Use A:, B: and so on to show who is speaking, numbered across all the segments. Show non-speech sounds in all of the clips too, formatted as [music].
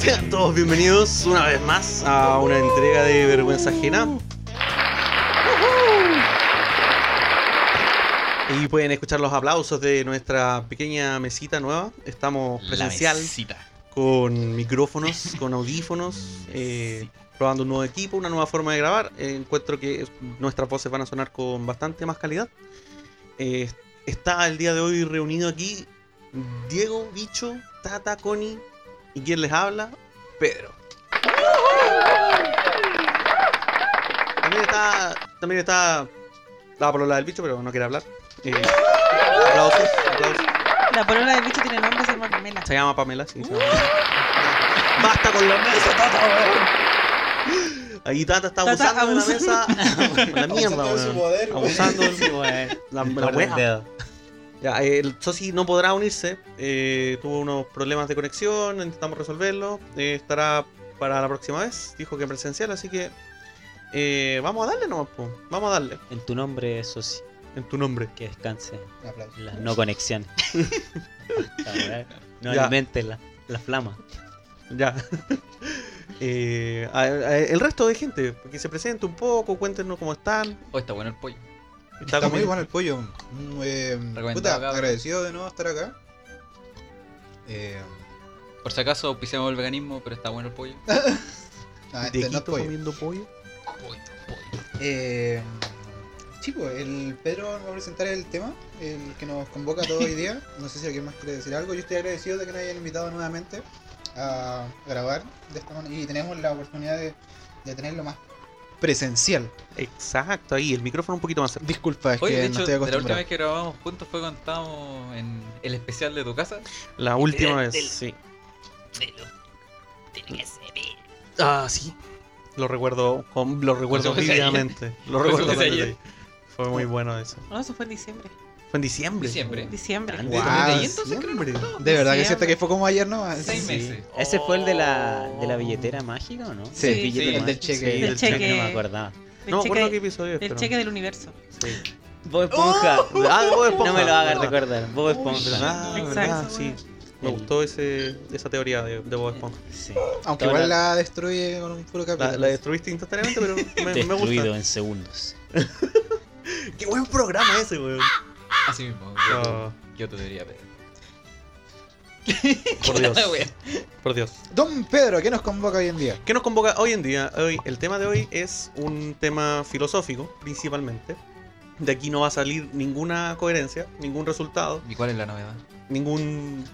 A: Sean todos bienvenidos una vez más a una entrega de Vergüenza Ajena. Y pueden escuchar los aplausos de nuestra pequeña mesita nueva. Estamos presencial
B: La mesita.
A: con micrófonos, con audífonos, eh, probando un nuevo equipo, una nueva forma de grabar. Eh, encuentro que es- nuestras voces van a sonar con bastante más calidad. Eh, está el día de hoy reunido aquí Diego, Bicho, Tata, Connie y quien les habla, Pedro. También está, también está la polola del bicho, pero no quiere hablar. Eh, aplausos, aplausos.
C: La polola del bicho tiene nombre de ser Pamela.
A: Se llama Pamela, sí. se llama Pamela. ¡Basta con la mesa, Tata, weón! Ahí Tata está
C: Tata
A: abusando de la
C: abusa-
A: mesa.
C: [laughs]
A: la mierda,
D: Abusando de su
A: weón.
D: poder, weón.
A: Abusando de su La, la
B: Muerde el
A: wea.
B: dedo.
A: Ya, el Sosi no podrá unirse. eh, tuvo unos problemas de conexión, intentamos resolverlo. eh, estará para la próxima vez. Dijo que presencial, así que eh, vamos a darle nomás, po. Vamos a darle.
E: En tu nombre, Sosi,
A: En tu nombre.
E: que descanse
D: Un aplauso.
E: las no conexiones. Basta, ¿verdad? no
A: Ya.
E: alimentes la, la flama.
A: Ya. [laughs] Eh, a- a- el resto de gente, que se presente un poco, cuéntenos cómo están.
B: Oh, está bueno el pollo.
A: Está
D: Está,
A: como-
D: muy bueno el pollo. Mm, eh,
B: Recomendado,
D: puta,
B: cabrón.
D: agradecido de nuevo estar acá. Eh,
B: Por si acaso auspiciamos el veganismo, pero está bueno el pollo.
D: ah, este no
A: Dieguito
D: es pollo.
A: comiendo pollo.
B: Pollo, pollo.
D: Eh, chico, el Pedro nos va a presentar el tema, el que nos convoca todo hoy [laughs] día. No sé si alguien más quiere decir algo. Yo estoy agradecido de que nos hayan invitado nuevamente a grabar de esta manera. Y tenemos la oportunidad de, de tenerlo más presencial.
A: Exacto, ahí, el micrófono un poquito más cerca.
D: Disculpa, es
B: Oye,
D: que
B: de
D: no
B: hecho,
D: estoy
B: de la última
D: acostumbrado.
B: vez que grabamos juntos fue cuando estábamos en el especial de tu casa.
A: La última vez, sí. Ah, sí. Lo recuerdo, con- lo recuerdo
B: Eso fue ayer.
A: vívidamente. Lo
B: Eso
A: recuerdo
B: fue
A: con
B: ayer.
A: detalle. Fue muy bueno eso.
C: No, eso fue en diciembre.
A: Fue en diciembre.
B: Diciembre.
C: Diciembre.
A: Grande.
D: Wow,
B: Desde ahí entonces creo que
A: siempre.
B: no grabamos.
D: De verdad que
C: Sí,
D: siento que fue como ayer, ¿no?
B: Seis
D: Sí.
B: meses.
E: ¿Ese fue el de la, de la billetera mágica o no?
D: Sí,
C: Sí,
E: billete
B: sí.
E: mágico.
D: El del cheque.
A: Sí,
C: Del
A: del
C: cheque.
A: cheque.
E: No me acordaba.
C: El,
A: No me acuerdo qué
C: cheque,
A: episodio es,
C: el
A: pero-
C: cheque del universo.
A: sí.
E: Bob Esponja.
A: Ah, Bob Esponja.
E: No me lo hagas
A: Verdad.
E: recordar. Bob Esponja.
A: Ah, ¿Verdad?
C: Exacto.
A: ¿Verdad? Sí. Me
E: El-
A: gustó ese, esa teoría de, de Bob Esponja.
E: Sí.
D: Aunque
E: Toda
D: igual
E: la-
D: la destruye con un puro
A: La,
D: capítulo.
A: la destruiste instantáneamente, pero me, me
E: Destruido
A: gusta.
E: en segundos.
A: Qué buen programa ese, weón.
D: Oh.
B: Así mismo. Yo,
A: Ah,
B: te- yo te diría, Pedro.
A: por Dios.
B: La wea.
A: Por Dios.
D: Don Pedro, ¿qué nos convoca hoy en día?
A: ¿Qué nos convoca hoy en día? Hoy, el tema de hoy es un tema filosófico, principalmente. De aquí no va a salir ninguna coherencia, ningún resultado,
B: ¿Y cuál es la novedad?
A: ningún...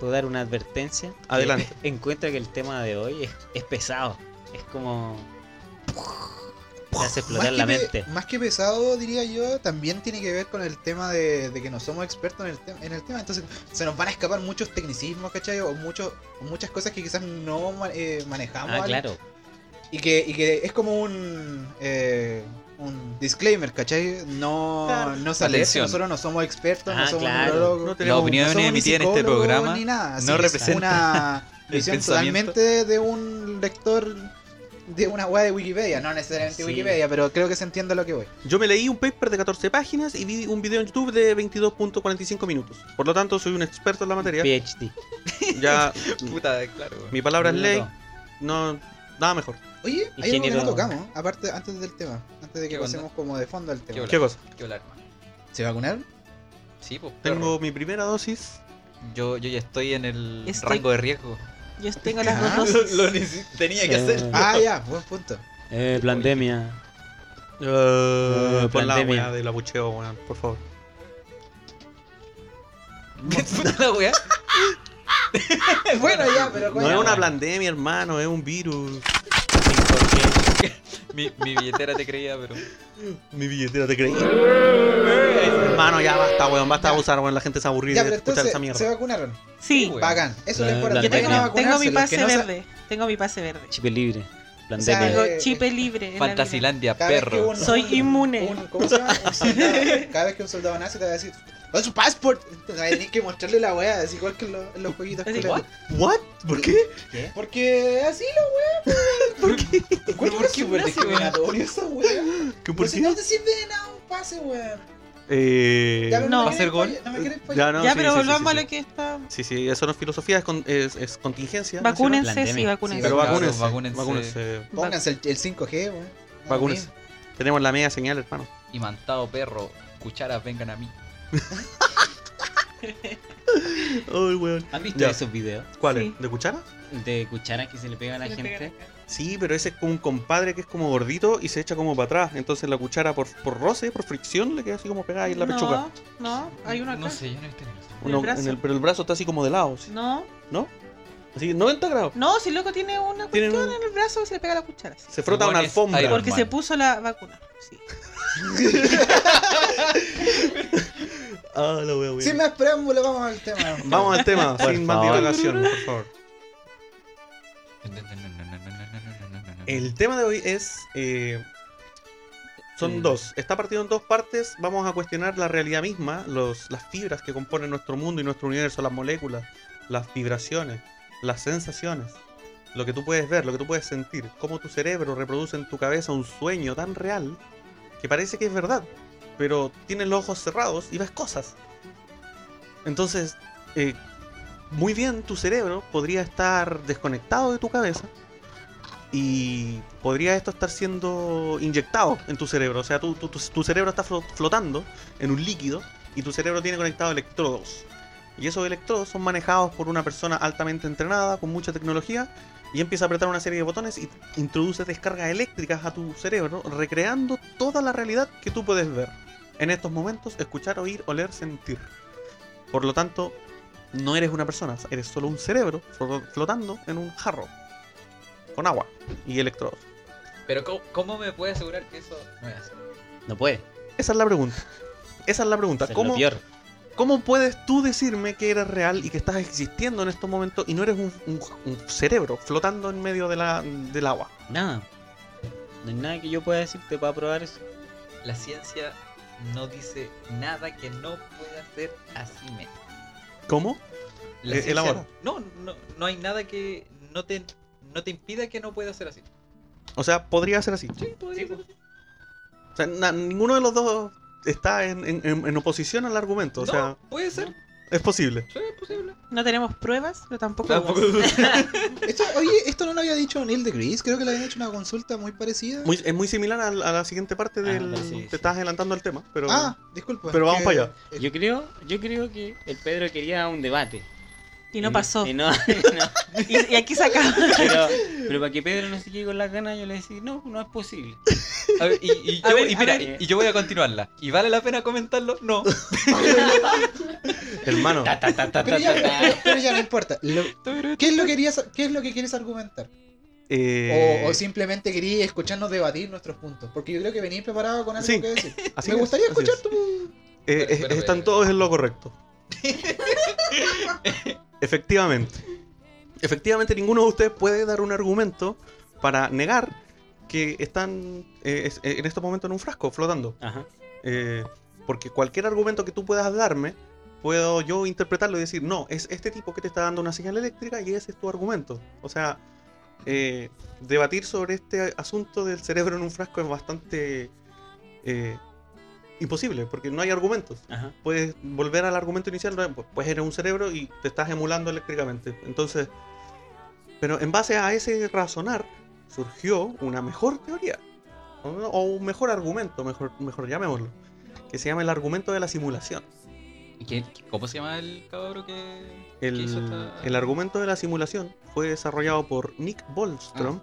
E: ¿Puedo dar una advertencia? [laughs]
A: Adelante.
E: Encuentro que el tema de hoy es, es pesado. Es como. Te hace explotar la
D: que pe-
E: mente.
D: más que pesado, diría yo, también tiene que ver con el tema de, de que no somos expertos en el, tem- en el tema. Entonces, se nos van a escapar muchos tecnicismos, ¿cachai? O, muchos o muchas cosas que quizás no ma- eh, manejamos.
E: Ah,
D: al-
E: claro.
D: Y que, y que es como un, eh, un disclaimer, ¿cachai? No,
A: Claro.
D: no sale eso.
B: Atención.
D: Nosotros no somos expertos,
E: Ah,
D: no somos
E: claro.
D: neurólogos.
A: No
B: Las
A: tenemos-
B: opiniones
D: somos ni
B: emitidas en este
D: psicólogos
B: programa
D: ni nada, así
B: no
D: es
B: representan
D: una [laughs]
B: el
D: visión
B: pensamiento.
D: totalmente de un lector de una web de Wikipedia, no necesariamente
E: Sí.
D: Wikipedia, pero creo que se entiende a lo que voy.
A: Yo me leí un paper de 14 páginas y vi un video en YouTube de 22.45 minutos. Por lo tanto, soy un experto en la materia.
E: PhD.
A: Ya,
B: Puta, claro. weón.
A: mi palabra es
E: No,
A: ley,
E: no.
A: no, nada mejor.
D: Oye, hay algo que
E: Ingeniero.
D: no tocamos, aparte antes del tema, antes de que
B: ¿Qué onda?
D: pasemos como de fondo al tema.
B: onda?
A: ¿Qué cosa?
B: ¿Qué hablar, man?
D: ¿Se vacunaron?
B: Sí, pues. perro.
A: Tengo mi primera dosis.
B: Yo, yo ya estoy en el
D: Este-
C: Estoy-
B: rango de riesgo.
C: Yo tengo las
D: Ah,
C: dos dosis.
B: [laughs] Lo neces- tenía que
E: Eh,
B: hacer.
D: Ah, ya, buen punto. [laughs]
E: Eh, pandemia.
A: Eh, pon la
E: pandemia.
A: weá del abucheo, weón, por favor.
B: [laughs] Puta la wea.
D: bueno, ya, pero
A: No
D: coño.
A: es una
E: weón.
A: pandemia, hermano, es un virus.
B: Mi, mi billetera te creía, pero.
A: Mi billetera te creí. Hermano, ya basta, weón. Basta de abusar, weón. La gente se aburrida
D: Ya,
A: de
D: pero
A: escuchar
D: entonces,
A: esa
D: se
A: mierda.
D: vacunaron.
C: Sí.
B: Bueno,
D: Bacán. Eso es
E: La-
D: lo importante.
E: la
D: Vayan a
C: Tengo, tengo mi
D: vacunarse, los
C: pase
D: que no se-
C: verde. Tengo mi pase verde.
E: Chip libre. Plan
D: O sea,
E: DNI.
C: Tengo
D: eh,
C: chipe libre. en la vida.
B: Fantasilandia,
D: Cada vez que
B: perro.
D: un-
C: Soy
D: un-
C: inmune.
D: un- ¿cómo se llama? Un soldado- cada vez que un soldado nace te va a decir, ¡Con su passport! Te va a tener que mostrarle la weá, es igual que en los- en los jueguitos.
C: Así,
D: culeros.
A: ¿What? ¿Por qué?
D: Porque así la weá, ¿Por qué? ¿Por qué?
B: ¿Por qué
D: súper
B: nace, weón?
D: discriminatorio esa weá.
A: ¿Qué
D: Por
A: por
D: Pues si
A: qué?
D: no te sirve de nada un pase, weón.
A: Eh,
D: Ya, pero
C: No.
D: me
B: ¿Va a ser
D: quieren
B: gol?
D: follar, No me quieren
A: Ya,
D: follar.
A: no,
C: ya,
A: sí,
C: pero
A: sí, sí,
C: volvamos
A: sí,
C: a
A: sí.
C: lo que está.
A: Sí, sí, eso no es filosofía, es, con- es, es contingencia. nacional.
C: Vacúnense, sí,
E: Pandemia.
C: vacúnense.
A: Pero
B: Claro,
A: vacúnense.
B: vacúnense.
A: Vacúnense.
D: Pónganse el, el 5G, weón. No,
A: vacúnense. eh, Tenemos la media señal, hermano.
B: Y mantado perro, cucharas vengan a mí.
A: Ay, weón.
E: ¿Han visto
A: Ya.
E: esos videos
A: ¿Cuáles?
C: Sí.
A: ¿De cuchara?
E: de cucharas que se le pega a la
C: Se le pega
E: gente?
C: la cara.
A: Sí, pero ese es como un compadre que es como gordito y se echa como para atrás. Entonces la cuchara por, por roce, por fricción, le queda así como pegada ahí en la pechuga.
C: No, no, hay uno acá.
B: No sé, yo no he visto ninguno.
C: el
A: Uno-
C: brazo.
A: en el- pero el brazo está así como de lado, sí,
C: No,
A: ¿no? Así, 90 grados.
C: no, si el loco tiene una
A: Tienen
C: cuestión en el brazo se le pega la cuchara. sí.
A: Se frota una
B: Bueno, es
A: alfombra.
B: Iron
C: Porque
B: Man.
C: se puso la vacuna. Sí.
A: Ah, la wea, wea.
D: Sin más preámbulo, vamos al tema.
A: Vamos al tema,
E: Por
A: sin más
E: favor.
A: divagación, por favor. El tema de hoy es. eh, son
B: El-
A: dos. Está partido en dos partes. Vamos a cuestionar la realidad misma, los, las fibras que componen nuestro mundo y nuestro universo, las moléculas, las vibraciones, las sensaciones, lo que tú puedes ver, lo que tú puedes sentir, cómo tu cerebro reproduce en tu cabeza un sueño tan real que parece que es verdad, pero tienes los ojos cerrados y ves cosas. Entonces, eh, muy bien, tu cerebro podría estar desconectado de tu cabeza y podría esto estar siendo inyectado en tu cerebro. O sea, tu, tu- tu- tu cerebro está flo- flotando en un líquido y tu cerebro tiene conectado electrodos. Y esos electrodos son manejados por una persona altamente entrenada, con mucha tecnología, y empieza a apretar una serie de botones y introduce descargas eléctricas a tu cerebro, recreando toda la realidad que tú puedes ver. En estos momentos, escuchar, oír, oler, sentir. Por lo tanto, no eres una persona, eres solo un cerebro flo- flotando en un jarro, con agua y electrodos.
B: Pero ¿cómo, cómo me puede asegurar que eso no es así?
E: No puede.
A: Esa es la pregunta. Esa es la pregunta.
E: Eso es lo
A: ¿Cómo,
E: peor.
A: ¿Cómo puedes tú decirme que eres real y que estás existiendo en estos momentos y no eres un, un- un cerebro flotando en medio de la, del agua?
E: Nada. No hay nada que yo pueda decirte para probar eso.
B: La ciencia no dice nada que no pueda ser así, men.
A: ¿Cómo?
B: La
A: Eh,
B: ciencia-
A: elabora.
B: No, no, no hay nada que no te, no te impida que no pueda ser así.
A: O sea, podría ser así.
B: Sí, podría
E: Sí,
B: ser
E: pues.
B: así.
A: O sea, na- ninguno de los dos está en, en- en- en oposición al argumento. O
B: No,
A: sea,
B: puede ser,
A: es posible.
B: sí, es posible.
C: No tenemos pruebas, pero
A: [laughs]
C: tampoco.
B: Tampoco
C: dudas.
D: Esto, oye, esto no lo había dicho Neil de Gris. Creo que le habían hecho una consulta muy parecida.
A: Muy- es muy similar al- a, la siguiente parte del...
E: pero Ah, sí,
A: te
E: sí.
A: estás adelantando al tema, pero...
D: Ah, disculpa.
A: Pero vamos
D: que-
A: para allá.
D: eh,
E: Yo creo, yo creo que el Pedro quería un debate.
C: Y no pasó.
E: Y no, [laughs] y no.
C: Y, y aquí se acaba.
E: Pero, pero para que Pedro no se quede con las ganas, yo le decía, no, no es posible.
B: A ver, y, y
C: A
B: yo,
C: ver,
B: y
C: a
B: mira,
E: ver.
B: y yo voy a continuarla. ¿Y vale la pena comentarlo?
A: [laughs]
B: No.
E: [laughs]
A: Hermano,
E: [laughs] Ta, ta, ta, ta,
D: Pero
E: ta,
D: ya,
E: ta, ta.
D: pero- pero ya no importa. Lo- ¿qué, es lo que querías, ¿Qué es lo que quieres argumentar?
A: eh,
D: O, o simplemente querías escucharnos debatir nuestros puntos. Porque yo creo que venís preparado con algo
A: Sí.
D: que decir.
A: así
D: Me
A: es,
D: gustaría
A: así es.
D: escuchar tu.
A: Eh,
B: Pero,
A: es-
B: pero,
A: están
B: pero.
A: todos en lo correcto. Efectivamente. Efectivamente, ninguno de ustedes puede dar un argumento para negar que están eh, es- en estos momentos en un frasco, flotando.
E: Ajá.
A: Eh, porque cualquier argumento que tú puedas darme, puedo yo interpretarlo y decir, no, es este tipo que te está dando una señal eléctrica y ese es tu argumento. O sea, eh, debatir sobre este asunto del cerebro en un frasco es bastante eh, imposible, porque no hay argumentos
E: Ajá.
A: puedes volver al argumento inicial, ¿no? Pues- pues eres un cerebro y te estás emulando eléctricamente. Entonces, pero en base a ese razonar surgió una mejor teoría, o, o un mejor argumento, mejor, mejor llamémoslo, que se llama el argumento de la simulación.
B: ¿Cómo se llama el cabro que, que hizo
A: El,
B: esta-
A: el argumento de la simulación fue desarrollado por Nick Bolstrom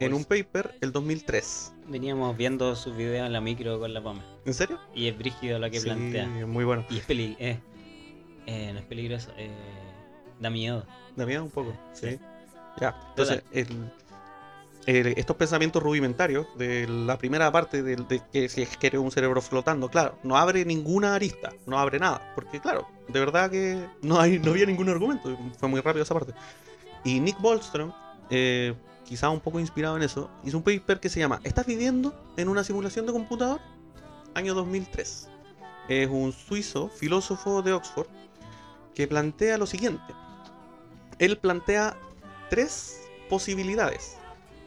E: Ah,
A: en un paper el 2003.
E: Veníamos viendo sus videos en la micro con la pama.
A: ¿En serio?
E: Y es brígido lo que
A: Sí,
E: plantea.
A: muy bueno.
E: Y es peli... Eh, eh, no es peligroso. Eh, da miedo.
A: Da miedo un poco, sí.
E: Sí.
A: Ya, entonces, el- el- estos pensamientos rudimentarios de la primera parte del- de, que si es que eres un cerebro flotando, claro, no abre ninguna arista, no abre nada, porque claro, de verdad que no, hay, no había ningún argumento, fue muy rápido esa parte. Y Nick Bolstrom, eh, quizá un poco inspirado en eso, hizo un paper que se llama ¿Estás viviendo en una simulación de computador? Año 2003. Es un suizo, filósofo de Oxford, que plantea lo siguiente él plantea tres posibilidades,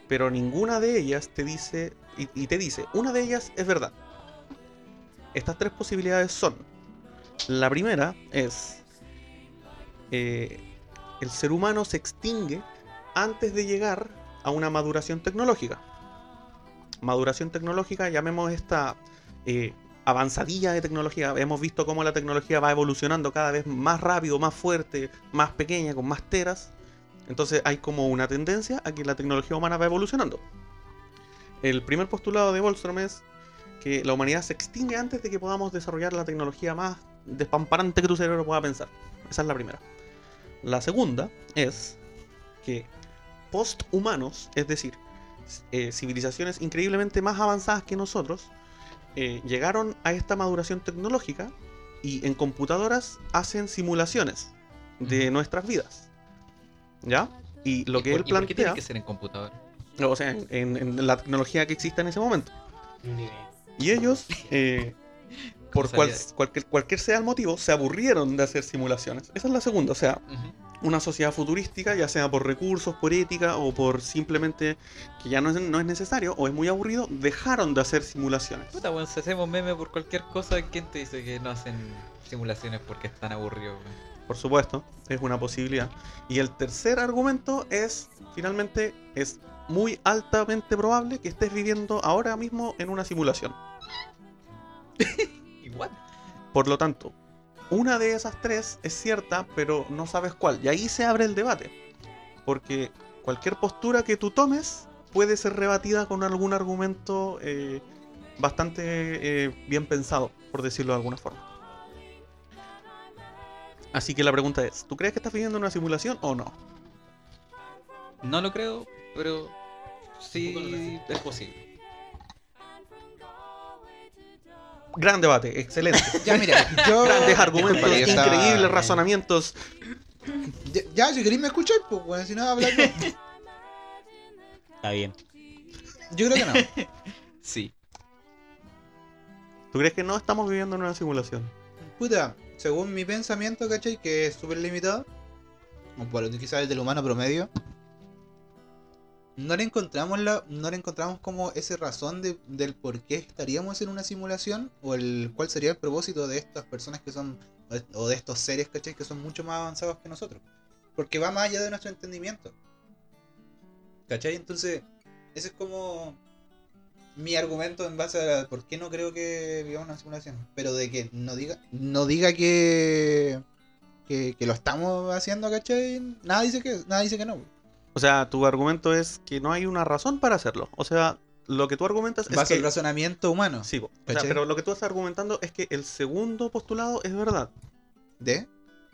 A: pero ninguna de ellas te dice, y, y te dice, una de ellas es verdad. Estas tres posibilidades son. La primera es. eh, el ser humano se extingue antes de llegar a una maduración tecnológica. Maduración tecnológica, llamemos esta eh, avanzadilla de tecnología. Hemos visto cómo la tecnología va evolucionando cada vez más rápido, más fuerte, más pequeña, con más teras. Entonces hay como una tendencia a que la tecnología humana va evolucionando. El primer postulado de Bolstrom es que la humanidad se extingue antes de que podamos desarrollar la tecnología más despamparante que tu cerebro pueda pensar. Esa es la primera. La segunda es que posthumanos, es decir, eh, civilizaciones increíblemente más avanzadas que nosotros, eh, llegaron a esta maduración tecnológica y en computadoras hacen simulaciones de
B: Ujú.
A: nuestras vidas. ¿Ya? Y lo
B: ¿Y
A: que él
B: por- ¿Y por qué
A: plantea,
B: tiene que ser en computador?
A: o sea, en- en- en la tecnología que exista en ese momento.
E: Ni idea.
A: Y ellos, eh, por cual-
B: Causalidades.
A: cualquier, cualquier sea el motivo, se aburrieron de hacer simulaciones. Esa es la segunda, o sea, una sociedad futurística, ya sea por recursos, por ética o por simplemente que ya no es, no es necesario o es muy aburrido, dejaron de hacer simulaciones.
B: Puta, weón, si hacemos meme por cualquier cosa, ¿quién te dice que no hacen simulaciones porque están aburridos, weón?
A: Por supuesto, es una posibilidad. Y el tercer argumento es, finalmente, es muy altamente probable que estés viviendo ahora mismo en una simulación.
B: Igual.
A: Por lo tanto, una de esas tres es cierta, pero no sabes cuál. Y ahí se abre el debate. Porque cualquier postura que tú tomes puede ser rebatida con algún argumento eh, bastante eh, bien pensado, por decirlo de alguna forma. Así que la pregunta es, ¿tú crees que estás viviendo en una simulación o no?
B: No lo creo, pero
D: Un poco lo
B: sí es posible.
A: Gran debate, excelente.
D: Ya, mira, yo.
A: Grandes argumentos,
D: Disculpa, yo estaba-
A: increíbles razonamientos.
D: Ya, ya, si queréis me escucháis, pues, weón, si no hablar. no.
E: Está bien.
D: Yo creo que no.
B: Sí.
A: ¿Tú crees que no estamos viviendo en una simulación?
D: Puta, según mi pensamiento, ¿cachai? Que es súper limitado. o Bueno, quizás el del humano promedio. No le encontramos la. No le encontramos como esa razón de- del por qué estaríamos en una simulación. O el cuál sería el propósito de estas personas que son. O de estos seres, ¿cachai? Que son mucho más avanzados que nosotros. Porque va más allá de nuestro entendimiento. ¿Cachai? Entonces, ese es como mi argumento en base a por qué no creo que vivamos una simulación. Pero de que no diga, no diga que, que, que lo estamos haciendo, ¿cachai? Nada dice que, nada dice que no.
A: O sea, tu argumento es que no hay una razón para hacerlo. O sea, lo que tú argumentas
D: En base
A: es que...
D: al razonamiento humano.
A: Sí, po. O sea,
D: ¿Cachai?
A: pero lo que tú estás argumentando es que el segundo postulado es verdad,
D: ¿De?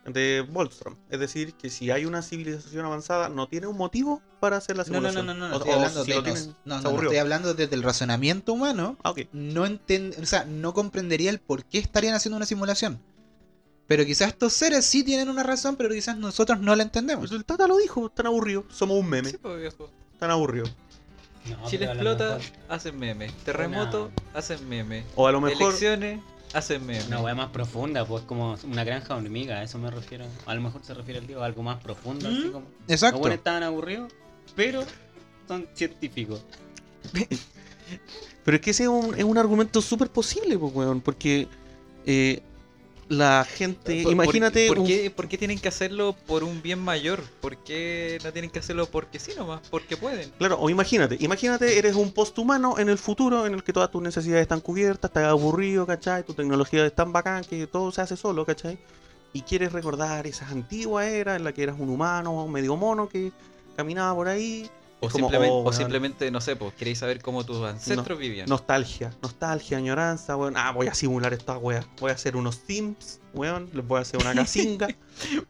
A: de Bolstrom. Es decir, que si hay una civilización avanzada, no tiene un motivo para hacer la
D: No, no, no,
A: simulación.
D: no, no,
A: O-
D: estoy
A: o
D: hablando
A: si
D: de
A: lo
D: nos-
A: tienen,
D: no, no,
A: se
D: no,
A: aburrió.
D: estoy hablando desde el razonamiento humano.
A: Ah, ok.
D: No enten- o sea, no comprendería el por qué estarían haciendo una simulación. Pero quizás estos seres sí tienen una razón, pero quizás nosotros no la entendemos.
A: Pues El Tata lo dijo, tan aburrido. Somos un meme,
B: Sí, pues viejo.
A: tan aburrido.
E: No,
B: Chile
E: pero a lo
B: explota,
E: mejor
B: hacen meme. Terremoto, hacen meme.
A: O a lo mejor...
B: Elecciones, hacen meme.
E: Una weá más profunda, pues como una granja de hormiga, a eso me refiero. A lo mejor se refiere al tío a algo más profundo, así
C: ¿Mm?
E: como. Los
D: Exacto.
E: buenos estaban aburridos, pero son científicos.
A: Pero es que ese es un, es un argumento súper posible, pues, weón. Porque eh, la gente...
B: Por- por-
A: imagínate...
B: ¿por,
A: un-
B: qué, por qué tienen que hacerlo por un bien mayor? ¿Por qué no tienen que hacerlo porque sí nomás? Porque pueden.
A: Claro, o imagínate, imagínate, eres un posthumano en el futuro en el que todas tus necesidades están cubiertas, estás aburrido, ¿cachai? Tu tecnología es tan bacán que todo se hace solo, ¿cachai? Y quieres recordar esas antiguas eras en la que eras un humano, un medio mono que caminaba por ahí.
B: O,
A: Es como,
B: simplemente,
A: oh,
B: o
A: weón,
B: simplemente, no sé, pues queréis saber cómo tus ancestros vivían.
A: Nostalgia, nostalgia, añoranza, weón. Ah, voy a simular esta weá. Voy a hacer unos sims, weón. Les voy a hacer una
D: [laughs]
A: casinga.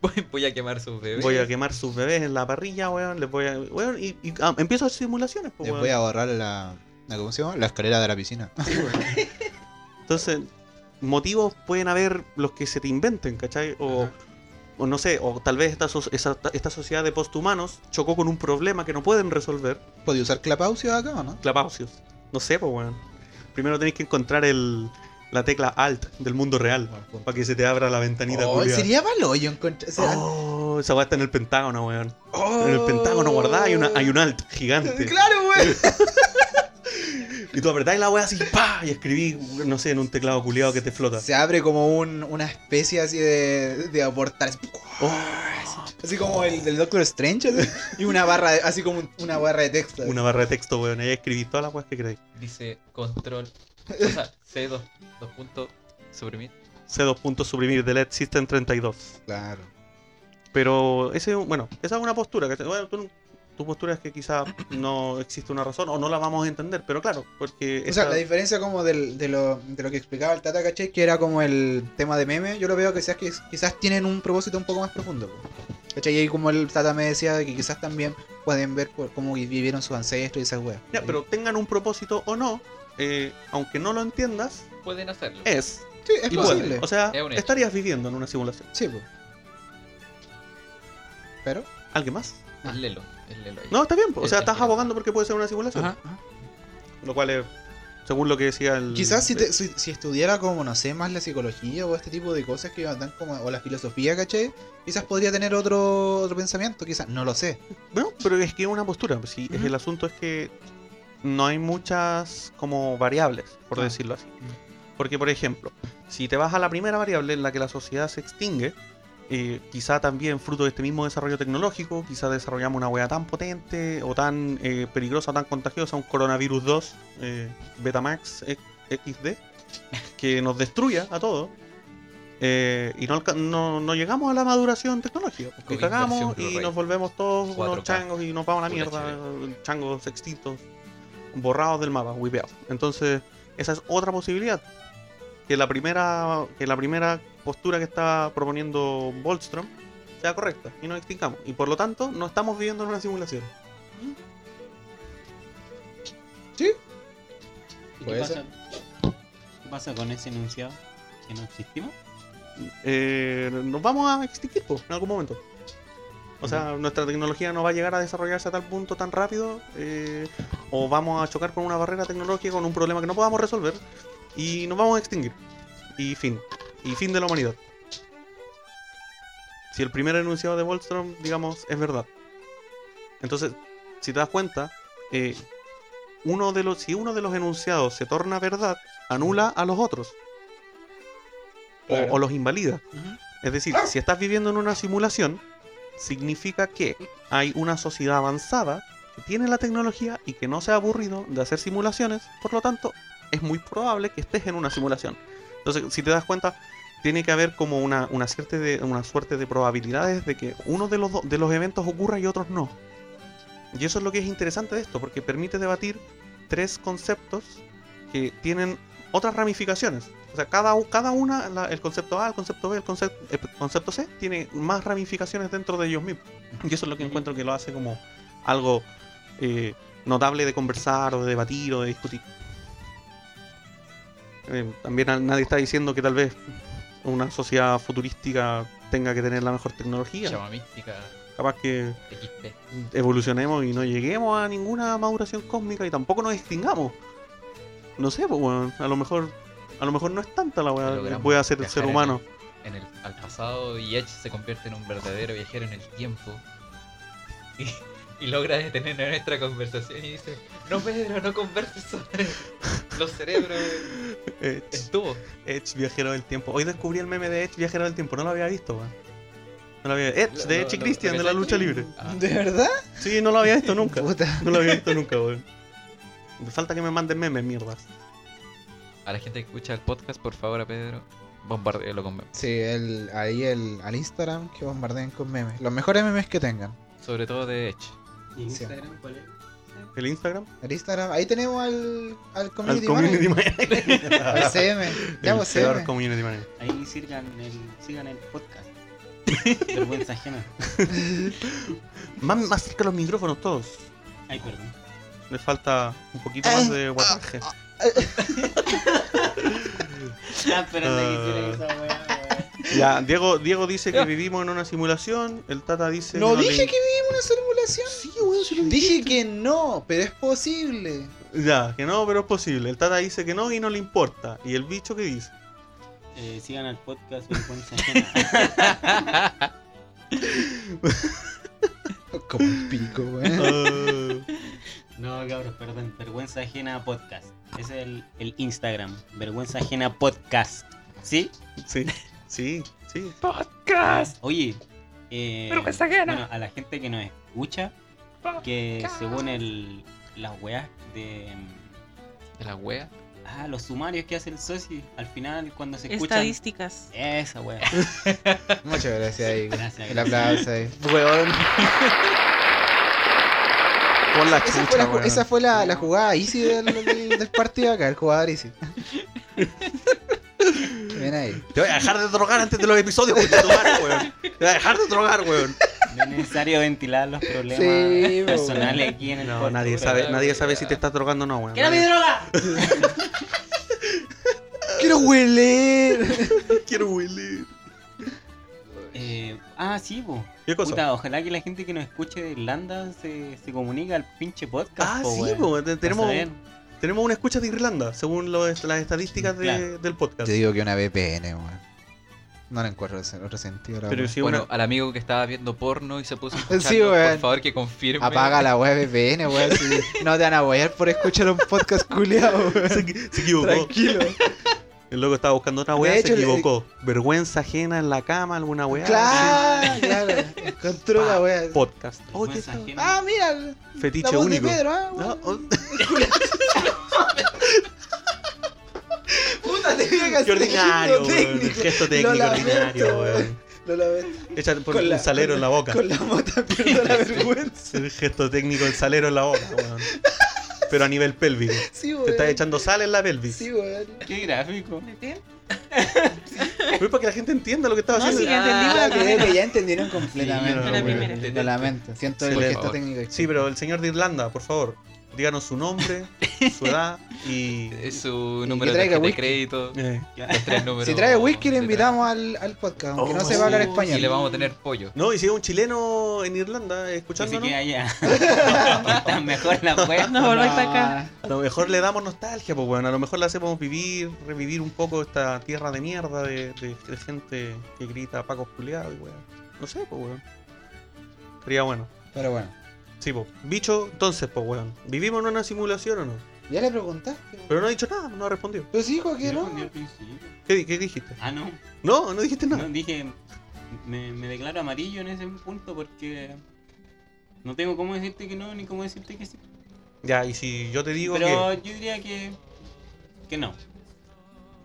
B: Voy, [laughs] voy a quemar sus bebés.
A: voy a quemar sus bebés en la parrilla, weón. Les voy a. Weón, y, y, ah, empiezo a hacer simulaciones, pues,
D: Les
A: weón.
D: voy a borrar la, la- ¿cómo se llama? La escalera de la piscina.
A: Entonces, motivos pueden haber los que se te inventen, ¿cachai? O,
D: Ajá.
A: o no sé, o tal vez esta, so- esa- esta sociedad de posthumanos chocó con un problema que no pueden resolver,
D: ¿Podía usar clapaucio acá o no?
A: clapausios. No sé, pues, weón. Primero tenés que encontrar el, la tecla Alt del mundo real para que se te abra la ventanita.
D: Oh,
A: culiada.
D: sería malo yo encontrar. o sea,
A: Oh, esa weá está en el Pentágono, weón.
D: oh.
A: En el Pentágono guardada hay, una, hay un Alt gigante.
D: Claro, güey.
A: Y tú apretás la wea así, pa Y escribí, no sé, en un teclado culiado que te flota.
D: Se abre como un, una especie así de, de aportar. así,
A: Oh,
D: Así como el del Doctor Strange. así, Y una barra, de- así como un- una barra de texto. así.
A: una barra de texto, weón. Ahí escribí todas las weas que creí.
B: Dice control. O sea, [laughs] C2, dos puntos, suprimir.
A: C2 puntos suprimir, delete system 32.
D: Claro.
A: Pero ese, bueno, esa es una postura. ¿cachai? Bueno, tú- tu postura es que quizá no existe una razón o no la vamos a entender, pero claro, porque...
D: O sea,
A: esa-
D: la diferencia como del- de, lo, de lo que explicaba el Tata, ¿cachai? Que era como el tema de meme, yo lo veo que quizás, que quizás tienen un propósito un poco más profundo. po. ¿Cachai? Y ahí como el Tata me decía, que quizás también pueden ver por cómo vi- vivieron sus ancestros y esas weas.
A: Ya, pero tengan un propósito o no, eh, aunque no lo entiendas,
B: Pueden hacerlo.
A: es.
D: Sí, es
A: y
D: posible.
A: puede. O sea,
B: Es un hecho.
A: estarías viviendo en una simulación.
D: Sí, po. Pero...
A: ¿Alguien más?
B: Es Lelo, es Lelo ahí.
A: ah. No, está bien. po. O sea,
B: Sí,
A: estás
B: tranquilo.
A: abogando porque puede ser una simulación.
D: ajá.
A: Lo cual es, según lo que decía el...
D: Quizás si, te- si, si estudiara como, no sé, más la psicología o este tipo de cosas que dan como... O la filosofía, ¿cachai? Quizás podría tener otro, otro pensamiento, quizás. No lo sé.
A: Bueno, pero es que es una postura. pues, sí, es
D: Ujú.
A: el asunto es que no hay muchas como variables, por
D: Ah. Mm.
A: decirlo así. Porque, por ejemplo, si te vas a la primera variable en la que la sociedad se extingue, eh, quizá también fruto de este mismo desarrollo tecnológico, quizá desarrollamos una hueá tan potente o tan eh, peligrosa, tan contagiosa, un coronavirus 2, eh, Betamax X- XD, que nos destruya a todos. eh, y no, alca- no, no llegamos a la maduración tecnológica, porque
B: Covid
A: cagamos
B: versión
A: y
B: Blu-ray.
A: nos volvemos todos unos
B: 4K.
A: changos y nos vamos a la
B: Full
A: mierda, eh, changos extintos, borrados del mapa, wipeados. Entonces, esa es otra posibilidad. Que la primera, que la primera postura que está proponiendo Bolstrom sea correcta y nos extingamos. Y por lo tanto, no estamos viviendo en una simulación.
E: ¿Y ¿Qué
D: Puede
E: pasa?
D: ser.
E: ¿Qué pasa con ese enunciado? ¿Que no existimos?
A: Eh, nos vamos a extinguir po, en algún momento. O sea, nuestra tecnología no va a llegar a desarrollarse a tal punto tan rápido, eh, o vamos a chocar con una barrera tecnológica, con un problema que no podamos resolver, y nos vamos a extinguir. Y fin. Y fin de la humanidad. Si el primer enunciado de Wallstrom, digamos, es verdad. Entonces, si te das cuenta, eh, uno de los, si uno de los enunciados se torna verdad, anula a los otros. O-
D: Claro.
A: o los invalida. Es decir, si estás viviendo en una simulación, significa que hay una sociedad avanzada que tiene la tecnología y que no se ha aburrido de hacer simulaciones, por lo tanto, es muy probable que estés en una simulación. Entonces, si te das cuenta, tiene que haber como una, una, cierta de, una suerte de probabilidades de que uno de los, do- de los eventos ocurra y otros no. Y eso es lo que es interesante de esto, porque permite debatir tres conceptos que tienen otras ramificaciones. O sea, cada, u- cada una, la- el concepto A, el concepto B, el concepto, el concepto C, tiene más ramificaciones dentro de ellos mismos. Y eso es lo que encuentro que lo hace como algo eh, notable de conversar o de debatir o de discutir. Eh, también a- nadie está diciendo que tal vez una sociedad futurística tenga que tener la mejor tecnología.
B: Llama mística,
A: Capaz que
B: XP.
A: evolucionemos y no lleguemos a ninguna maduración cósmica y tampoco nos extingamos. No sé, pues, weón, a lo mejor a lo mejor no es tanta la weá que
B: Logramos
A: puede hacer el
B: viajar
A: ser
B: en
A: humano.
B: En el, al pasado y Edge se convierte en un verdadero viajero en el tiempo. Y, y logra detener nuestra conversación y dice, no Pedro, no converses sobre los cerebros
A: [laughs] Edge,
B: en tubo.
A: Edge, viajero del tiempo. Hoy descubrí el meme de Edge, viajero del tiempo. No lo había visto, weón. No lo había Edge,
B: Lo-
A: de
B: lo-
A: Edge y
B: lo-
A: Christian,
B: lo
A: de la
B: pensé
A: lucha
B: aquí.
A: libre.
B: Ah,
D: [laughs] ¿De verdad?
A: Sí, no lo había visto
B: [laughs]
A: nunca.
D: Puta.
A: No lo había visto nunca, weón. Me falta que me manden memes, mierdas.
B: a la gente que escucha el podcast, por favor, a Pedro, bombardealo con memes.
D: Sí, el, ahí el, al Instagram que bombardeen con memes. Los mejores memes que tengan.
B: Sobre todo de Edge.
E: ¿Y
D: Sí.
E: Instagram cuál es?
A: ¿El Instagram?
D: El Instagram, ahí tenemos al, al
A: Al
D: community,
A: community
D: manager, [laughs] al
A: manager.
D: CM. Ya pues,
A: El
D: vos
A: peor
D: CM.
A: community manager.
E: Ahí sigan el, sigan el
D: [laughs]
E: podcast. Vergüenza ajena.
A: Más, más cerca los micrófonos todos.
E: Ay, perdón.
A: Le falta un poquito más de guataje.
E: Estaba esperando
D: Ah.
E: que hiciera esa weá, weá.
A: Ya, Diego, Diego dice que vivimos en una simulación. El Tata dice.
D: No
A: le
D: dije
A: in-
D: que vivimos una simulación.
A: Sí, weón, sí lo
D: Dije que no, pero es posible.
A: Ya, que no, pero es posible. El Tata dice que no y no le importa. ¿Y el bicho qué
D: [laughs]
A: dice?
E: Eh, sigan al podcast Vergüenza ajena. [laughs]
D: Como el pico, weón.
A: Ah, [laughs] Ah,
E: No, cabros, perdón. Vergüenza ajena podcast. Es el, el Instagram, Vergüenza Ajena Podcast. ¿Sí?
A: Sí, sí, sí.
F: Podcast.
E: Oye, eh,
F: Vergüenza ajena.
E: bueno, a la gente que nos escucha, que según el, las weas de...
B: De la wea.
E: Ah, los sumarios que hace el socio, al final cuando se escuchan...
C: Estadísticas.
E: Esa wea.
D: Muchas gracias ahí.
E: Gracias.
D: El aplauso ahí.
A: Weón. Por la
D: Ah, Esa fue la,
A: chucha,
D: ju-
A: weón.
D: esa fue la, la jugada easy del, del- del partido acá, el jugador [laughs] easy. Ven ahí.
A: Te voy a dejar de drogar antes de los episodios, concha tu madre, weón. Te voy a dejar de drogar, weón.
E: No es necesario ventilar
F: [laughs]
E: los problemas
D: Sí, pues, po,
E: personales aquí en el
A: No,
E: podcast.
A: nadie sabe, nadie sabe si te estás drogando o no, weón.
E: ¡Quiero mi droga!
D: ¡Quiero hueler!
A: Quiero huele.
E: Eh, ah, sí, po.
A: ¿Qué cosa?
E: Puta, ojalá que la gente que nos escuche de Irlanda se, se comunique al pinche podcast.
A: ah,
E: po,
A: sí,
E: weón.
A: po, te-
E: Para
A: tenemos, oh,
E: saber.
A: tenemos una escucha de Irlanda, según lo- las estadísticas de-
E: Claro.
A: del podcast.
D: Te digo que una VPN, weón. No la encuentro en otro sentido, la
A: Pero
D: weá.
A: si
B: bueno,
A: una...
B: al amigo que estaba viendo porno y
D: [laughs]
B: se puso a
D: Sí,
B: escucharlo,
D: weón.
B: por favor que confirme.
D: Apaga la web VPN, weón. si No te van a huear por escuchar un podcast
A: [laughs] [laughs]
D: culiado,
A: se,
D: weón.
A: equi- se equivocó.
D: Tranquilo.
A: El loco estaba buscando otra
D: De
A: weá, se
D: hecho, le-
A: equivocó. Vergüenza ajena en la cama, alguna weá.
D: Claro, claro. Encontró la wea.
A: Sí. Podcast.
E: Vergüenza
A: Oye, esto-
E: ajena.
D: Ah, mira. La
A: fetiche
D: voz
A: único.
D: de Pedro, ah,
A: No,
D: weón.
A: oh,
D: Puta, tenía que
A: [laughs]
D: hacer
A: qué ordinario,
D: gesto
A: weón. El
D: técnico.
A: gesto técnico
D: lamento,
A: ordinario, weón.
D: Lo lamento.
A: Echa por
D: Con
A: un
D: la-
A: salero en la boca.
D: Con la mota
A: [laughs]
D: pierdo la vergüenza.
A: El gesto técnico, el salero en la boca, weón. Pero a nivel pélvico.
D: Sí, weón.
A: Te estás echando sal en la pelvis.
D: Sí, weón.
E: Qué gráfico.
C: ¿Entiendes?
A: Pero es para que la gente entienda lo que estaba
C: No,
A: haciendo.
C: sí,
A: Sí,
C: entendimos la
D: Ah, creo
C: primera.
D: que ya entendieron
A: no,
D: completamente.
C: la
D: weón.
C: primera.
D: Lo lamento. Siento
A: Sí,
D: el
A: por
D: gesto
B: favor.
D: técnico. aquí.
A: pero el señor de Irlanda, por favor, díganos su nombre,
E: [laughs]
A: su edad y.
B: Es su
D: Y
B: número
D: que
B: de
D: traiga
B: tarjeta de
D: whisky. [laughs]
B: crédito.
A: Eh,
B: Los tres números.
D: Si trae whisky, le
B: si trae-
D: invitamos al, al podcast, aunque
A: Oh,
D: no se va a hablar
A: sí.
D: español.
B: Y le vamos a tener pollo.
A: No, y si es un chileno en Irlanda
E: Que se
A: escuchándonos, [laughs]
E: quede allá. Está mejor la wea.
C: No, volváis para acá.
D: Ah,
A: a lo mejor le damos nostalgia, pues bueno, a lo mejor le hacemos vivir, revivir un poco esta tierra de mierda de, de- de gente que grita Paco Juliado y weón. No sé, pues weón. Sería bueno.
D: Pero bueno,
A: Sí, pues. Bicho, entonces, pues weón. ¿Vivimos en una simulación o no?
D: ya le preguntaste.
A: Pero no ha dicho nada, no ha respondido.
D: Pero sí dijo que no.
E: Respondí al principio.
A: ¿Qué, di- qué dijiste?
E: Ah, no.
A: No, no dijiste nada.
E: No, dije, me, me declaro amarillo en ese punto porque no tengo cómo decirte que no ni cómo decirte que sí.
A: Ya, y si yo te digo
E: Pero yo diría que, que no.
A: que,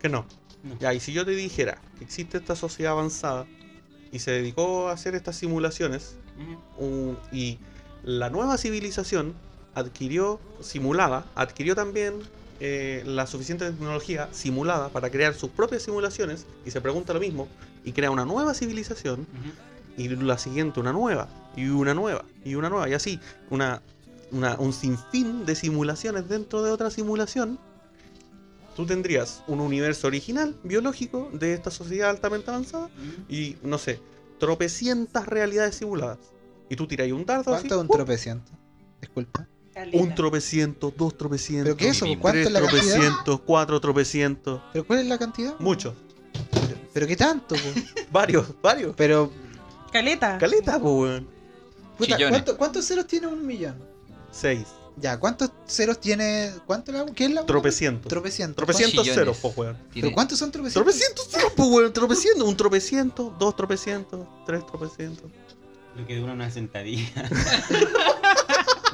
A: que no.
E: No.
A: Ya, y si yo te dijera que existe esta sociedad avanzada y se dedicó a hacer estas simulaciones
E: Ujú.
A: u- y la nueva civilización adquirió, simulada, adquirió también eh, la suficiente tecnología simulada para crear sus propias simulaciones y se pregunta lo mismo y crea una nueva civilización
E: Ujú.
A: y la siguiente una nueva, y una nueva, y una nueva, y así, una, una- un sinfín de simulaciones dentro de otra simulación, tú tendrías un universo original, biológico, de esta sociedad altamente avanzada,
E: Ujú.
A: y no sé, tropecientas realidades simuladas. Y tú tiráis un dardo así,
D: ¿Cuánto es un
A: ¡pum!
D: tropeciento? Disculpa.
A: un tropeciento, dos tropecientos,
D: ¿Pero qué es eso?
B: Vivimos.
D: ¿Cuánto
A: tres
D: es la cantidad?
A: tropecientos, cuatro tropecientos,
D: ¿Pero cuál es la cantidad?
A: muchos,
D: ¿Pero qué tanto? po?
A: varios, varios.
D: Pero,
C: Caleta.
A: Caleta, po, weón.
D: puta,
B: Chillones.
D: ¿cuánto- ¿cuántos ceros tiene un millón?
A: Seis,
D: Ya, ¿cuántos ceros tiene? ¿Cuánto es la, ¿Qué es la
A: tropecientos.
D: Tropecientos.
A: Tropecientos
B: Chillones.
A: ceros, po, weón.
B: Tiene-
D: ¿Pero cuántos son tropecientos?
A: [laughs] Tropecientos, ceros, po, weón, tropecientos, un tropeciento, dos tropecientos, tres tropecientos.
E: Lo que dura una sentadilla.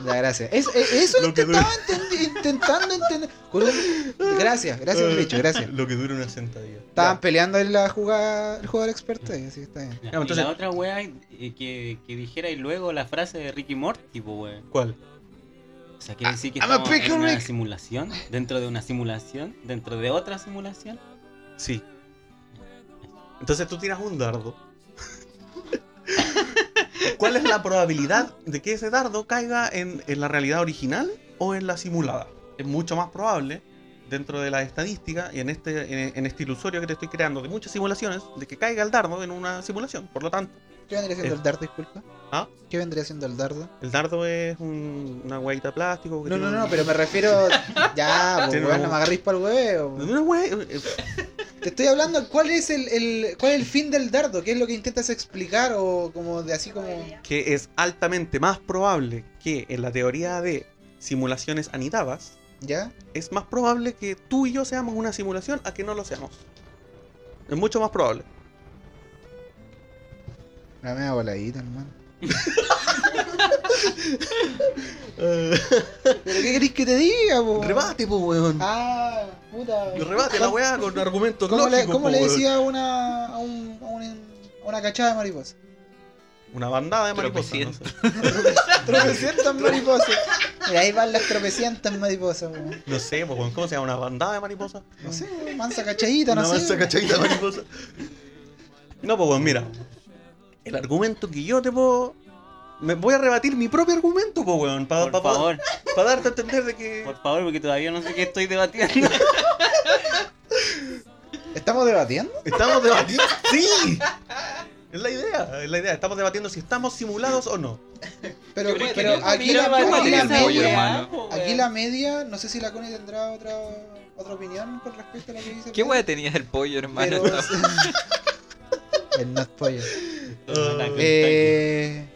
D: Ya, gracias. Es- es- eso
A: Lo que
D: estaba intendi- intentando entender. Con un- Gracias, gracias, bicho, gracias.
A: Eh, [laughs] Lo que dura una sentadilla.
D: Estaban peleando en la jugada, el jugador experto ahí, así que está bien.
E: Ya,
A: No,
E: y
A: entonces-
E: la otra wea eh, que, que dijera y luego la frase de Ricky Morty, po, wea.
A: ¿Cuál?
E: O sea, quiere decir que
D: I'm a
E: estamos
D: pickle
E: en una
D: Rick.
E: simulación, dentro de una simulación, dentro de otra simulación.
A: Sí. Entonces tú tiras un dardo. [laughs] ¿Cuál es la probabilidad de que ese dardo caiga en, en la realidad original o en la simulada? Es mucho más probable dentro de la estadística y en este, en, en este ilusorio que te estoy creando de muchas simulaciones de que caiga el dardo en una simulación. Por lo tanto,
D: ¿Qué vendría siendo
A: Eh.
D: el dardo, disculpa?
A: ¿Ah?
D: ¿Qué vendría siendo el dardo?
A: el dardo es un- una guaita de plástico. que
D: No,
A: tiene
D: no,
A: un-
D: no, pero me refiero. [laughs] Ya, pues,
A: Tiene
D: weón,
A: un-
D: no me agarrís para el huevo. po.
A: Una guay- eh,
D: Te estoy hablando cuál es el, el- cuál es el fin del dardo, qué es lo que intentas explicar o como de así como.
A: que es altamente más probable que en la teoría de simulaciones anidadas
D: ¿Ya?
A: es más probable que tú y yo seamos una simulación a que no lo seamos. Es mucho más probable.
D: Una media
A: [laughs]
D: voladita, hermano. ¿Pero qué querés que te diga, po?
A: Rebate, po, weón.
D: Ah, puta.
A: Rebate la weá con argumentos
D: ¿Cómo, le,
A: lógicos.
D: cómo
A: po,
D: le
A: weón.
D: decía a una, a, un, a, un- a una cachada de
A: [laughs]
D: mariposa?
A: Una bandada de mariposas. no
B: Tropecientas.
A: sé.
D: Tropecientas mariposas. Mira, ahí van las tropecientas mariposas, weón.
A: No sé, po, weón. ¿Cómo se llama? ¿Una bandada de mariposas?
D: No sé, weón, mansa cachadita, no, sé.
A: mansa cachadita de mariposas. No, pues weón, mira. El argumento que yo te puedo. Me voy a rebatir mi propio argumento, po, weón. Para
E: Por favor,
A: darte a entender de que.
E: por favor, porque todavía no sé qué estoy debatiendo.
D: ¿Estamos debatiendo?
A: Estamos debatiendo. ¡Sí! Es la idea, es la idea. Estamos debatiendo si estamos simulados o no.
D: Pero,
B: Pero es que
D: pero
B: no es
D: aquí, la,
B: una media
D: aquí, la
C: voladita, pollo,
D: media,
B: hermano.
D: aquí la media, no sé si la Cone tendrá otra, otra opinión con respecto a lo que dice.
B: ¿Qué
D: Pedro,
B: wea tenía el pollo, hermano?
D: pero- [laughs] El not pollo.
E: Eh,
D: Eh,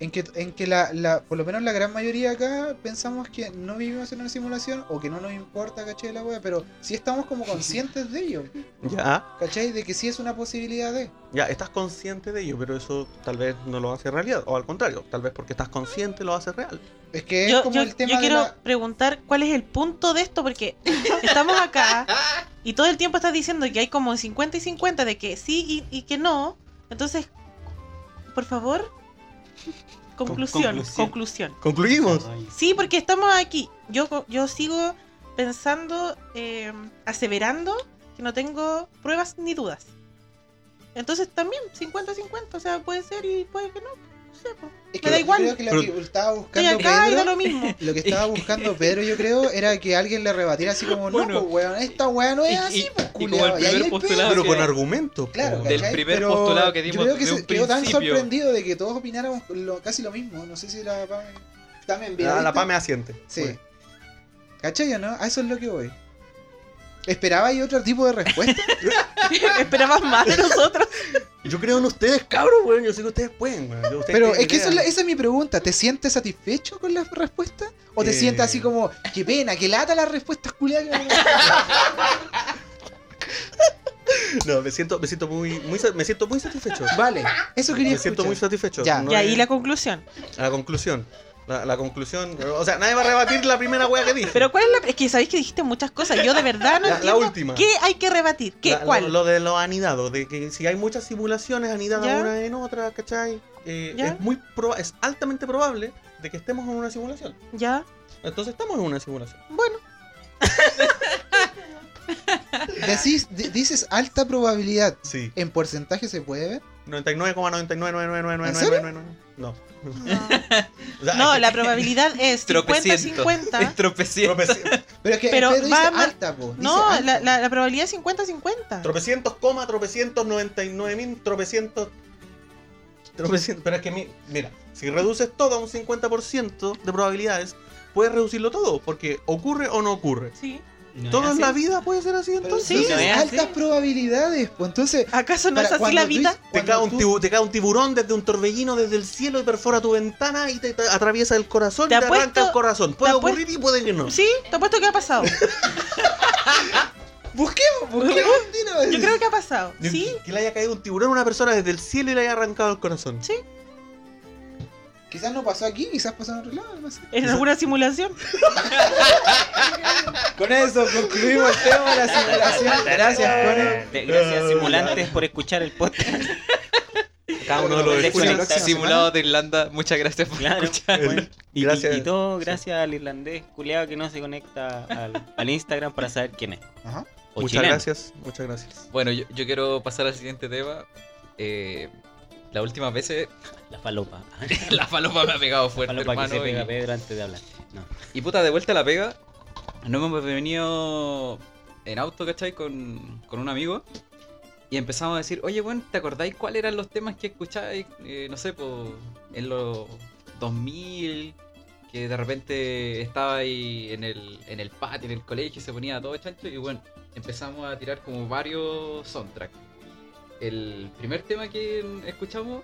D: en que, en que la, la- por lo menos la gran mayoría acá pensamos que no vivimos en una simulación o que no nos importa, ¿cachai? La wea, pero sí estamos como conscientes de ello,
A: Ya,
D: ¿cachai? De que sí es una posibilidad de.
A: ya, estás consciente de ello, pero eso tal vez no lo hace realidad. O al contrario, tal vez porque estás consciente lo hace real.
D: Es que es
C: Yo,
D: como
C: yo-
D: el tema
C: yo
D: de
C: quiero
D: la-
C: preguntar cuál es el punto de esto, porque [laughs] estamos acá y todo el tiempo estás diciendo que hay como 50 y 50 de que sí y, y que no. Entonces, por favor, conclusión,
E: conclusión.
C: conclusión.
A: Concluimos.
E: Ay,
C: Sí, porque estamos aquí. Yo, co- yo sigo pensando, eh, aseverando que no tengo pruebas ni dudas. Entonces también, 50-50, o sea, puede ser y puede que no. no sé, po.
D: es
C: me da
D: yo
C: igual.
D: creo que lo
A: Pero-
D: que estaba
C: Estoy
D: buscando
C: acá y da
D: Pedro,
C: lo mismo. [laughs]
D: lo que estaba buscando Pedro, yo creo, era que alguien le rebatiera así como, no,
B: Bueno.
D: pues, weón, esta weá no
B: Y-
D: es
B: y-
D: así, pues,
B: y como
D: culiao".
B: el
D: Y ahí
B: primer
D: el Pedro-
B: postulado
A: Pero con
B: que-
A: argumentos.
D: Claro,
A: po.
B: Del
D: ¿cachai?
B: primer
D: Pero
B: postulado que dimos
D: Yo creo que
B: de
D: se
B: un
D: quedó tan
B: principio.
D: sorprendido de que todos opináramos lo- casi lo mismo. No sé si la PAME. Dame envidia.
A: Ah, la
D: ¿viste?
A: PAME asiente.
D: Sí. ¿Cachai o no? A eso es lo que voy. ¿Esperaba ahí otro tipo de
A: [laughs]
D: respuesta?
C: Esperabas más de nosotros.
A: Yo creo en ustedes, cabros, weón. Yo sé que ustedes pueden, weón. Yo- ustedes
D: Pero
A: tienen
D: es que
A: idea.
D: eso es la- esa es mi pregunta. ¿Te sientes satisfecho con la respuesta? ¿O te
A: Eh.
D: sientes así como, qué pena, que lata las respuestas culiadas? que me-
A: [laughs] No, me siento, me siento muy, muy, sa- me siento muy satisfecho.
D: vale, eso quería
A: Me siento muy
D: escuchar.
A: satisfecho.
D: Ya.
A: No
C: y ahí
A: es-
C: la conclusión.
A: a la conclusión. La, la conclusión. O sea, nadie va a rebatir la primera wea que dije.
C: Pero ¿cuál es la.? Es que sabéis que dijiste muchas cosas. Yo de verdad no
A: La- la
C: entiendo.
A: última.
C: ¿Qué hay que rebatir? ¿Qué?
A: La- lo-
C: ¿Cuál?
A: Lo, de los anidados, de que si hay muchas simulaciones anidadas
C: ¿Ya?
A: una en otra, ¿cachai? Eh,
C: ¿Ya?
A: es muy proba- es altamente probable de que estemos en una simulación.
C: ¿Ya?
A: Entonces estamos en una simulación. [laughs]
C: Bueno.
D: Decís- di- dices alta probabilidad.
A: Sí.
D: ¿En porcentaje se puede ver?
A: 99,99999999. No. O sea,
C: No,
A: es
C: la probabilidad es
D: [laughs]
B: Tropeciento.
A: [laughs]
B: Es [laughs]
C: 50-50.
A: que
B: tropeciento.
A: tropeci-
D: Pero es que
C: Pero
D: Pedro dice
C: va a mar-
D: alta, po. dice
A: ah.
C: No,
D: alta.
C: la, la, la probabilidad es 50-50.
A: tropecientos coma, tropecientos noventa y nueve mil, tropecientos. tropecientos- Pero es que, mi- mira, si reduces todo a un 50% de probabilidades, puedes reducirlo todo, porque ocurre o no ocurre.
C: Sí.
E: no
A: Toda
E: es
A: la
E: así.
A: vida puede ser así
D: Pero
A: entonces.
D: sí,
E: no es
D: altas
E: así.
D: probabilidades, pues entonces.
C: ¿Acaso no
D: para
C: es así
D: cuando
C: la
D: tú
C: vida?
D: dices-
A: Te
D: cuando
A: cae, un
D: tú-
A: tibu- te cae un tiburón desde un torbellino, desde el cielo y perfora tu ventana y te, te atraviesa el corazón
C: Te
A: y te
C: apuesto-
A: arranca el corazón. Puede
C: te apuesto-
A: ocurrir y puede que no.
C: Sí, te apuesto que ha pasado.
D: Busquemos, busquemos. tira.
C: Yo creo que ha pasado. Sí,
A: Que le haya caído un tiburón a una persona desde el cielo y le haya arrancado el corazón.
C: Sí.
D: Quizás no pasó aquí, quizás pasó en otro lado, no sé.
C: en alguna simulación.
D: Con eso concluimos el tema de la simulación. Gracias, Cone.
E: De- Gracias, simulantes, por escuchar el podcast. Cada uno
A: Bueno,
E: lo
A: lo
E: escucha.
A: escucha.
E: Claro.
B: Simulado de Irlanda, muchas gracias por escuchar.
E: bueno. Y, y-
A: Gracias.
E: y todo gracias al irlandés culeado que no se conecta al, al Instagram para saber quién es.
D: Ajá.
E: O
A: muchas
E: chileno.
A: gracias, muchas gracias.
B: Bueno, yo, yo quiero pasar al siguiente tema. Eh, la última vez eh, [laughs]
E: La falopa. Ah,
B: la falopa me ha pegado fuerte,
E: falopa que se
B: hermano.
E: pega
B: y-
E: Pedro antes de hablar. No.
B: Y puta, de vuelta a la pega. Nos hemos venido en auto, ¿cachai? Con, con un amigo. Y empezamos a decir, oye, bueno, ¿te acordáis cuáles eran los temas que escucháis? Eh, no sé, po, en los 2000, que de repente estaba ahí en el, en el patio, en el colegio, y se ponía todo chancho. Y bueno, empezamos a tirar como varios soundtracks. El primer tema que escuchamos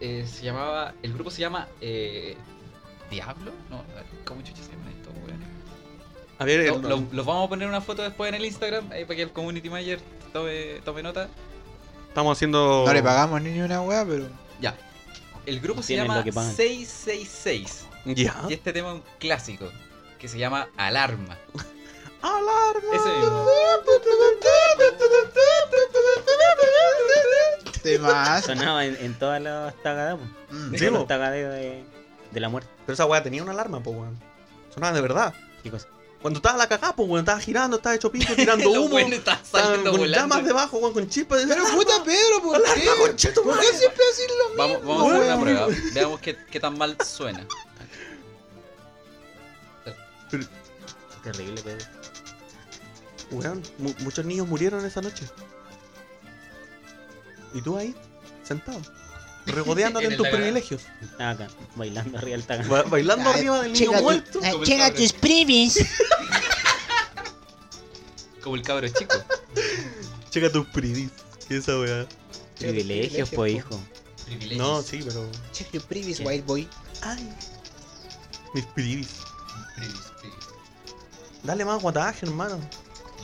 B: eh, se llamaba, el grupo se llama eh, ¿Diablo? No, a ver, ¿cómo chucha se llama esto, weón?
A: A ver,
G: Lo-
A: el-
G: lo- Los vamos a poner una foto después en el Instagram, ahí para que el community manager tome, tome nota.
A: estamos haciendo.
D: No le pagamos ni una weá, pero.
G: Ya. El grupo se
E: Tienen
G: llama
E: lo que pagan.
G: 666.
A: Ya.
G: Y este tema es un clásico, que se llama Alarma.
A: Alarma.
G: Ese mismo.
D: Temas.
E: Sonaba en, en todas las tagadas, po.
G: [laughs]
D: Mm.
A: Sí,
E: en todos
A: po.
E: los tagadeos de, de la muerte.
A: Pero esa weá tenía una alarma, po, weón. Sonaba de verdad.
E: ¿Qué cosa?
A: Cuando estaba la cagá, po, weón. Estaba girando, estaba hecho pico, tirando
G: [laughs] Los
A: humo.
G: buenos están
A: estaban
G: saliendo
A: con
G: volando.
A: llamas debajo, weón, con chispas. [laughs]
D: Pero puta Pedro, ¿por qué?
A: ¡Alarma, concheto,
D: ¿Por
A: madre!
D: qué siempre decís lo mismo?
G: Vamos, vamos a hacer una
D: weón?
G: prueba. Veamos qué, qué tan mal suena.
E: Terrible, Pedro.
A: Weón, mu- muchos niños murieron esa noche. Y tú ahí, sentado, regodeándote
G: En
A: en,
G: el
A: tus
G: lagar.
A: privilegios,
E: Estaba Ah, acá, bailando arriba del tagada.
A: ba- bailando arriba del niño
H: Checa,
A: muerto.
H: tu- eh, checa tus privis.
G: Como el cabro chico.
A: Checa tus privis. ¿Qué es esa weá?
E: Privilegios, po, hijo.
G: Privilegios.
A: No, sí, pero.
D: Check your previous white boy.
A: Ay. Mis privis.
G: Privilegios, privilegios.
A: Dale más guataje, hermano.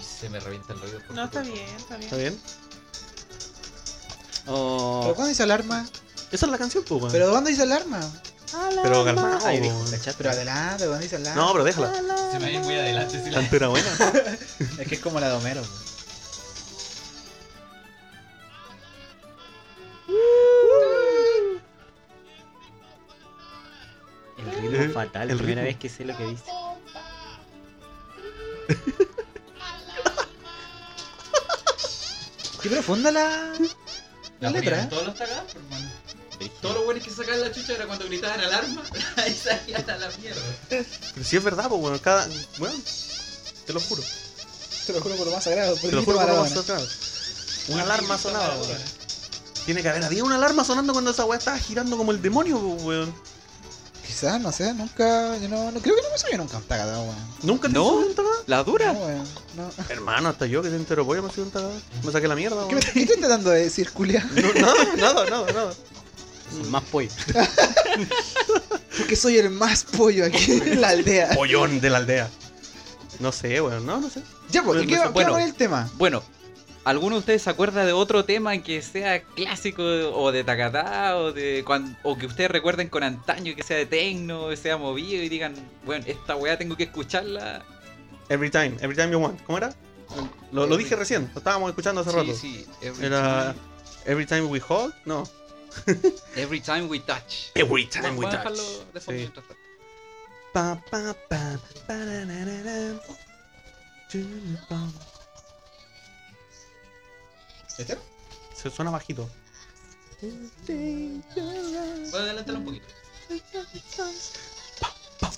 G: Y se me revientan los oídos. por
C: No,
G: tu
C: está
G: culpa.
C: bien, está
A: ¿Está
C: bien.
A: bien?
D: ¿Pero
E: Oh,
D: cuándo dice alarma?
A: Esa es la canción, pues, weón.
D: ¿Pero dónde dice alarma?
A: Pero calmado,
E: ahí
A: po,
E: dijo,
A: weón.
E: ¿cachaste?
D: Pero adelante, ¿dónde dice alarma?
A: No, pero déjala.
G: Se me va a ir muy adelante. Si la...
A: Tanto era buena.
D: Es que es como la de Homero. po.
E: El ritmo es fatal,
A: El
E: primera
A: ritmo.
E: vez que sé lo que dice.
D: Qué profunda la.
G: la
D: ¿La
G: ponían
D: letra?
G: en Todos los tagados, hermano. Todos los buenos que sacaban la chucha era cuando gritaban alarma. [laughs] Ahí salían a la mierda.
A: [laughs] Pero sí es verdad, pues, weón. Cada. Weón. Te lo juro.
D: ¿eh? Te lo juro por lo más sagrado. Por
A: Te
D: el
A: lo
D: grito
A: juro por lo más
D: Maradona.
A: cercano. Una alarma sonaba, weón. Tiene que haber habido una alarma sonando cuando esa weá estaba girando como el demonio, pues, weón.
D: Quizás, no sé, nunca. Yo no, no- creo que no me subió nunca un tagada, weón.
A: ¿Nunca te
G: ¿No?
A: hizo un tagada?
G: ¿La
D: No, weón. No.
A: Hermano, hasta yo que te entero pollo me hice un tagada. Me saqué la mierda,
D: ¿Qué,
A: weón. [laughs]
D: me, ¿Qué te tratando de decir, Julia?
A: No, nada, nada, nada, nada.
E: Son más pollo.
D: Porque soy el más pollo aquí en la aldea.
A: Pollón de la aldea. No sé, weón, no, no sé.
D: Ya, pues, ¿y qué,
A: Bueno,
D: va- qué
G: bueno.
D: va con el tema?
G: Bueno, ¿alguno de ustedes se acuerda de otro tema que sea clásico o de Tacatá o de cuan- o que ustedes recuerden con antaño, que sea de tecno, que sea movido y digan, bueno, esta weá tengo que escucharla?
A: Every time, every time you want. ¿Cómo era? Lo, lo dije recién, lo estábamos escuchando hace rato.
G: sí, every,
A: Era.
G: time,
A: Every time we hold, no.
G: every time we touch.
A: Every
G: Voy a dejarlo de fondo
A: Sí.
G: mientras tanto.
A: Pa, pa, pa, pa-ra-ra-ra-ra. Chum, pam.
D: ¿Este?
A: Se suena bajito.
G: Voy a adelantarlo un poquito.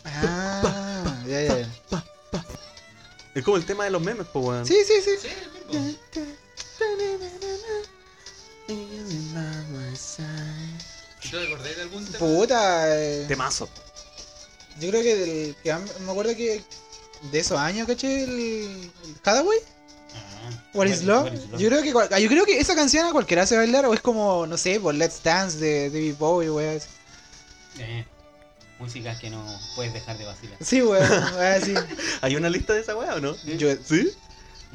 D: Ah, ya, ya, ya.
A: Es como el tema de los memes, po, weón.
D: Sí, sí, sí.
G: Sí, el mismo. ¿Y ¿Tú te acordás de algún tema?
D: Puta. eh,
A: Temazo.
D: Yo creo que del. que a mí- me acuerdo que. De esos años, caché, el. el Hadaway. What is Love? Yo creo que cual- ah, yo creo que esa canción a cualquiera se va a bailar o es como, no sé, por Let's Dance de David Bowie, weón.
E: Eh, músicas que no puedes dejar de vacilar.
D: Sí, weón, weón, sí.
A: ¿Hay una lista de esa weá o no?
D: Yo,
A: ¿Sí?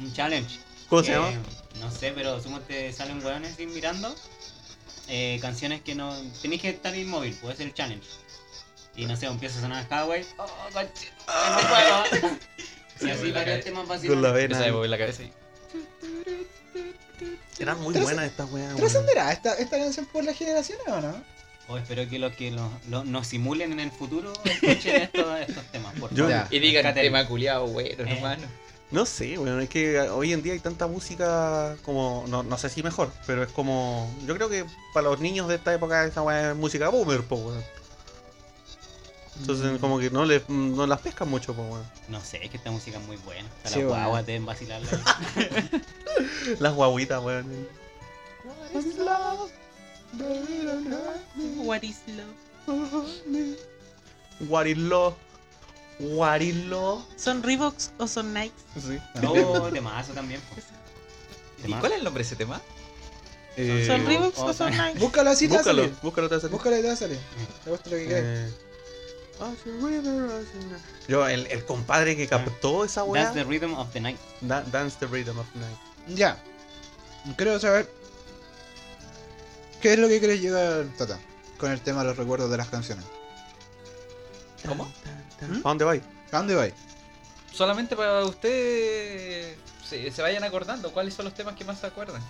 E: Un challenge.
A: ¿Cómo se
E: que,
A: llama?
E: Eh, No sé, pero supongo te salen hueones y mirando eh, canciones que no. Tenéis que estar inmóvil, puede ser el challenge. Y no sé, empieza a sonar Highway. ¡Oh, coche! ¡Este [laughs] juego! y así varios temas
A: Con la
E: vacilantes.
G: Esa me
A: vena.
G: movió la cabeza y...
A: Eran muy
D: Tras-
A: buenas estas weas, weón.
D: ¿Trascenderá esta, esta canción por las generaciones o no?
E: O Oh, espero que los que los- los- nos simulen en el futuro [laughs] escuchen estos, estos temas, por
A: Yo-
E: favor.
D: Ya.
G: Y digan,
E: Rescaten.
G: tema culiado, bueno,
E: Eh.
G: hermano.
A: No sé, weón. Es que hoy en día hay tanta música como. No, no sé si mejor, pero es como. Yo creo que para los niños de esta época esa weá es música boomer, po, weón. Entonces,
D: Mm.
A: como que no, les, no las pescan mucho, po, weón.
E: No sé, es que esta música es muy buena. Hasta
D: Sí,
E: las
D: bueno.
E: guaguas deben vacilarla.
A: [laughs] Las guaguitas, weón.
C: What is love?
A: Guarilo. Guarilo.
C: ¿Son Reeboks o son Nikes?
A: Sí.
E: No, temazo también. po.
G: ¿Y
E: Temazo.
G: cuál es el nombre de ese tema?
A: Eh,
C: ¿Son Reeboks
E: o
C: o son
E: son-
C: Nikes?
D: [laughs] Búscalo así, te va a
A: Búscalo,
D: salir.
A: búscalo, te va a salir.
D: Búscalo y te va a salir. Te gusta lo que quieras.
A: Eh, As a river, as a- Yo, el, el compadre que captó esa weá.
E: That's the rhythm of Ah. the night.
A: Da- Dance the rhythm of night.
D: Ya. Quiero saber. ¿Qué es lo que quieres llegar, Tata? Con el tema de los recuerdos de las canciones.
B: ¿Cómo?
A: ¿A dónde vais?
D: ¿A dónde vais?
B: Solamente para ustedes se, se vayan acordando cuáles son los temas que más se acuerdan.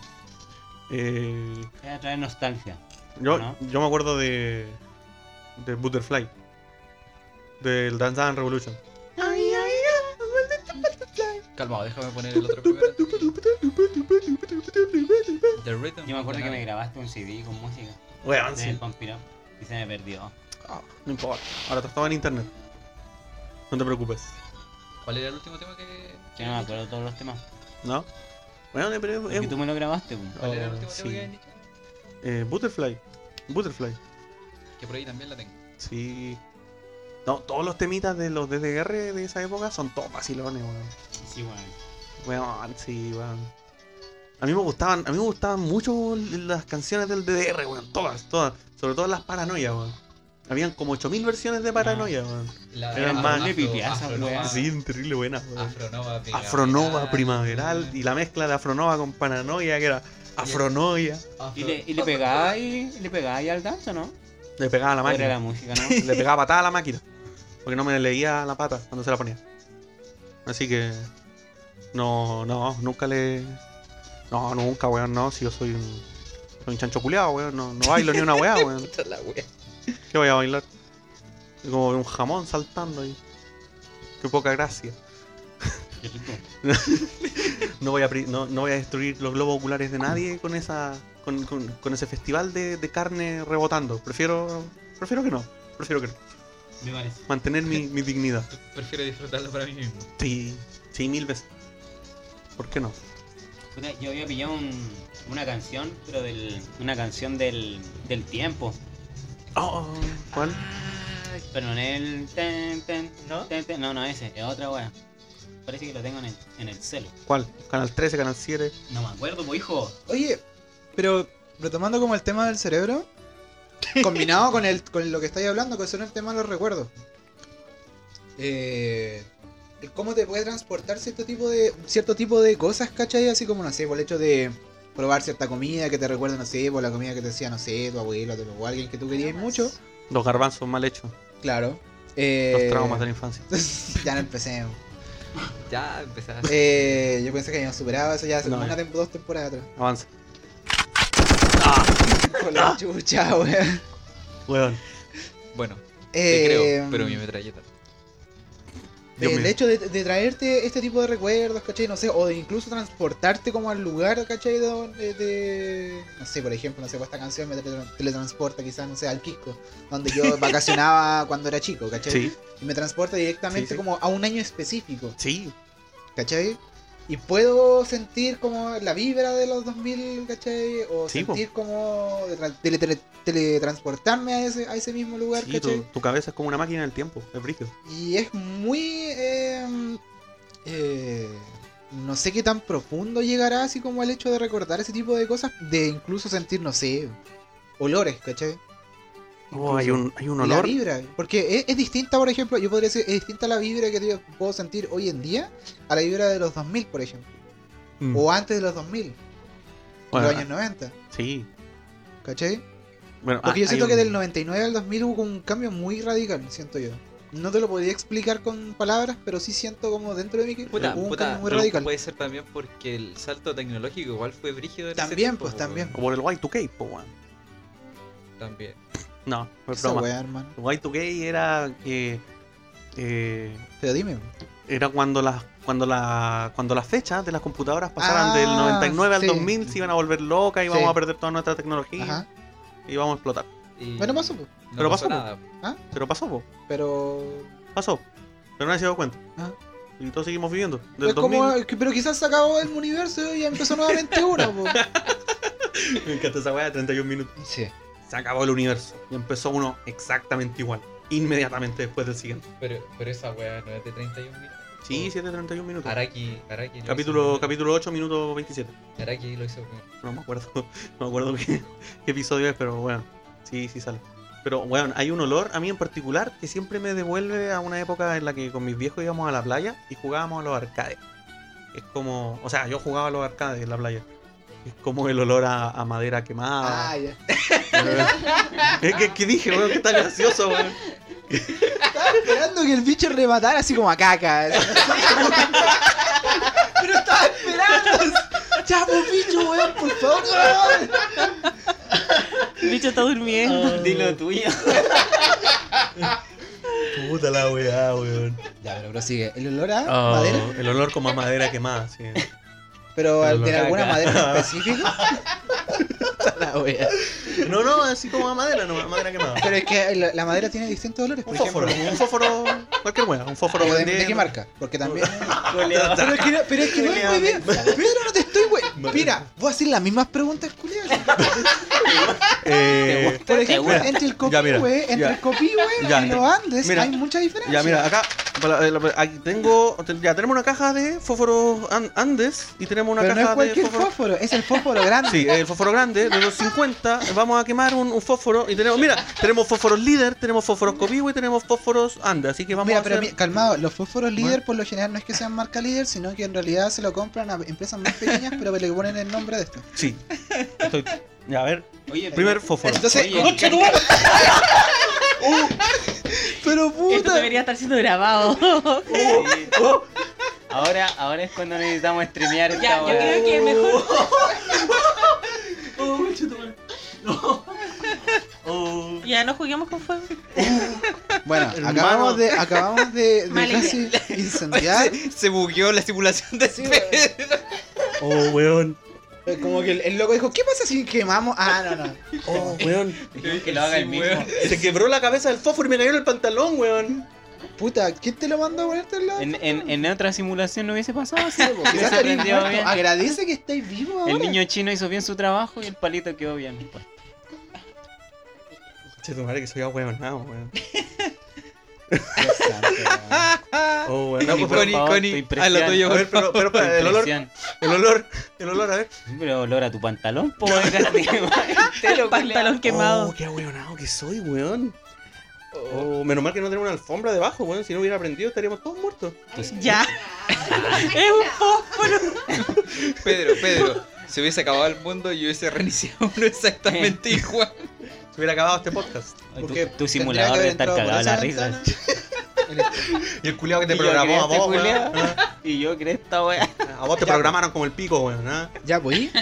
A: Eh,
E: Te va a traer nostalgia.
A: yo,
E: ¿No?
A: yo me acuerdo de. de Butterfly. Del Dance Dance Revolution.
B: Calmado, déjame poner el otro primero. The Rhythm.
E: Yo me acuerdo
B: of
E: que
B: the
E: me
B: Night.
E: grabaste un CD con música
A: Weón,
E: del
A: Ah, sí.
E: Pump It Up y se me perdió.
A: Ah, no importa. Ahora te estaba en internet. No te preocupes.
B: ¿Cuál era el último tema que.?
E: Yo no me acuerdo todos los temas.
A: ¿No? Bueno, pero es-
E: Y tú me lo grabaste, pum.
B: ¿Cuál era el
A: Oh,
B: último
A: sí.
B: tema que habían dicho?
A: eh, Butterfly. Butterfly.
B: Que por ahí también la tengo.
A: Sí. No, todos los temitas de los DDR de esa época son todos vacilones, weón.
E: Sí, bueno.
A: Weón, sí, weón. A mí me gustaban, a mí me gustaban mucho las canciones del DDR, weón. Todas, todas. Sobre todo las paranoias, weón. Habían como 8000 versiones de paranoia, weón.
B: La
A: Eran más-
E: de pipiaza,
B: Afronova-
G: Ah.
E: weón.
A: Sí, terrible buenas, weón.
B: Afronova primaveral.
A: Afronova primaveral y la mezcla de Afronova con paranoia, que era Afronoia.
E: ¿Y le, y le pegáis y le pegáis al dance o no?
A: Le pegaba a la
E: ¿O era
A: máquina.
E: la música, ¿no?
A: Le pegaba patada a la máquina. Porque no me leía la pata cuando se la ponía. Así que. No, no, nunca le. No, nunca, weón, no. Si yo soy un. Soy un chancho culiado, weón. No, no bailo ni una weá, weón. ¿Qué voy a bailar? Como un jamón saltando ahí. Qué poca gracia.
E: Qué rico.
A: No voy a, pri- no, no voy a destruir los globos oculares de nadie con esa. con, con- con ese festival de, de carne rebotando. Prefiero. Prefiero que no. Prefiero que no.
E: Me parece.
A: Mantener mi- mi dignidad.
B: Prefiero disfrutarlo para mí mismo.
A: Sí, sí, mil veces. ¿Por qué no?
E: Puta, yo había pillado un- una canción, pero del, una canción del, del tiempo.
A: Oh, ¿Cuál?
E: Pero no es el ten, ten,
B: ¿No?
E: ten, ten. No, no, ese, es otra wea. Parece que lo tengo en el, en el celo.
A: ¿Cuál? Canal 13, Canal 7.
E: No me acuerdo, pues hijo.
D: Oye, pero retomando como el tema del cerebro, combinado con, el, con lo que estáis hablando, que son el tema de los recuerdos. Eh, el ¿Cómo te puede transportar cierto tipo de cierto tipo de cosas, cachai? Así como, no sé, por el hecho de probar cierta comida que te recuerda, no sé, por la comida que te hacía, no sé, tu abuelo tu- o alguien que tú querías mucho.
A: Los garbanzos mal hechos.
D: Claro. Eh,
A: Los traumas de la infancia.
D: [laughs] ya no empecemos.
B: Ya empezaste.
D: Eh, yo pensé que habíamos superado eso ya hace
A: No,
D: una
A: ya.
D: tem- dos temporadas atrás. [laughs]
A: Avanza.
D: Con
A: Ah.
D: la chucha, weón.
A: Weón.
B: Bueno, te
D: Eh,
B: creo, pero mi metralleta.
A: Dios
D: El
A: mío.
D: hecho de, de traerte este tipo de recuerdos, ¿cachai? No sé, o de incluso transportarte como al lugar, ¿cachai? De, donde- de- no sé, por ejemplo, no sé, pues esta canción me teletran- teletransporta quizás, no sé, al Quisco, donde
A: [laughs]
D: yo vacacionaba cuando era chico, ¿cachai?
A: Sí,
D: Y me transporta directamente
A: Sí, sí.
D: como a un año específico,
A: sí.
D: ¿cachai? Y puedo sentir como la vibra de los 2000, ¿cachai? O
A: Sí, po.
D: sentir como tra- tele- tele- teletransportarme a ese, a ese mismo lugar,
A: sí
D: ¿cachai?
A: tu, tu cabeza es como una máquina del tiempo. Es brillo.
D: Y es muy... eh, eh, no sé qué tan profundo llegará así como el hecho de recordar ese tipo de cosas, de incluso sentir, no sé, olores, ¿cachai?
A: Oh, hay, un, hay un
D: Y La
A: olor.
D: vibra. Porque es, es distinta, por ejemplo, yo podría decir, es distinta la vibra que yo puedo sentir hoy en día a la vibra de los 2000, por ejemplo.
A: Mm.
D: O antes de los 2000,
A: Bueno,
D: los años 90,
A: Sí.
D: ¿cachai?
A: Bueno,
D: Porque
A: ah,
D: yo siento
A: hay
D: que
A: un-
D: del 99 al 2000 hubo un cambio muy radical, siento yo. No te lo podría explicar con palabras, pero sí siento como dentro de mí que
B: Puta,
D: hubo un
B: puta,
D: cambio muy
B: pero
D: radical.
B: puede ser también porque el salto tecnológico igual fue brígido en ese
D: También,
B: tiempo,
D: pues,
B: weón.
D: también.
A: O por el Y2K, po, weón.
B: También.
A: No, no es
D: Esa
A: broma.
D: weá, hermano.
A: El Y2K era. eh, eh,
D: Pero dime.
A: era cuando las cuando la, cuando las fechas de las computadoras pasaran
D: Ah,
A: del 99
D: sí.
A: al 2000 se iban a volver locas y vamos
D: Sí.
A: a perder toda nuestra tecnología
D: Ajá.
A: y vamos a explotar.
B: Y
D: Bueno, pasó, pues.
B: No
A: Pero
B: pasó
A: pasó,
B: nada.
A: Pero pasó, po.
D: Pero.
A: pasó. Pero nadie se dio cuenta.
D: Ah.
A: Y todos seguimos viviendo. Del
D: Es
A: 2000.
D: como, que- pero quizás se acabó el universo y empezó nuevamente una,
A: [laughs]
D: po.
A: Me encanta esa weá de 31 minutos.
D: Sí.
A: Se acabó el universo y empezó uno exactamente igual. Inmediatamente después del siguiente.
B: Pero, pero esa weá no es de 31 minutos.
D: Mm.
A: Sí, 7 31 minutos.
B: Araki, Araki. lo
A: Capítulo,
B: hizo primero.
A: capítulo 8, minuto 27.
B: Araki lo hizo primero.
A: [laughs] No me acuerdo, no me acuerdo qué, qué episodio es, pero bueno. Sí, sí sale. Pero, weón, hay un olor a mí en particular que siempre me devuelve a una época en la que con mis viejos íbamos a la playa y jugábamos a los arcades. Es como. O sea, yo jugaba a los arcades en la playa. Es como el olor a, a madera quemada.
D: Ah, ya.
A: [laughs] Es que, que dije, weón, que está gracioso, weón.
D: Estaba esperando que el bicho rematara así como a caca. [laughs] Pero estaba esperando. Ya, pues, bicho, weón, por favor.
C: El bicho está durmiendo.
E: Dilo tuyo.
A: Puta la weá, weón.
D: Ya, pero prosigue. El olor a
A: Oh,
D: madera,
A: El olor como a madera quemada, sí.
D: pero
A: el olor
D: de
A: a
D: alguna
A: caca. [laughs]
D: madera en específico. La wea.
A: No, no, así como a madera, no, a madera quemada.
D: Pero es que la, la madera tiene distintos olores, por
A: Un fósforo,
D: ejemplo. Ah,
A: un fósforo, cualquier weá, un fósforo
D: ¿De,
A: prendí-
D: de qué marca? Porque también.
E: Culeado.
D: Pero es que no, pero es que no es muy bien. Pedro, no te estoy, güey.
A: Madre.
D: Mira, voy a hacer las mismas preguntas, culiadas.
A: Eh,
D: Por ejemplo,
A: Mira,
D: entre el
A: ya, mira,
D: Copihue, entre
A: ya.
D: el Copihue
A: Ya,
D: y los Andes
A: mira.
D: hay mucha diferencia.
A: ya mira, acá para- eh, la- aquí tengo, ya tenemos una caja de fósforos an- Andes y tenemos una
D: Pero no es
A: caja de
D: cualquier
A: fósforos.
D: fósforo, es el fósforo grande.
A: Sí, el fósforo grande, de los 50, vamos a quemar un, un fósforo y tenemos, mira, tenemos fósforos líder, tenemos fósforos Copihue y tenemos fósforos Andes, así que vamos
D: Mira,
A: a
D: pero
A: hacer...
D: mi- calmado, los fósforos
A: Bueno.
D: líder por lo general no es que sean marca líder, sino que en realidad se lo compran a empresas más pequeñas, pero le ponen el nombre de esto.
A: Sí. Estoy... Ya, a ver,
E: Oye,
A: primer fósforo.
D: Entonces,
E: Oye,
D: ¡concha tu madre! Uh, [laughs] pero
C: Esto
D: puta.
C: debería estar siendo grabado.
E: sí. [laughs] Ahora, ahora es cuando necesitamos streamear esta
C: ya, yo
E: weá.
C: creo que mejor. Ya no juguemos con fuego.
D: Bueno,
A: Hermano.
D: acabamos de, acabamos de, de
C: Mala
D: casi incendiar.
G: [laughs] Se bugueó la simulación de
D: Sí,
G: Pedro.
D: weón.
A: Oh, weón.
D: Eh, Como que el, el loco dijo, ¿qué pasa si quemamos? Ah, no, no.
A: Oh, weón.
E: Dijeron que lo haga el
G: Sí,
E: mismo.
G: weón.
A: Se quebró la cabeza del fósforo y me cayó en el pantalón, weón.
D: Puta, ¿quién te lo mandó a ponerte al lado?
E: En, en, en otra simulación no hubiese pasado así. po.
D: Quizás
E: Hubiese
D: estaréis
E: aprendido
D: muerto. Ah,
E: bien.
D: Agradece que estáis vivos ahora.
E: El niño chino hizo bien su trabajo y el palito quedó bien. pues.
A: Che, tu madre que soy ahueonado, weón.
D: Dios santo, weón.
A: Oh, weón.
E: No,
A: No,
E: por
A: pero,
G: Connie,
E: favor,
G: Connie,
E: estoy
G: a lo
E: presión.
G: tuyo,
A: a
G: por
A: ver, pero, pero, espera, el olor,
E: Impresión.
A: el olor, el olor, a ver.
E: Pero olor a tu pantalón, po, [laughs]
C: El pantalón quemado.
A: Oh, qué ahueonado que soy, weón. Oh, menos mal que no tenemos una alfombra debajo, weón. Si no hubiera aprendido estaríamos todos muertos.
C: Ya. [laughs] es un fósforo.
G: Pedro, Pedro. Se hubiese acabado el mundo y hubiese reiniciado uno exactamente igual.
A: Se hubiera acabado este podcast.
D: Porque
E: tu, tu
D: tendría
E: simulador
D: que haber
E: debe estar
D: entrado por
E: cagado a la
D: esa
E: risa.
D: ventana.
A: Y el culiao que te
E: Y yo
A: programó
E: creía
A: a
E: este
A: vos, weón.
E: culiao.
A: Ah,
E: Y yo creo esta weá.
A: A vos te
D: Ya,
A: programaron como el pico, weón. ah.
D: Ya, pues.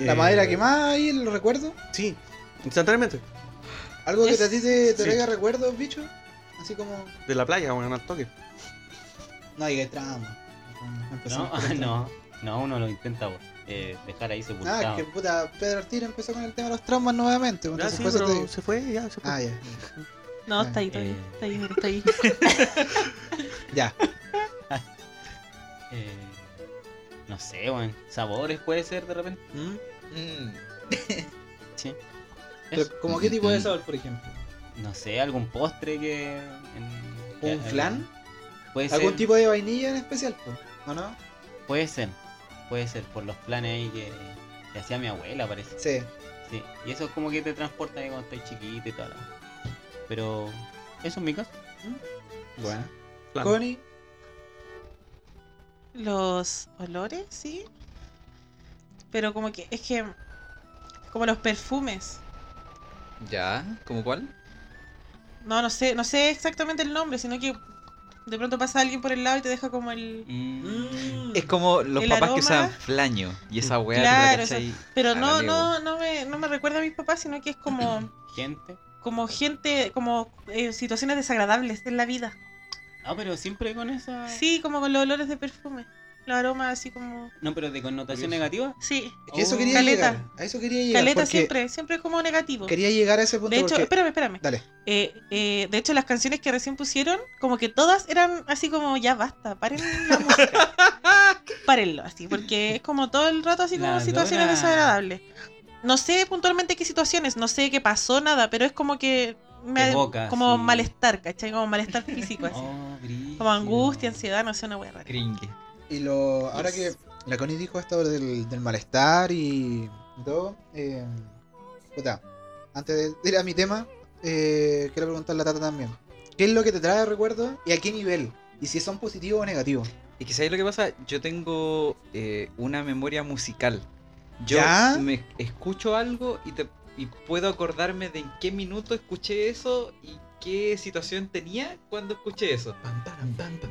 D: La
A: Eh,
D: madera quemada ahí, el recuerdo.
A: Sí, instantáneamente.
D: Algo que
C: Yes.
D: te, a ti te, te
A: Sí.
D: traiga recuerdos, bicho. Así como.
A: De la playa, weón, al toque.
D: No, diga trama. Empezamos
E: No,
D: por el
E: no, [laughs] no, uno lo intenta po. eh, dejar ahí
D: trama. Ah,
E: sepultado.
D: que puta, Pedro Artiro empezó con el tema de los traumas
C: Ah,
D: nuevamente.
A: Ya,
D: entonces
A: sí,
D: por eso
A: pero
D: te-
A: se fue, ya, se fue.
D: Ah, ya.
C: No, está ahí, está ahí. Está ahí, mira, está ahí.
D: Ya.
E: Eh, no sé, weón. Sabores puede ser de repente.
A: ¿Mm?
G: Mm.
D: Pero,
E: Eso.
D: ¿Cómo qué tipo de sabor, por ejemplo?
E: No sé, algún postre que. en-
D: ¿Un
E: que-
D: flan?
E: Puede ser.
D: ¿Algún tipo de vainilla en especial? po? ¿O no?
E: Puede ser. Puede ser, por los planes ahí que, que hacía mi abuela, parece.
D: Sí.
E: Sí. Y eso es como que te transporta ahí cuando estás chiquito y tal. Pero. Eso es mi caso.
D: Bueno.
A: Plan.
D: Connie.
C: Los olores, sí. Pero como que es que como los perfumes.
G: Ya, ¿cómo cuál?
C: No, no sé, no sé exactamente el nombre, sino que de pronto pasa alguien por el lado y te deja como el
D: Mm.
C: Mm.
G: Es como los
C: El
G: papás
C: aroma.
G: que usan flaño y esa weá
C: Claro,
G: te la cachai.
C: pero
G: al
C: no
G: amigo.
C: no no me no me recuerda a mis papás, sino que
G: [clears throat]
C: es como
E: Gente.
C: como gente, como eh, situaciones desagradables en la vida.
E: Ah, pero siempre con esa.
C: Sí, como con los olores de perfume, los aromas así como
E: No, pero de
G: Curioso.
E: connotación negativa.
C: sí,
D: Es que eso
E: Oh.
D: quería
C: Caleta.
D: llegar. A eso quería llegar.
C: caleta
D: porque
C: siempre, siempre es como negativo.
D: Quería llegar a ese
C: De
D: punto.
C: hecho,
D: porque-
C: espérame, espérame.
D: Dale.
C: Eh, eh, de hecho, las canciones que recién pusieron, como que todas eran así como, ya basta, paren la música.
E: [laughs]
C: Párenlo, así, porque es como todo el rato así como
E: La
C: situaciones
E: Dora.
C: desagradables. No sé puntualmente qué situaciones, no sé qué pasó, nada, pero es como que me
E: Evoca,
C: como
E: sí.
C: malestar, ¿cachai? Como malestar físico, así.
E: Oh, brígido.
C: Como angustia, ansiedad, no sé, una wea rara.
G: Cringe.
D: Y lo, ahora que la Connie dijo esto del, del malestar y todo, eh, puta, antes de ir a mi tema, eh, quiero preguntarle a Tata también. ¿Qué es lo que te trae recuerdos y a qué nivel? Y si son positivos o negativos.
G: Y que sabes lo que pasa, yo tengo eh, una memoria musical. Yo
D: ¿Ya?
G: me escucho algo y, te- y puedo acordarme de en qué minuto escuché eso y qué situación tenía cuando escuché eso.
A: Ah.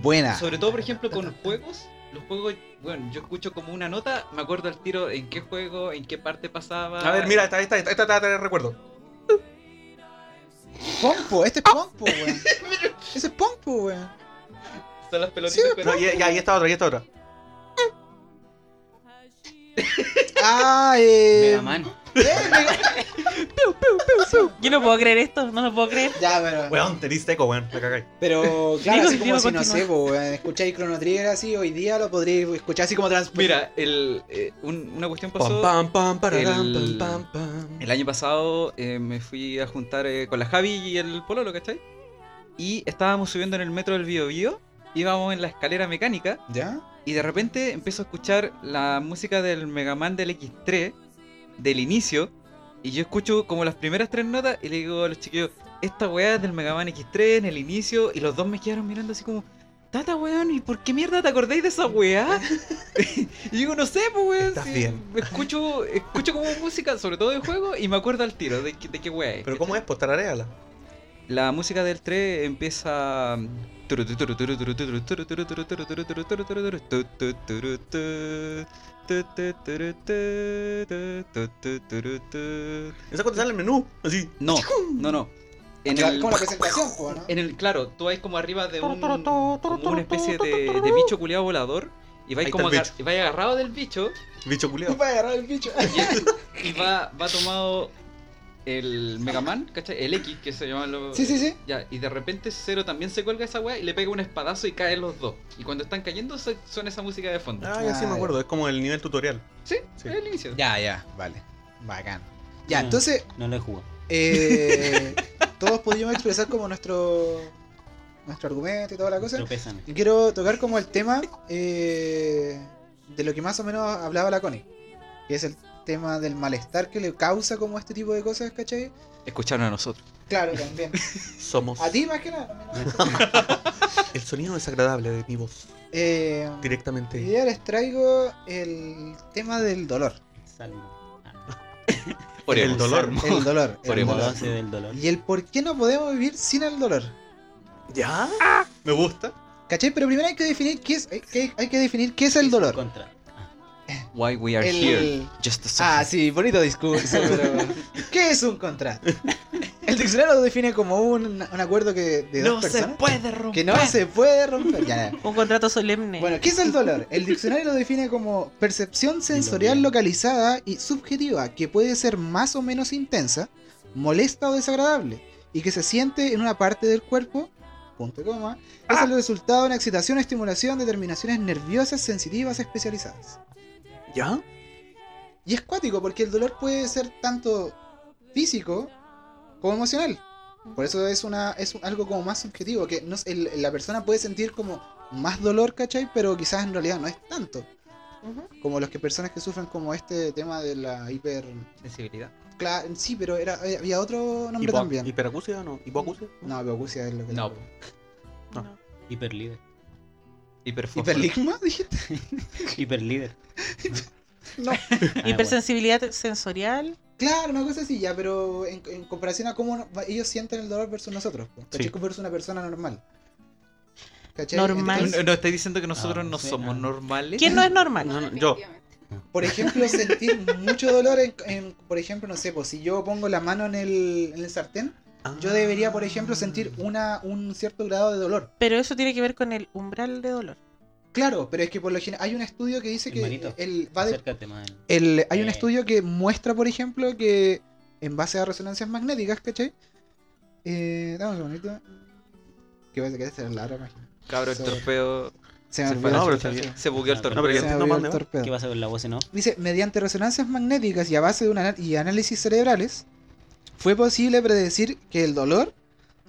D: Buena.
G: Sobre todo, por ejemplo, con juegos. Los juegos, bueno, yo escucho como una nota, me acuerdo al tiro en qué juego, en qué parte pasaba.
A: A ver, mira, esta, esta, esta, esta, esta, recuerdo.
D: Pompo, este
G: [laughs]
D: es Pompo, weón. Ese es Pompo, weón.
G: Son las pelotitas con-
A: No, y, y ahí está otra, ahí está otra.
D: Ah, eh.
E: Mega Man.
D: eh, Mega-
C: Yo no puedo creer esto, no lo puedo creer.
D: Ya, pero.
A: Weón, te diste eco, weón, la cagáis.
G: [laughs]
D: Pero claro,
C: Digo,
D: así como
C: digo,
D: si no
C: continúa.
D: sé, po, weón. Escucháis Chrono Trigger así, hoy día lo podríais escuchar así como trans.
G: Mira, el, eh, un- una cuestión pasó.
A: Pam, pam, pam, pararán,
G: el-
A: pam, pam, pam.
G: El año pasado eh, me fui a juntar eh, con la Javi y el Pololo, ¿cachai? Y estábamos subiendo en el metro del Bio Bio, íbamos en la escalera mecánica
D: ¿Ya?
G: y de repente empiezo a escuchar la música del Mega Man del X3 del inicio y yo escucho como las primeras tres notas y le digo a los chiquillos, esta weá es del Mega Man X3 en el inicio y los dos me quedaron mirando así como, Tata weón, ¿y por qué mierda te acordáis de esa weá?
A: [laughs]
G: [laughs] y digo, no sé, pues weón.
A: Estás
G: si
A: bien.
G: Escucho, escucho como música, sobre todo de juego, y me acuerdo al tiro de, qué- de qué weá es.
A: Pero ¿cómo es? Pues tarareala.
G: La música del 3 empieza. mm, turu, tu, turu, turu, turu, turu, turu, turu, turu, turu, turu, turu, turu, turu, tu, tu, turu, tu, tu, tu, turu, tu, tu, tu, tu, turu, tu.
A: Esa cuando sale el menú, así.
G: No, no, no. En
D: Ya,
G: el,
D: Como la presentación, po, ¿no?
G: en el- claro, tú vais como arriba de un, como una especie de, de bicho culiado volador y vais
A: Ahí
G: como
A: está el
G: agar- y vais agarrado del bicho
A: Bicho
D: [laughs]
A: culiao.
D: Para agarrar el bicho.
G: y, y va, va tomado el Mega Man, ¿cachai? El X que se llama lo-
D: Sí, sí, sí.
G: Ya, y de repente Cero también se cuelga esa weá y le pega un espadazo y caen los dos. Y cuando están cayendo su- suena esa música de fondo.
A: Ah, ya sí me acuerdo, es como el nivel tutorial.
G: sí,
A: sí.
G: es el inicio.
D: Ya, ya, vale. Bacán. Ya,
E: Mm.
D: entonces,
E: No lo he jugado.
D: [laughs] eh, todos pudimos expresar como nuestro nuestro argumento y toda la cosa.
E: Tropezan.
D: Y quiero tocar como el tema eh, de lo que más o menos hablaba la Connie, que es el tema del malestar que le causa como este tipo de cosas, ¿cachai?
G: Escucharon a nosotros.
D: Claro, también.
A: Somos
D: A ti más que nada.
G: [laughs]
D: también.
A: el sonido desagradable de mi voz
D: [laughs] Eh, hoy
A: directamente.
D: día les traigo el tema del dolor.
E: Salmo.
A: El dolor.
D: El dolor.
G: [laughs]
D: el
G: Oremos.
D: dolor.
E: Doce del dolor.
D: Y el por qué no podemos vivir sin el dolor.
A: ¿Ya? Me gusta.
D: ¿Cachai? Pero primero hay que definir qué es, hay que, hay que definir qué es el
E: Y su
D: dolor.
E: Contra.
G: Why we are here.
D: El...
G: Just to
D: Ah,
G: suffer.
D: sí, bonito discurso, pero... ¿Qué es un contrato? El diccionario lo define como un, un acuerdo que de dos personas
G: puede romper.
D: que no se puede romper. Ya,
C: Un contrato solemne.
D: Bueno, ¿qué es el dolor? El diccionario lo define como percepción sensorial localizada y subjetiva que puede ser más o menos intensa, molesta o desagradable y que se siente en una parte del cuerpo, punto y coma, es el resultado de una excitación, estimulación, determinaciones nerviosas, sensitivas, especializadas.
A: ¿Ya?
D: Y es cuático porque el dolor puede ser tanto físico como emocional. Por eso es una es un- algo como más subjetivo, que no, es- el- la persona puede sentir como más dolor, ¿cachai? Pero quizás en realidad no es tanto.
C: Ujú.
D: Como los que personas que sufren como este tema de la hiper...
G: Sensibilidad.
D: cla- sí, pero era, eh, había otro nombre
A: Hipo-
D: también.
A: ¿Hiperacusia o no? ¿Hipoacusia?
D: No, hipoacusia es lo que...
G: No.
C: No.
E: Hiperlíder.
G: Hiperfósforo.
D: ¿Hiperligma? [laughs] Dijiste.
C: [laughs]
E: Hiperlíder.
D: No.
E: Ah,
C: Hipersensibilidad sensorial.
D: Claro, una cosa así ya, pero en, en comparación a cómo va- ellos sienten el dolor versus nosotros, po, ¿cachai?
A: Sí.
D: Como Versus una persona normal. ¿Cachai?
C: Normal.
D: Entonces,
G: No, no, estáis diciendo que nosotros
E: Ah,
G: no
E: sí,
G: somos
E: ah.
G: normales.
C: ¿Quién no es normal?
A: No, no, yo.
D: Por ejemplo, sentir mucho dolor en, en- por ejemplo, no sé, pues si yo pongo la mano en el, en el sartén,
A: Ah.
D: yo debería, por ejemplo, sentir una, un cierto grado de dolor.
C: Pero eso tiene que ver con el umbral de dolor.
D: Claro, pero es que por lo general hay un estudio que dice que
E: Hermanito,
D: el, va de-
E: Acércate más. al-
D: el- hay un
E: Eh.
D: estudio que muestra, por ejemplo, que en base a resonancias magnéticas, ¿cachai? Eh, dame un segundito. Que parece que debe ser largo, imagino.
G: Cabro, el
D: Sí.
G: torpeo.
D: Se me
G: Se
D: olvidó.
G: fue,
A: No, pero
D: Se
A: está
D: me
A: bien.
G: Se bugueó el
E: No, pero-
G: torpeo.
A: pero ya-
D: olvidó
A: No,
D: el
A: mande, ¿no?
D: torpedo.
E: ¿Qué pasa con la voz en off?
D: Dice, mediante resonancias magnéticas y a base de un ana- y análisis cerebrales, fue posible predecir que el dolor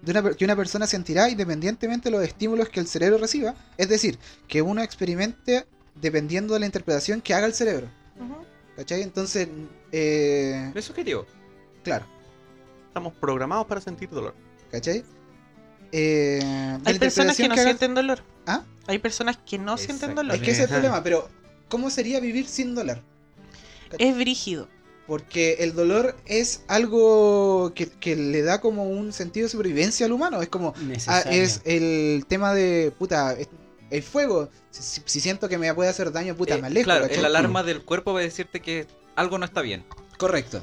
D: de una per- que una persona sentirá independientemente de los estímulos que el cerebro reciba, es decir, que uno experimente dependiendo de la interpretación que haga el cerebro.
C: Ujú.
D: ¿Cachai? Entonces, eh,
G: Es subjetivo.
D: claro.
A: estamos programados para sentir dolor.
D: ¿Cachai? Eh, de
C: Hay
D: la
C: personas que
D: interpretación
C: no
D: hagan-
C: sienten dolor.
D: ¿Ah?
C: Hay personas que no sienten dolor.
D: Es que ese es el
A: Ajá.
D: problema, pero ¿cómo sería vivir sin dolor?
C: Es brígido.
D: Porque el dolor es algo que, que le da como un sentido de supervivencia al humano. Es como, ah,
E: Necesario.
D: es el tema de, puta, es- el fuego. Si, si- si siento que me puede hacer daño, puta,
G: Eh,
D: me alejo.
G: claro,
D: ¿cachai?
G: el alarma del cuerpo va a decirte que algo no está bien.
D: Correcto,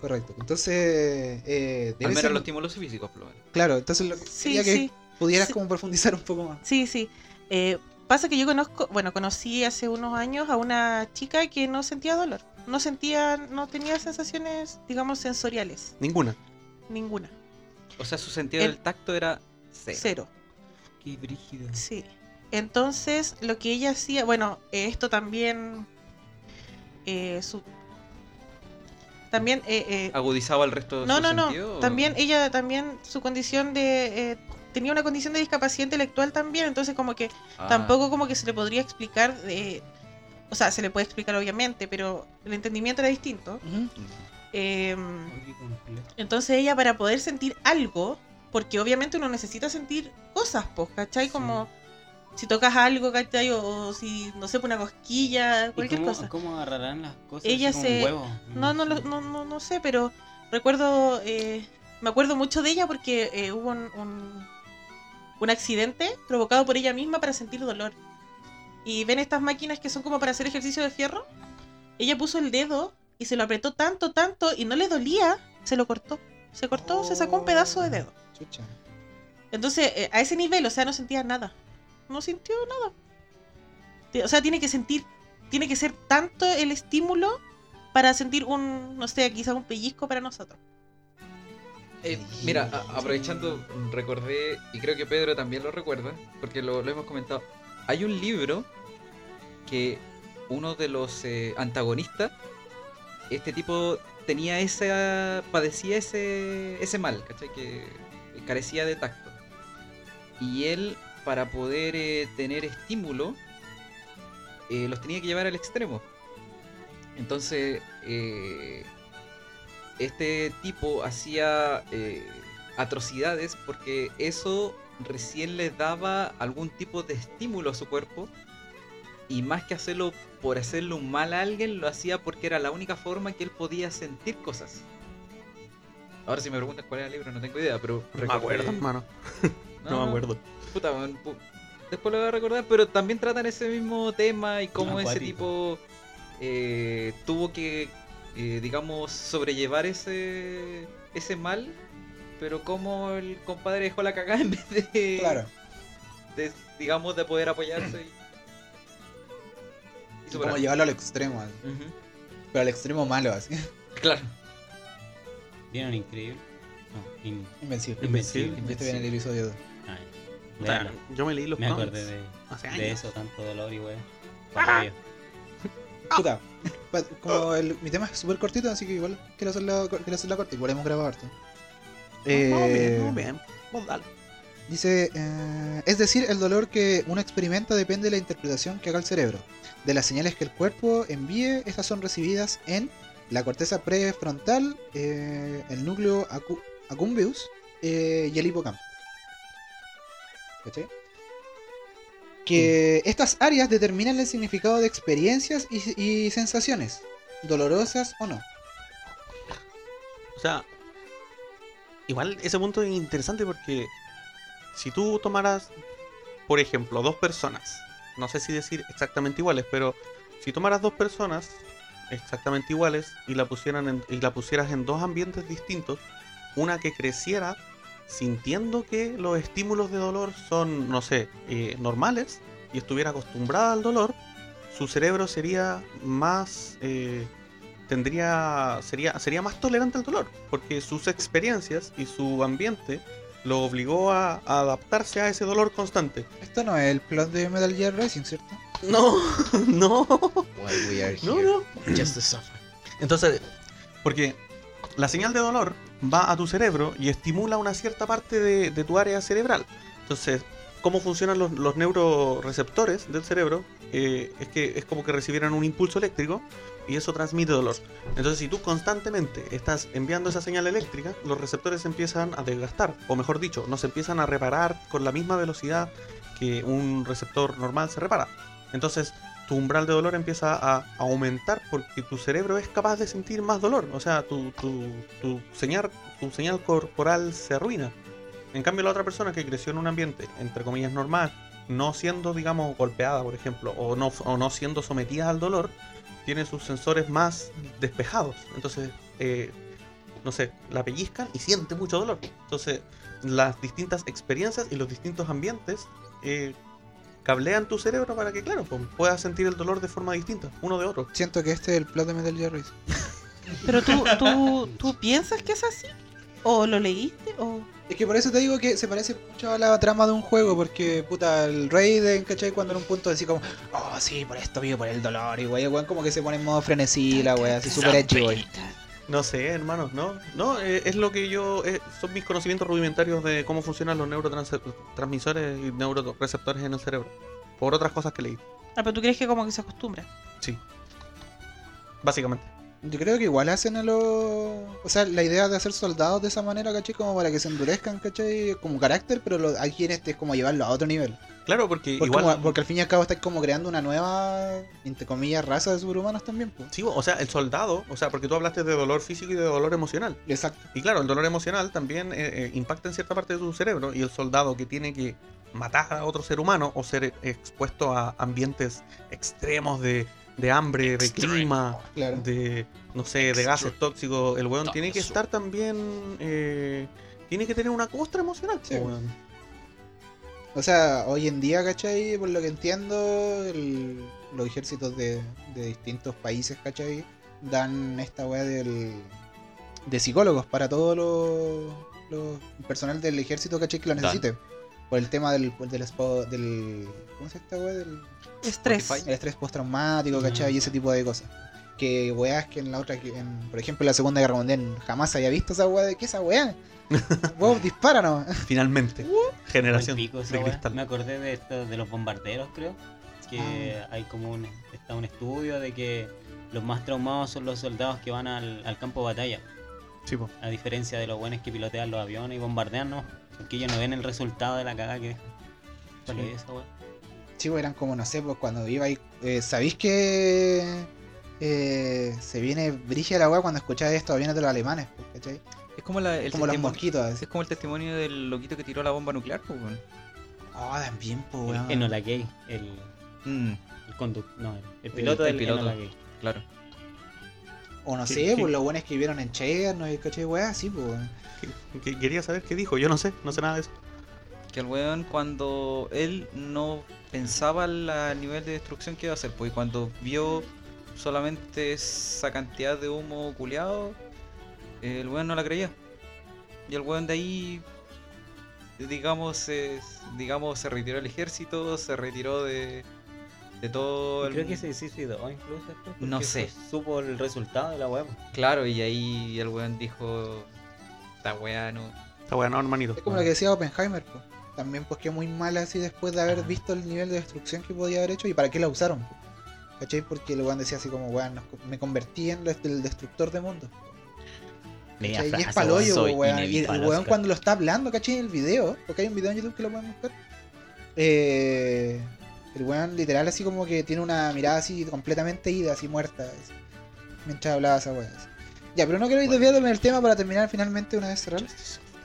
D: correcto. Entonces, eh,
G: Al
D: debe
G: menos
D: ser-
G: los estímulos físicos, por lo menos.
D: claro, entonces lo
C: Sí,
D: sería que
C: sí.
D: pudieras
C: Sí.
D: como profundizar un poco más.
C: Sí, sí. Eh, pasa que yo conozco, bueno, conocí hace unos años a una chica que no sentía dolor. No sentía, no tenía sensaciones, digamos, sensoriales.
A: Ninguna.
C: Ninguna.
G: O sea, su sentido
C: El-
G: del tacto era cero.
C: Cero.
E: Qué brígido.
C: Sí. Entonces, lo que ella hacía, bueno, eh, esto también. eh, su- también. eh, eh,
G: ¿Agudizaba el resto de
C: no,
G: su
C: no, no.
G: sentido, o-
C: También ella, también su condición de. eh, tenía una condición de discapacidad intelectual también, entonces, como que
G: Ah,
C: tampoco como que se le podría explicar de- o sea se le puede explicar obviamente pero el entendimiento era distinto
D: Ujú.
C: Eh,
E: Ay, qué complejo.
C: entonces ella para poder sentir algo porque obviamente uno necesita sentir cosas pues ¿cachai? como si tocas algo ¿cachai? o, o si no sé pues, una cosquilla
E: ¿Y
C: cualquier
E: cómo,
C: cosa
E: cómo agarrarán las cosas?
C: Ella
E: así como un
C: se-
E: huevo?
C: no no, lo- no no no sé pero recuerdo eh, me acuerdo mucho de ella porque eh, hubo un, un- un accidente provocado por ella misma para sentir dolor y ven estas máquinas que son como para hacer ejercicio de fierro ella puso el dedo y se lo apretó tanto tanto y no le dolía se lo cortó se cortó se sacó un pedazo de dedo
D: Chucha.
C: entonces eh, a ese nivel o sea no sentía nada no sintió nada Te- o sea tiene que sentir tiene que ser tanto el estímulo para sentir un no sé quizá un pellizco para nosotros
G: Eh, mira, a- aprovechando, recordé, y creo que Pedro también lo recuerda, porque lo, lo hemos comentado. Hay un libro que uno de los eh, antagonistas, este tipo tenía esa. padecía ese, ese mal, ¿cachai? Que carecía de tacto. Y él, para poder eh, tener estímulo, eh, los tenía que llevar al extremo. Entonces, eh, este tipo hacía eh, atrocidades porque eso recién le daba algún tipo de estímulo a su cuerpo y más que hacerlo por hacerle un mal a alguien lo hacía porque era la única forma que él podía sentir cosas. Ahora si me preguntas cuál era el libro no tengo idea, pero
A: No me acuerdo,
G: recordé-
A: hermano. No, me acuerdo.
G: Puta, weón, pu- después lo voy a recordar, pero también tratan ese mismo tema y cómo ese tipo
E: Acuático.
G: eh, tuvo que, eh, digamos, sobrellevar ese, ese mal, pero cómo el compadre dejó la cagada en vez de,
D: Claro.
G: de, digamos, de poder apoyarse. Y... y
D: Y
G: superar.
D: como llevarlo al extremo, así.
G: Ujú,
D: pero al extremo malo, así. [laughs]
G: Claro.
E: ¿Vieron increíble? No, in-
D: Invencible.
E: invencible.
D: Este viene el episodio 2.
E: Ay,
A: O sea,
E: véanlo.
A: yo me leí los
E: Me
A: cómics
E: acordé de,
A: hace
E: de
A: años. ¡Ah!
E: eso, tanto dolor y wea.
D: Puta. pa- Como el- mi tema es súper cortito, así que igual quiero hacerlo, quiero hacerlo corto. Igual hemos grabado harto.
A: Vamos bien,
D: Eh,
A: vamos bien. Vos Pues, dale.
D: Dice, eh, es decir, el dolor que uno experimenta depende de la interpretación que haga el cerebro. De las señales que el cuerpo envíe, estas son recibidas en la corteza prefrontal, eh, el núcleo acu- acumbius eh, y el hipocampo. ¿Cachai? Que estas áreas determinan el significado de experiencias y, y sensaciones, dolorosas o no.
A: O sea, igual ese punto es interesante porque si tú tomaras, por ejemplo, dos personas, no sé si decir exactamente iguales, pero si tomaras dos personas exactamente iguales y la, pusieran en- y la pusieras en dos ambientes distintos, una que creciera sintiendo que los estímulos de dolor son, no sé, eh, normales y estuviera acostumbrada al dolor, su cerebro sería más... eh, tendría sería sería más tolerante al dolor porque sus experiencias y su ambiente lo obligó a, a adaptarse a ese dolor constante
D: Esto no es el plot de Metal Gear Rising, ¿cierto?
A: no [laughs] no
I: While we are
A: no
I: here,
A: no
I: just to suffer.
A: entonces porque la señal de dolor va a tu cerebro y estimula una cierta parte de, de tu área cerebral entonces cómo funcionan los, los neuroreceptores del cerebro eh, es que es como que recibieran un impulso eléctrico y eso transmite dolor. Entonces, si tú constantemente estás enviando esa señal eléctrica, los receptores se empiezan a desgastar, o mejor dicho, no se empiezan a reparar con la misma velocidad que un receptor normal se repara. Entonces, tu umbral de dolor empieza a aumentar porque tu cerebro es capaz de sentir más dolor. O sea, tu, tu, tu señal, tu señal corporal se arruina. En cambio, la otra persona que creció en un ambiente, entre comillas, normal, no siendo, digamos, golpeada, por ejemplo, o no, o no siendo sometida al dolor, tiene sus sensores más despejados. Entonces, eh, no sé, la pellizcan y siente mucho dolor. Entonces, las distintas experiencias y los distintos ambientes eh, cablean tu cerebro para que, claro, pues, puedas sentir el dolor de forma distinta, uno de otro.
D: Siento que este es el plot de Metal Gear Rising.
C: Pero tú, tú, tú piensas que es así. ¿O lo leíste? ¿O
D: Es que por eso te digo que se parece mucho a la trama de un juego, porque puta, el Raiden, ¿cachai? Cuando en un punto así como, oh sí, por esto vivo, por el dolor, y wey, el weón como que se pone en modo frenesí, la wea, así super edgy, wey.
A: No sé, hermanos, no. No, eh, es lo que yo. eh, son mis conocimientos rudimentarios de cómo funcionan los neurotransmisores y neuroreceptores en el cerebro. Por otras cosas que leí,
C: Ah, pero tú crees que como que se acostumbra.
A: básicamente.
D: Yo creo que igual hacen a los. O sea, la idea de hacer soldados de esa manera, ¿cachai? Como para que se endurezcan, ¿cachai? Como carácter, pero lo- aquí en este es como llevarlo a otro nivel.
A: Claro, porque,
D: Porque,
A: igual.
D: Pues como- porque al fin y al cabo estás como creando una nueva, entre comillas, raza de superhumanos también, pues.
A: Sí, o sea, el soldado, o sea, porque tú hablaste de dolor físico y de dolor emocional.
D: Exacto.
A: Y claro, el dolor emocional también eh, eh, impacta en cierta parte de tu cerebro y el soldado que tiene que matar a otro ser humano o ser eh, expuesto a ambientes extremos de, de hambre, de
B: Extremo.
A: clima,
D: Claro.
A: de, no sé, de
B: Extreme.
A: gases tóxicos, el weón tiene que
B: Tóxico.
A: estar también... eh, tiene que tener una costra emocional,
D: Sí.
A: po, weón.
D: O sea, hoy en día, ¿cachai? Por lo que entiendo, el- los ejércitos de, de distintos países, ¿cachai? Dan esta weá del, de psicólogos para todo lo, lo- el personal del ejército, ¿cachai? Que lo
B: Dan.
D: necesite. Por el tema del, del, espo- del- ¿Cómo se llama esta weá? Del
C: Estrés.
B: Spotify.
D: el estrés postraumático, ¿cachai?
E: Ah.
D: Y ese tipo de cosas. Que weás que en la otra, que en, por ejemplo, en la Segunda Guerra Mundial jamás había visto esa weá de que esa weá. Vos dispara nomás.
A: Finalmente, generación
E: Pico, esa
A: de
E: weá.
A: cristal.
E: Me acordé de esto, de los bombarderos, creo. Que hay como un, está un estudio de que los más traumados son los soldados que van al, al campo de batalla.
A: Sí, po.
E: A diferencia de los buenos que pilotean los aviones y bombardean, no. Porque ellos no ven el resultado de la cagada que dejan. ¿Cuál
A: Sí.
E: es esa weá?
D: Chicos, eran como, no sé, pues cuando iba ahí. eh, ¿Sabéis que eh, se viene brilla la weá cuando escucháis esto? Viene de los alemanes, pues, ¿cachai?
G: Es como, la, el
D: como los
G: testimonio-
D: mosquitos, así.
G: Es como el testimonio del loquito que tiró la bomba nuclear, pues, weón.
D: Ah, también, pues
E: El
D: weón.
E: Enola Gay, el,
G: Mm,
E: el conduc- no, el, el piloto
G: el
E: del
G: piloto.
E: Enola Gay.
G: claro.
D: O no
A: Sí,
D: sé,
A: sí.
D: pues los buenos que vivieron en Chernobyl, ¿cachai? Weá, sí, pues weón.
A: Que- que- Quería saber qué dijo, yo no sé, no sé nada de eso.
G: Que el weón cuando él no pensaba la- el nivel de destrucción que iba a hacer, pues y cuando vio solamente esa cantidad de humo culeado, eh, el weón no la creía. Y el weón de ahí, digamos, se- digamos, se retiró del ejército, se retiró de, de todo el...
E: Creo que se suicidó incluso. después, porque
G: No sé.
E: su- Supo el resultado de la weá.
G: Claro, y ahí el weón dijo, esta weá no...
A: Está bueno, hermanito.
D: Es como lo que decía Oppenheimer, pues. También, pues que muy mal así después de haber visto el nivel de destrucción que podía haber hecho y para qué la usaron, po. ¿cachai? Porque el weón decía así como, weón, nos co- me convertí en lo- el destructor de mundos.
E: Media
D: ¿Cachai? Y es
E: frase,
D: paloyo,
E: soy
D: weón. Y el
E: inevitable,
D: weón
E: Oscar.
D: cuando lo está hablando, ¿cachai? En el video, porque hay un video en YouTube que lo pueden buscar. Eh, el weón literal así como que tiene una mirada así completamente ida, así muerta. así, mientras hablaba esa weón. Ya, pero no quiero ir desviándome del tema para terminar finalmente una vez cerrar.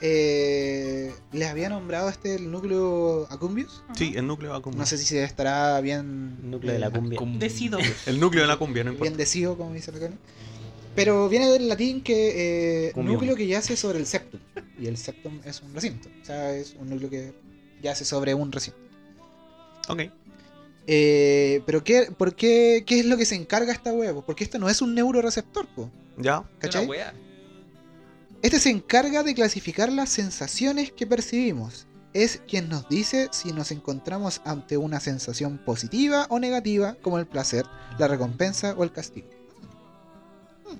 D: Eh, Les había nombrado este el núcleo Acumbius.
A: Sí, el núcleo de la cumbia.
D: No sé si se estará bien.
E: Núcleo de la
D: eh,
E: cumbia.
C: Decido.
A: El núcleo de la cumbia, no
D: bien
A: importa.
D: decido, como dice la Connie. Pero viene del latín que eh,
E: Cumión.
D: núcleo que yace sobre el septum. Y el septum es un recinto. O sea, es un núcleo que yace sobre un recinto.
A: Ok.
D: Eh, pero qué, ¿por qué, qué es lo que se encarga esta huevo? Porque esto no es un neuroreceptor, po,
A: Ya,
D: ¿cachai?
G: Una weá.
D: Este se encarga de clasificar las sensaciones que percibimos. Es quien nos dice si nos encontramos ante una sensación positiva o negativa, como el placer, la recompensa o el castigo. Hmm.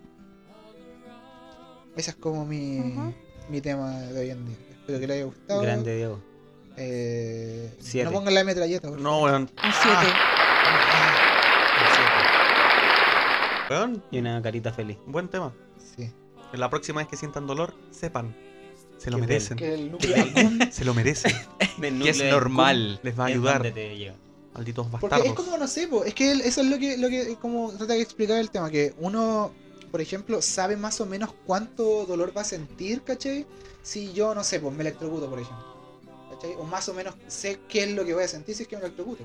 D: Esa es como mi,
C: Ujú.
D: mi tema de hoy en día. Espero que le haya gustado.
E: Grande Diego.
D: Eh,
A: Siete.
D: No pongan la metralleta, por
A: No, weón. Ah.
C: Un 7.
A: Weón,
E: Y una
A: [laughs]
E: carita feliz.
A: buen tema.
D: Sí.
A: La próxima vez que sientan dolor, sepan. Se lo
E: Qué
A: merecen.
D: Que el núcleo del mundo-
A: Se lo
E: [laughs]
A: merecen.
E: Del
G: Que
E: núcleo
G: es
E: del
G: normal.
A: Les va a
E: Es
A: ayudar,
E: donde te llega.
A: malditos
D: Porque
A: bastardos.
D: es como, no sé, po, es que el- eso es lo que, lo que como trata de explicar el tema, que uno, por ejemplo, sabe más o menos cuánto dolor va a sentir, ¿cachai? Si yo, no sé, pues me electrocuto, por ejemplo. ¿Cachai? O más o menos sé qué es lo que voy a sentir si es que me electrocuto.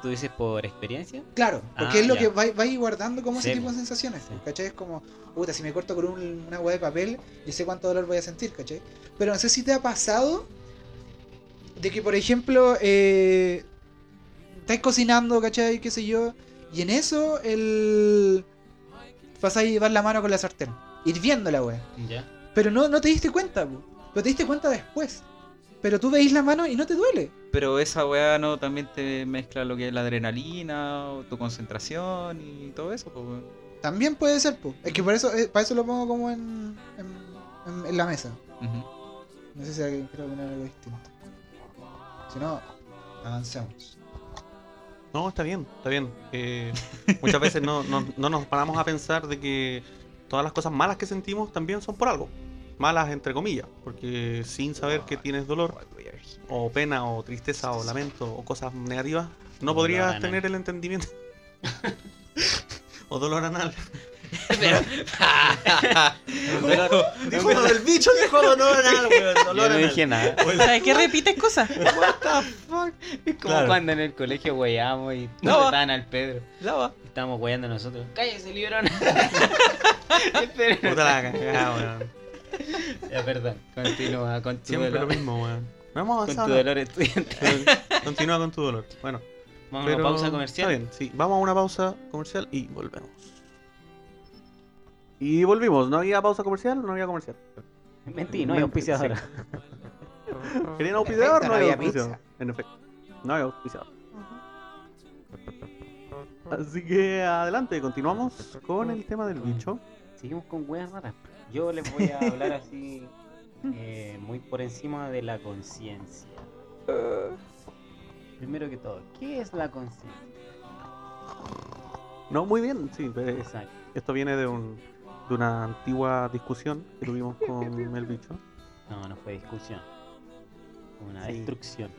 E: ¿Tú dices por experiencia?
D: Claro, porque
E: Ah,
D: es lo
E: ya.
D: que vais vais guardando como
E: Sí,
D: ese tipo
E: po.
D: de sensaciones.
E: Sí.
D: ¿Cachai? Es como, puta, si me corto con un- una hueá de papel, yo sé cuánto dolor voy a sentir, ¿cachai? Pero no sé si te ha pasado de que, por ejemplo, eh, estás cocinando, ¿cachai? ¿Qué sé yo? Y en eso, el. vas a llevar la mano con la sartén, hirviendo la hueá.
E: Ya.
D: Pero no, no te diste cuenta, po. Pero te diste cuenta después. Pero tú veis la mano y no te duele.
G: Pero esa weá no también te mezcla lo que es la adrenalina, o tu concentración y todo eso, po, weón.
D: También puede ser, po. Es que por eso, eh, para eso lo pongo como en, en- en- en la mesa.
G: Ujú.
D: No sé si alguien quiere poner algo distinto. Si no, avancemos.
A: No, está bien, está bien. Eh, muchas veces no, no- no nos paramos a pensar de que todas las cosas malas que sentimos también son por algo. Malas entre comillas, porque sin saber que tienes dolor, o pena, o tristeza, o lamento, o cosas negativas, no
E: Dolor
A: podrías
E: anal.
A: tener el entendimiento. [laughs] o dolor anal.
B: Pero-
A: Pero, [laughs] dijo lo del bicho, dijo dolor anal, weón.
E: Yo
A: Dolor
E: no
A: anal.
E: dije nada.
A: [laughs]
C: ¿Sabes qué repites cosas?
A: What the fuck?
E: Es como
A: Claro.
E: cuando en el colegio weyamos y
G: No.
E: no estaban al Pedro.
G: Lava.
E: Estábamos weyando nosotros. ¡Cállese, librón! El Pedro-
A: Puta la cagada, weón.
E: Ya, perdón. Continúa [laughs] con tu
A: Siempre lo
E: dolor.
A: mismo, weón. No hemos
E: Con tu
A: avanzado.
E: dolor [laughs] estudiante.
A: [laughs] Continúa con tu dolor. Bueno.
E: Vamos a
A: Pero
E: una pausa
A: Está
E: comercial.
A: bien, sí. Vamos a una pausa comercial y volvemos. Y volvimos. ¿No había pausa comercial? No había comercial.
E: Mentí, no hay auspiciadora.
A: ¿Querían auspiciador? No,
D: efecto, no
A: había
D: había
A: auspiciador. En efecto. No había auspiciador. Así que adelante, continuamos con el tema del bicho.
E: Seguimos con weas raras. Yo les voy a hablar [laughs] así, eh, muy por encima de la [laughs] conciencia. Primero que todo, ¿qué es la conciencia?
A: No, muy bien, sí. eh,
E: Exacto.
A: Esto viene de, un, de una antigua discusión que tuvimos con el bicho.
E: No, no fue discusión. Fue Una
A: Sí.
E: destrucción.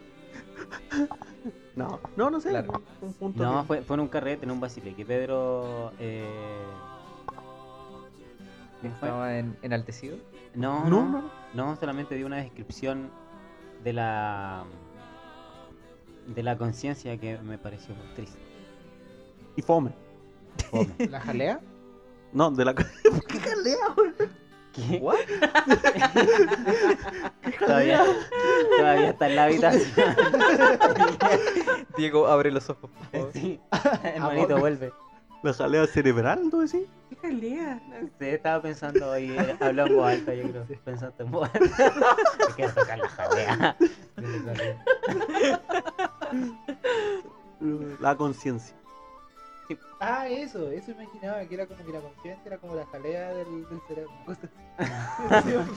A: No, no, no sé.
G: Claro.
A: Un punto
E: No,
A: que-
E: fue, fue en un carrete, en un basile, que Pedro... Eh... ¿qué fue?
G: Estaba en, enaltecido.
E: No,
A: No,
E: no,
A: no.
E: no, solamente dio una descripción de la... De la conciencia que me pareció muy
A: [laughs]
E: triste.
A: Y fome.
E: Fome.
D: ¿La [laughs] jalea?
A: No, de la. [laughs] ¿Qué jalea, güey?
E: ¿Qué?
G: ¿What?
E: [laughs] Todavía, todavía está en
A: [laughs]
E: la habitación.
G: Diego, abre los ojos. por favor.
E: Sí. Hermanito, vuelve.
A: ¿La jalea cerebral, tú decís?
C: ¿Qué jalea?
E: Sí, estaba pensando hoy,
C: [laughs]
E: eh, habló en voz alta, yo creo. Pensaste en voz alta. [laughs] Hay que sacar
C: [laughs]
E: la jalea.
A: La conciencia.
D: Ah, eso, eso imaginaba que era como que la conciencia era como la jalea del, del cerebro.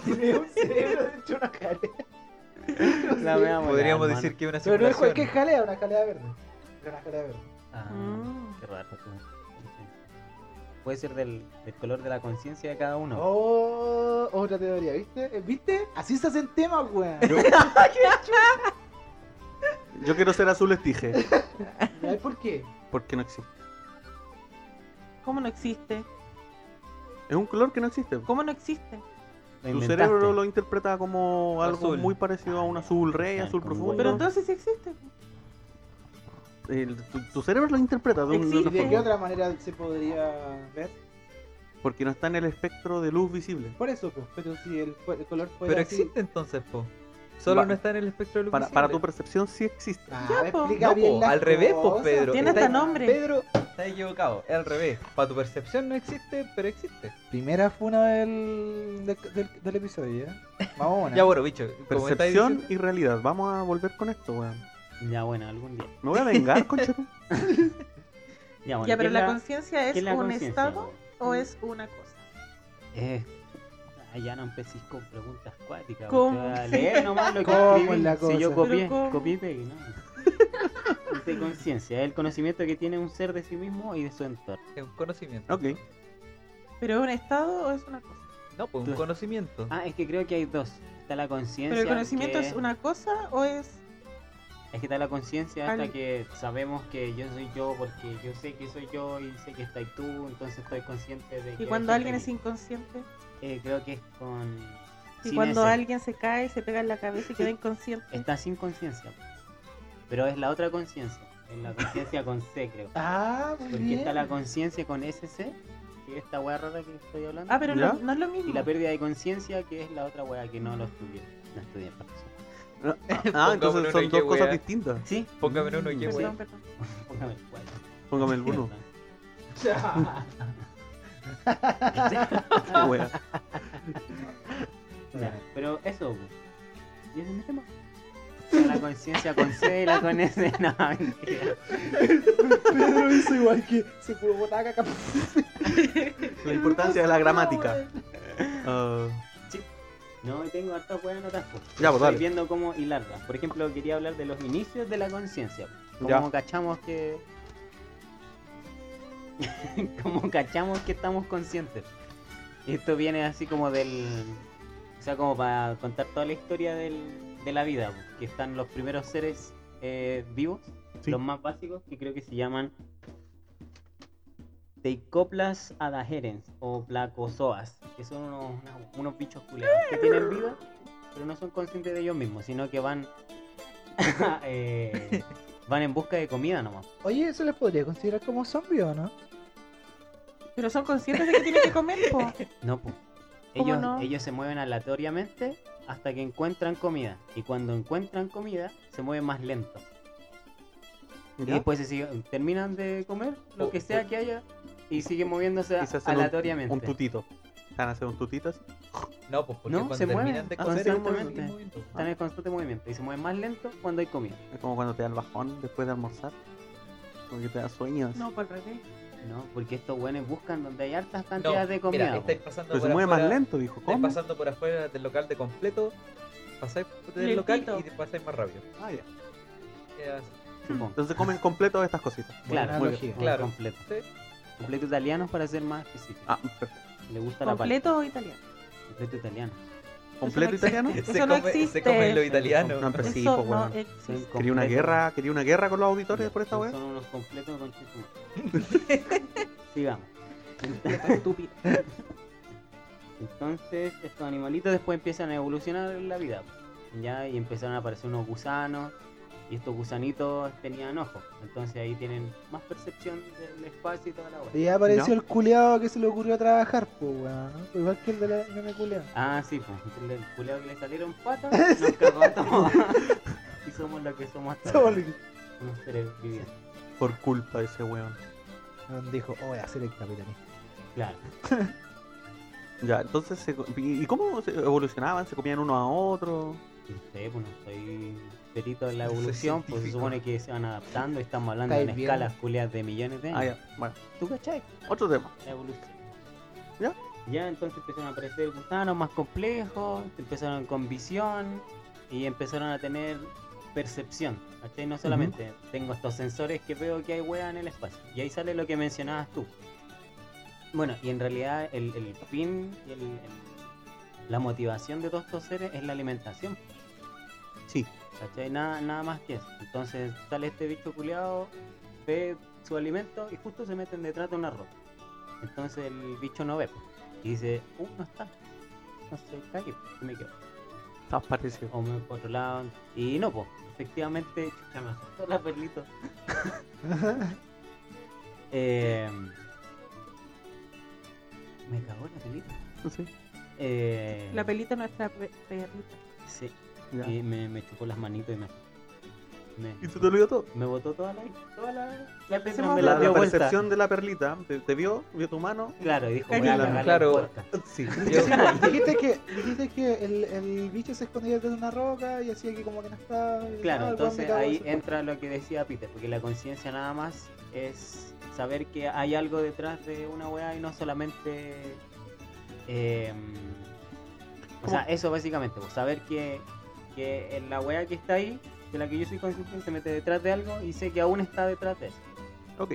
D: Tiene un cerebro dentro de una jalea.
E: La me amo,
G: Podríamos
E: hermano.
G: decir que es una
D: Pero no es
G: simulación.
D: cualquier jalea, una jalea verde. Era una jalea verde.
E: Ah,
C: Mm.
E: qué raro tú. Puede ser del, del color de la conciencia de cada uno.
D: Oh, otra teoría, ¿viste? Eh, ¿Viste? Así se hacen temas, weón.
A: Yo quiero ser azul estige,
D: ¿Sabes por qué?
A: porque no existe.
C: ¿Cómo no existe?
A: Es un color que no existe.
C: ¿Cómo no existe?
E: Lo
A: Tu
E: inventaste.
A: cerebro lo interpreta como algo
G: Azul.
A: muy parecido a un azul rey,
E: Ah,
A: azul
E: como
A: profundo.
C: Pero entonces sí existe.
A: El- tu, tu cerebro lo interpreta de, un, de otra
D: ¿Y
C: Existe.
D: de qué
A: forma,
D: otra manera se podría ver?
A: porque no está en el espectro de luz visible.
D: Por eso, pues, pero si el, fu- el color fuera
G: Pero
D: así...
G: existe entonces, po. Solo
A: Va-
G: no está en el espectro de luz
A: Para, para tu
G: visible.
A: percepción sí existe.
D: Ah,
C: Ya, po.
D: explica
G: No,
D: bien
G: po,
D: las
G: al revés, po,
D: cosas.
G: Pedro.
C: Tiene
G: Está-
C: hasta nombre.
G: Pedro, estás equivocado. Es al revés. Para tu percepción no existe, pero existe.
D: Primera funa del, del, del- del episodio, ¿eh? Vamos a una.
J: Ah.
G: Ya, bueno, bicho. como estáis
A: Percepción
G: diciendo-
A: y realidad. Vamos a volver con esto, weón.
E: Ya bueno, algún día.
A: Me voy a vengar, concha. Ah,
E: Ya bueno.
C: ya,
E: ¿qué
C: pero la
E: la-
C: conciencia Mm.
E: qué
C: es
E: la
C: un
E: conciencia,
C: estado
E: güey?
C: o es una cosa.
E: Eh, allanan pesis con preguntas cuáticas.
C: ¿Cómo?
E: usted va a leer nomás
C: [laughs]
E: lo que
J: ¿Cómo
E: escribí.
J: es la
E: Si yo
J: cosa?
E: copié,
C: Pero ¿cómo?
E: copié y pegué, ¿no?
C: [laughs]
E: De conciencia, es el conocimiento que tiene un ser de sí mismo y de su entorno.
G: Es un conocimiento.
E: Ok.
C: ¿Pero es un estado o es una cosa?
G: No, pues un
E: Claro.
G: conocimiento.
E: Ah, es que creo que hay dos. Está la conciencia.
C: ¿Pero el conocimiento
E: que-
C: es una cosa o es.?
E: Es que está la conciencia hasta
C: Al-
E: que sabemos que yo soy yo porque yo sé que soy yo y sé que estás tú, entonces estoy consciente de que...
C: Y cuando alguien es
E: estoy
C: inconsciente.
E: aquí. Eh, creo que es con...
C: Y
E: sin
C: cuando
E: ese.
C: alguien se cae y se pega en la cabeza y queda inconsciente.
E: Está sin conciencia. Pero es la otra conciencia. Es la conciencia con C, creo.
J: Ah, muy
E: Porque
J: bien.
E: está la conciencia con SC, que es esta weá rara que estoy hablando.
C: Ah, pero
J: ¿Ya?
C: no, no es lo mismo.
E: Y la pérdida de conciencia, que es la otra weá que no lo estudié. No estudié para eso.
A: Ah,
G: Pongámosle
A: entonces son
G: una
A: dos
G: que
A: cosas
G: wea.
A: distintas.
E: Sí,
G: Póngame en uno
A: mm,
G: y qué
C: Perdón,
G: weón.
C: perdón.
E: póngame el cuadro.
A: Póngame el
E: [laughs]
A: uno. Qué wea.
E: Ya, pero eso. po. ¿Y ese es mi tema? La conciencia con C y la con S. [laughs] No, mentira.
J: Pedro hizo igual que se pudo botar acá.
A: La importancia de la gramática.
C: eh,
A: Ah,
E: No, y tengo hartas buenas notas. po.
A: Ya, pues,
E: Estoy
A: dale.
E: viendo cómo hilarlas. Por ejemplo, quería hablar de los inicios de la conciencia. po.
A: Ya.
E: Cómo cachamos que. [laughs] cómo cachamos que estamos conscientes. Y esto viene así como del. O sea, como para contar toda la historia del- de la vida. po, Que están los primeros seres eh, vivos,
A: Sí.
E: los más básicos, que creo que se llaman. Teicoplas adagerens o placozoas, que son unos, unos- unos bichos culeros que tienen vida, pero no son conscientes de ellos mismos, sino que van [laughs] eh, van en busca de comida nomás.
J: Oye, ¿eso les podría considerar como zombies o no?
C: Pero son conscientes de que tienen que comer, po.
E: No, po.
C: ¿Cómo
E: Ellos,
C: no?
E: ellos se mueven aleatoriamente hasta que encuentran comida. Y cuando encuentran comida, se mueven más lento. Y
A: ¿ya?
E: después se siguen- terminan de comer lo
G: Oh,
A: O-
E: que
A: o-
E: sea que haya y siguen moviéndose
A: Y se hacen un-
E: aleatoriamente.
A: Un tutito. Están haciendo un tutito así.
G: No, pues porque
E: No,
G: cuando
E: se mueven
G: terminan de comer,
E: constantemente.
G: están moviendo.
E: Están en constante movimiento y se mueven más lento cuando hay comida.
A: Es como cuando te da el bajón después de almorzar. Como que te da sueños.
C: No, por el revés.
E: No, porque estos buenos buscan donde hay hartas
G: No,
E: cantidades de comida.
G: mira, este
E: po.
G: estáis pasando
A: Pero se
G: por
A: mueve más
G: afuera-
A: lento, dijo.
G: Estáis
A: ¿Cómo?
G: pasando por afuera del local de completo, pasáis por el local
C: Lentito.
G: y te pasáis más rápido.
A: Ah, ya.
G: Es así.
E: Supongo.
A: Entonces comen completo estas cositas.
E: Claro,
A: Muy
J: lógica.
E: Con
G: Mm. Claro.
E: Completo.
G: Sí.
E: Completo italiano para ser más específico.
A: Ah, perfecto.
E: Le gusta la paleta.
C: ¿Completo o italiano?
E: Completo italiano.
A: ¿Completo
C: Eso no
A: italiano?
C: existe.
E: [laughs]
G: Se
C: Eso no
G: come-
C: existe.
G: Se comen lo italiano.
A: No, pero sí,
C: Eso
A: pues,
C: no
A: weón.
C: existe.
A: Quería una
E: Completo.
A: guerra, quería una guerra con los auditores
E: Ya,
A: por esta
E: son-
A: wea.
E: Son unos completos con
A: [laughs]
E: Sigamos.
C: Estúpido.
E: Entonces, estos animalitos después empiezan a evolucionar en la vida. Ya, y empezaron a aparecer unos gusanos. Y estos gusanitos tenían ojos. Entonces ahí tienen más percepción del espacio y toda la
J: Y
E: wea.
J: ya apareció
A: ¿Ya?
J: el culeado que se le ocurrió trabajar, pues, weón. ¿no? Igual que el de la no me culeo.
G: [laughs]
E: Ah, sí, pues. El del culeado que le salieron
A: [laughs]
E: patas. Nos cagó a todos. [laughs] y somos lo que somos hasta
J: Somos
E: ahora.
J: los que-
E: Unos seres vivientes.
A: Por culpa de ese weón.
J: Weón Dijo, oh, voy a ser el capitanista.
E: Claro.
A: Ya, entonces, se co- ¿y y cómo se evolucionaban? ¿Se comían uno a otro?
E: No sé, pues no soy perito en la
G: No soy
E: evolución, pues se
G: científico.
E: supone que se van adaptando, estamos hablando
J: Estáis
E: en
J: viendo.
E: escalas culias de millones de años.
A: Ah, ya, bueno,
E: ¿Tú cachai?
A: otro tema.
E: La evolución.
A: ¿Ya?
E: Ya, entonces empezaron a aparecer gusanos más complejos, empezaron con visión y empezaron a tener percepción. ¿Cachai? No solamente tengo estos sensores que veo que hay hueá en el espacio. Y ahí sale lo que mencionabas tú. Bueno, y en realidad el, el fin y el- el- la motivación de todos estos seres es la alimentación.
A: Sí,
E: ¿Cachai? Nada, nada más que eso. Entonces sale este bicho culeado, ve su alimento y justo se meten detrás de una roca. Entonces el bicho no ve. pues, Y dice, uh, no está. Entonces cagué, pues, me quedo.
A: estás parecido.
E: O me voy por otro lado. Y no, pues, efectivamente, chucha, me asustó
A: [laughs]
E: la perlito. Eh, me cagó la pelita.
A: Sí,
E: Eh,
C: La pelita es nuestra pe- perrita.
E: Sí.
A: ya.
E: Y me, me chupó las manitos y me. me-
A: ¿Y se te olvidó todo?
E: Me botó toda la. Toda la. La
C: Se
E: persona me
C: movió.
E: la
A: La,
E: dio
A: la
E: vuelta.
A: percepción de la perlita, te, te vio, vio tu mano.
E: Claro, y dijo, voy a
C: Claro.
E: cagar
G: Claro.
E: la puerta.
A: Sí,
G: Yo-
J: dijiste que, dijiste que el, el bicho se escondía detrás de una roca y hacía que como que no estaba. y,
E: Claro,
J: "Ah, el weón me
E: entonces
J: cago en
E: ahí
J: su-
E: entra lo que decía Peter, porque la conciencia nada más es saber que hay algo detrás de una weá y no solamente. eh, O sea, eso básicamente, pues, saber que, que en la weá que está ahí, de la que yo soy consciente, se mete detrás de algo y sé que aún está detrás de eso.
A: Ok.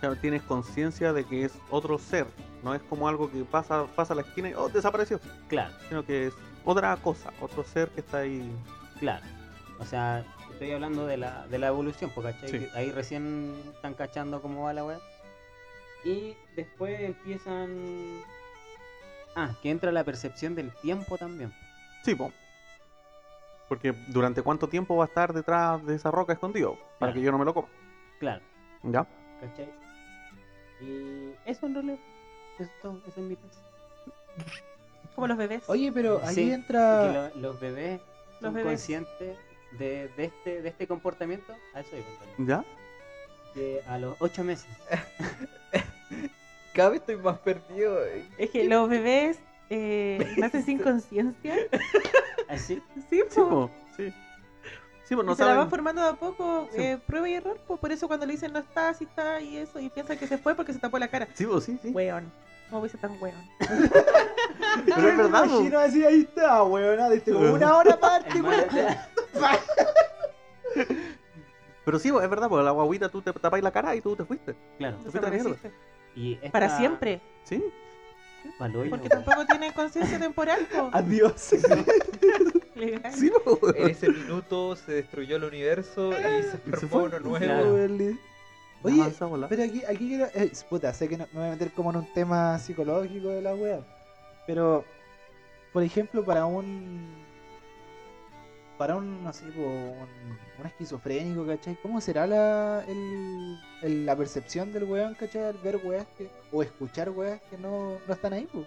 A: Claro, tienes conciencia de que es otro ser. No es como algo que pasa, pasa a la esquina y oh, desapareció.
E: Claro,
A: Sino que es otra cosa, otro ser que está ahí.
E: claro. O sea, estoy hablando de la, de la evolución, porque ¿cachai?
A: Sí.
E: Que ahí recién están cachando cómo va la weá. Y después empiezan... Ah, que entra la percepción del tiempo también.
A: Sí, po. Porque durante cuánto tiempo va a estar detrás de esa roca escondido para
E: Claro.
A: que yo no me lo coma.
E: Claro.
A: ¿Ya?
E: ¿Cachai? Y eso en realidad. Eso es todo, eso es mi tesis.
C: Como los bebés.
J: Oye, pero ahí
E: Sí,
J: entra.
E: Que lo- los bebés
C: Ah. Los
E: son
C: bebés.
E: conscientes de, de este, de este comportamiento. A eso iba, Antonio.
A: ¿Ya?
E: Que a los 8 meses.
C: [laughs]
G: Cada vez estoy más perdido. eh.
C: Es que los bebés eh, nacen sin conciencia.
E: Así.
C: Sí,
A: Sí,
C: po.
A: po. Sí. Sí, po,
C: Y
A: pues, no
C: se la
A: saben.
C: van formando de a poco,
A: Sí.
C: eh, prueba y error, pues por eso cuando le dicen no está, sí está y eso, y piensan que se fue porque se tapó la cara.
A: Sí, po, sí, sí.
C: Weón, ¿cómo hubiese tan weón?
A: Pero
J: [laughs]
A: es verdad, po.
J: Imagino así, ahí está, weón. Desde como
E: [laughs]
J: una hora aparte,
E: Hermano,
J: weón.
A: Pero sí, po, es verdad, porque la guaguita tú te tapáis la cara y tú te fuiste.
E: [laughs] claro.
A: Te fuiste a la mierda. Ah,
C: Desapareciste.
E: Y esta-
C: Para siempre,
A: Sí.
E: Pa'l hoyo,
C: porque
E: weón.
C: tampoco tienen conciencia temporal. po.
J: Adiós.
C: Legal.
A: Ah, Sí, po, [laughs]
G: En
A: weón.
G: ese minuto se destruyó el universo
A: [laughs]
G: y se
A: se
G: formó
A: fue.
G: uno
E: Claro.
G: nuevo.
J: Oye,
A: Avanza, bola.
J: pero aquí, aquí quiero. eh, puta, sé que no, me voy a meter como en un tema psicológico de la wea. Pero, por ejemplo, para un. Para un, no sé, po, un, un esquizofrénico, ¿cachai? ¿Cómo será la, el- el- la percepción del weón, ¿cachai? Al ver weas que, o escuchar weas que no, no están ahí, po.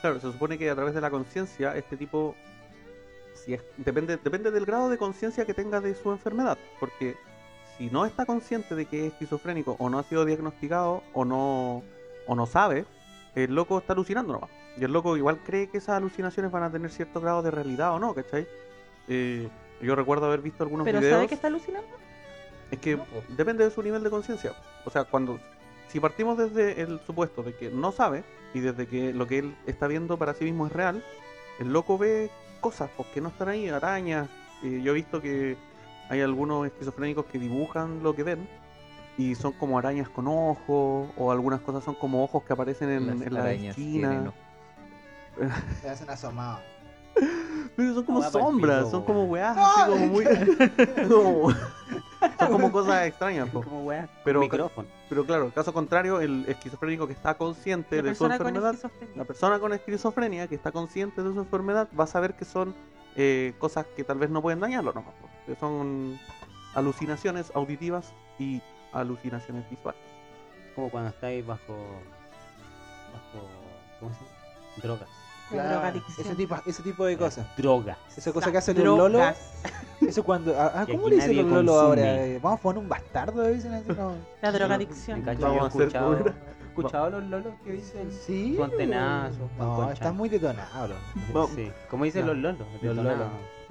A: Claro, se supone que a través de la conciencia, este tipo. Si es, depende, depende del grado de conciencia que tenga de su enfermedad. Porque si no está consciente de que es esquizofrénico, o no ha sido diagnosticado, o no, o no sabe, el loco está alucinando nomás. Y el loco igual cree que esas alucinaciones van a tener cierto grado de realidad o no, ¿cachai? Eh, yo recuerdo haber visto algunos
C: Pero
A: videos.
C: ¿sabe que está alucinando?
A: Es que
G: No, po.
A: depende de su nivel de conciencia. O sea, cuando si partimos desde el supuesto de que no sabe y desde que lo que él está viendo para sí mismo es real, el loco ve cosas porque no están ahí, arañas. Eh, yo he visto que hay algunos esquizofrénicos que dibujan lo que ven y son como arañas con ojos o algunas cosas son como ojos que aparecen en, en la esquina.
J: Te hacen asomado.
A: Pero son como
E: Ah, va
G: pues,
E: pa'l
A: sombras,
E: pico,
A: son
E: weón.
A: como weas,
G: ¡Ah!
A: así como
G: [laughs]
A: muy... [laughs] como- son como cosas extrañas. po.
E: Como weá.
A: Pero-
E: micrófono.
A: Pero claro, caso contrario, el esquizofrénico que está consciente
C: La
A: de su
C: persona con
A: enfermedad, la
C: esquizofrenia.
A: persona con esquizofrenia que está consciente de su enfermedad va a saber que son eh, cosas que tal vez no pueden dañarlo, no, que son alucinaciones auditivas y alucinaciones visuales.
E: Como cuando estáis bajo. bajo. ¿Cómo se llama? Drogas.
C: Con drogadicción.
J: ese tipo, ese tipo
E: Eh,
J: de cosas.
E: Drogas.
J: Esa cosa que hace el Lolo.
C: Drogas.
J: Eso cuando. ah, ah,
E: Que
J: ¿Cómo
E: aquí
J: le dicen
E: nadie
J: los Lolo
E: consume.
J: ahora? Eh, Vamos a poner un bastardo, dicen así. No.
C: La
E: Me
C: drogadicción.
E: cacho,
A: Vamos
E: yo
A: a
E: he
A: hacer
E: escuchado,
A: una-
E: he escuchado los lolos que dicen.
J: Sí.
E: Contenazo,
J: weón.
E: con
J: No,
E: concha.
J: estás muy detonado, bro.
A: Vamos.
E: Sí, como dicen
J: No.
E: los lolos.
J: Los
E: detonado.
J: lolos.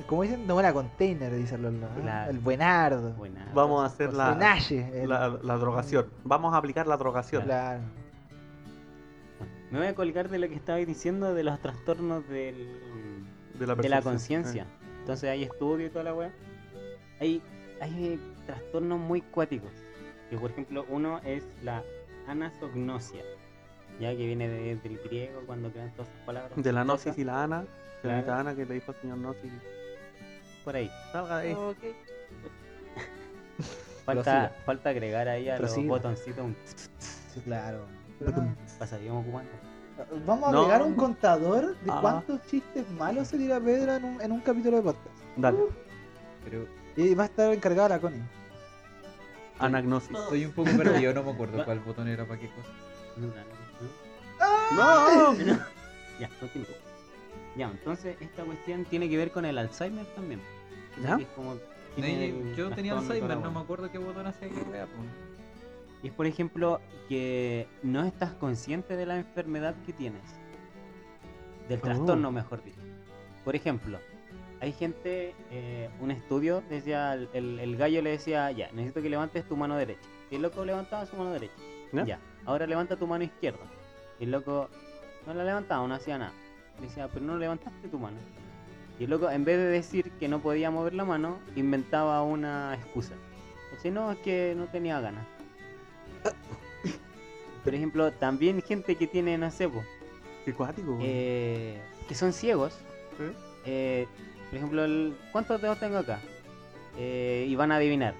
J: Como dicen, no la container, dicen los Lolo. ¿eh?
E: Claro.
J: El buenardo.
E: Buena,
A: Vamos a
E: esas
A: hacer
E: cosas.
A: la-
J: El Naye. el-
A: La, la drogación. Vamos a aplicar la drogación.
J: Claro.
E: Me voy a colgar de lo que estabais diciendo de los trastornos del,
A: de la,
E: de la
A: percepción. Ah.
E: conciencia. Entonces hay estudios y toda la weá. Hay, hay eh, trastornos muy cuáticos. Que por ejemplo uno es la anasognosia. Ya que viene de- del griego cuando crean todas esas palabras.
A: Eh, De la
E: Gnosis
A: gnosis y la ana, de la
E: Claro.
A: mitad ana que le dijo al señor gnosis,
E: Por ahí.
A: salga de ahí.
C: Ok.
E: Falta, falta agregar ahí a los
J: Prosiga.
E: botoncitos un
J: Sí, claro.
E: pasadíamos ocupando.
J: Vamos a
A: No.
J: agregar un contador de
A: Ah.
J: cuántos chistes malos se tira Pedra en un, en un capítulo de podcast.
A: Dale,
G: Pero
J: Y va a estar encargada la Connie.
A: anagnosis.
G: estoy un poco perdido, no me
A: [laughs]
G: acuerdo cuál botón era para qué cosa.
A: ¡No!
E: Ya, continúo. Ya, entonces esta cuestión tiene que ver con el Alzheimer también.
A: ¿Ya?
E: que es como-
G: No,
E: tiene
G: y-
E: el
G: yo tenía
E: trastorno y toda
G: Alzheimer,
E: la
G: no me
E: wea.
G: acuerdo qué botón hacía que wea, po.
E: Y es por ejemplo que no estás consciente de la enfermedad que tienes. Del
A: Oh.
E: trastorno, mejor dicho. Por ejemplo, hay gente, eh, un estudio, decía el, el- el gallo le decía, ya, necesito que levantes tu mano derecha. Y el loco levantaba su mano derecha.
A: ¿Ya?
E: Ya, ahora levanta tu mano izquierda. Y el loco no la levantaba, no hacía nada. Le decía, pero no levantaste tu mano. Y el loco, en vez de decir que no podía mover la mano, inventaba una excusa. Si no, es que no tenía ganas. Por ejemplo, también gente que tiene, no sé, po,
A: Qué cuático, weón.
E: eh, que son ciegos.
A: ¿Eh?
E: Eh, por ejemplo, el- ¿cuántos dedos tengo acá? Eh, y van a adivinar.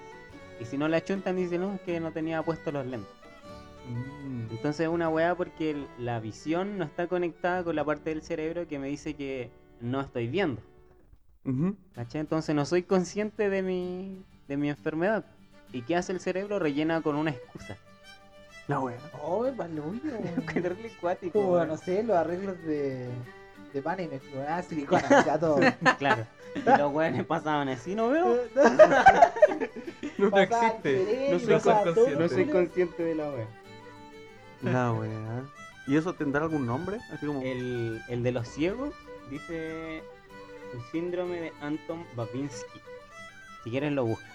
E: Y si no la chuntan, dicen, no, es que no tenía puestos los lentes.
A: Mm.
E: Entonces es una weá porque el- la visión no está conectada con la parte del cerebro que me dice que no estoy viendo.
A: Ujú.
E: ¿cachai? Entonces no soy consciente de mi, de mi enfermedad. ¿Y qué hace el cerebro? Rellena con una excusa. [laughs]
A: La wea.
J: Oh, es [laughs] maluño,
E: Qué terrible cuático,
J: Como,
E: weón.
J: no sé, los arreglos de. de Panini, weón. Ah, [laughs] silicona, ya todo.
E: Claro. Y los weones pasaban así, ¿no veo?
G: [laughs] No, no
J: Papá,
G: existe.
J: querés,
G: No soy
J: papá, todo.
G: consciente.
E: No soy consciente de la weá.
A: La wea. ¿eh? ¿Y eso tendrá algún nombre? Así como.
E: El, el de los ciegos dice el síndrome de Anton Babinski. Si quieres lo buscas.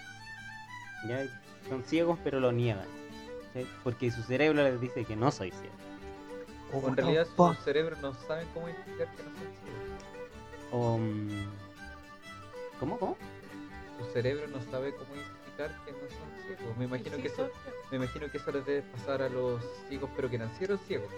E: Ya, Son ciegos pero lo niegan. ¿cachai? Porque su cerebro les dice que no soy ciego.
G: O en realidad sus cerebros no saben cómo identificar que no son ciegos.
E: O, mm, ¿Cómo? ¿Cómo?
G: Su cerebro no sabe cómo identificar que no son ciegos. Me imagino que eso, me imagino que eso les debe pasar a los ciegos, pero que nacieron ciegos.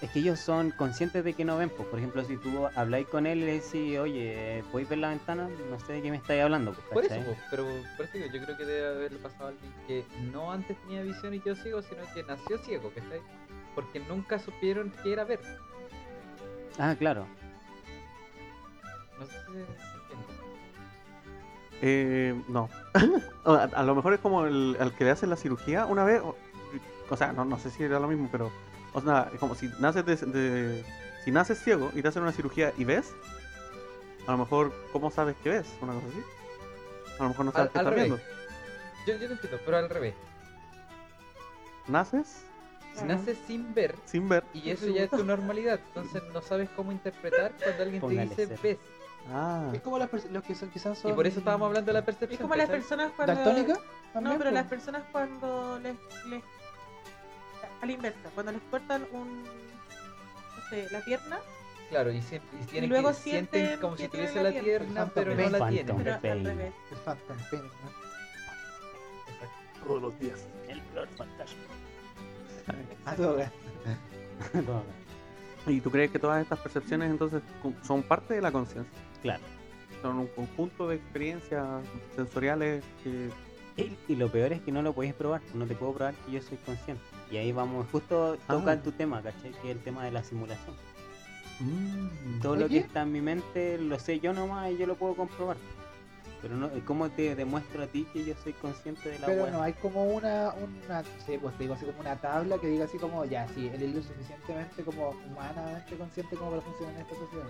E: Es que ellos son conscientes de que no ven. pues. Por ejemplo, si tú habláis con él y le decís, oye, eh, ¿podéis ver la ventana? No sé de qué me estáis hablando. pues,
G: Por eso,
E: ¿cachai?
G: po, pero por eso digo, yo creo que debe haberle pasado a alguien que no antes tenía visión y quedó ciego, sino que nació ciego, ¿cachai? Porque nunca supieron qué era ver.
E: Ah, claro.
G: No sé si se entiende.
A: Eh, no. [laughs] a, a lo mejor es como el, al que le hacen la cirugía una vez. O, o sea, no, no sé si era lo mismo, pero. O sea, es como si naces de, de- Si naces ciego y te hacen una cirugía y ves, a lo mejor, ¿cómo sabes que ves? Una cosa así. A lo mejor no
G: Al-
A: sabes qué
G: al
A: estás viendo.
G: revés. Yo, yo te entiendo, pero al revés.
A: Naces
G: Si naces sin ver,
A: sin ver.
G: y eso ya es tu normalidad, entonces no sabes cómo interpretar cuando alguien
E: Póngale
G: te dice
E: cero.
G: ves.
A: Ah.
D: Es como las pers- los que son, quizás son.
G: Y por eso estábamos hablando de la
C: Es
G: percepción.
C: como las
G: ¿cachai?
C: personas cuando.
D: ¿Daltónica?
C: No, pero
D: también, po.
J: pues.
C: las personas cuando les, les. A la inversa, cuando les cortan un. No sé, la pierna,
G: Claro, y, siempre, y tienen
C: luego
G: que- sienten,
C: sienten
G: como
C: que
G: si
C: tienen
G: tuviese
C: la
G: la
C: pierna.
G: pierna, pero no
D: Phantom
G: la
E: Pain.
G: tienen.
C: pero
E: Phantom. Hombre,
C: al
E: pey.
C: revés.
D: El Phantom Pain, ¿no?
A: Todos los días.
E: El flor fantasma.
D: Ah, todo, güey.
A: ¿Y tú crees que todas estas percepciones entonces cu- son parte de la conciencia?
E: [laughs] Claro.
A: Son un conjunto de experiencias sensoriales que.
E: Y, y lo peor es que no lo podéis probar, pues no te puedo probar que yo soy consciente. Y ahí vamos, justo toca
A: Ah.
E: tu tema, ¿cachai? Que es el tema de la simulación.
A: Mm.
E: Todo lo que
D: Oye.
E: está en mi mente lo sé yo nomás y yo lo puedo comprobar. Pero no, ¿cómo te demuestro a ti que yo soy consciente de la
J: Pero
E: weá?
J: no hay como una, una, no sé, pues te digo así como una tabla que diga así como, ya, sí, él es lo suficientemente como humanamente consciente como para funcionar en esta sociedad.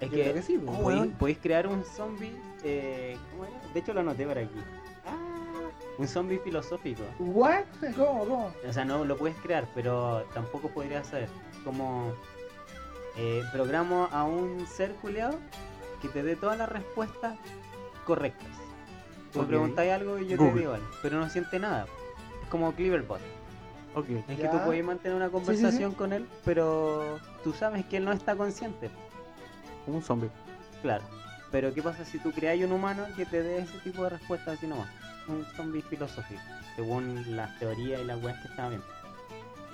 E: Es
J: Yo creo
E: que
J: que sí, pues.
E: podéis- podéis crear un zombie, eh, ¿cómo era? De hecho lo anoté por aquí. Ah, un zombie filosófico.
J: ¿What? ¿Cómo? ¿Cómo?
E: O sea, no lo puedes crear, pero tampoco podrías saber. Como eh, programo a un ser juliado que te dé todas las respuestas correctas. Tú me
A: Ok.
E: preguntáis algo y yo te
A: Google.
E: digo algo, pero no siente nada. Es como Cleaverbot.
A: Ok.
E: Es que
J: Ya.
E: tú podés mantener una conversación con él, pero tú sabes que él no está consciente.
A: Como un zombie.
E: Claro. Pero ¿qué pasa si tú creas un humano que te dé ese tipo de respuestas así nomás? Un zombie filosófico, según las teorías y las weas que estaba viendo.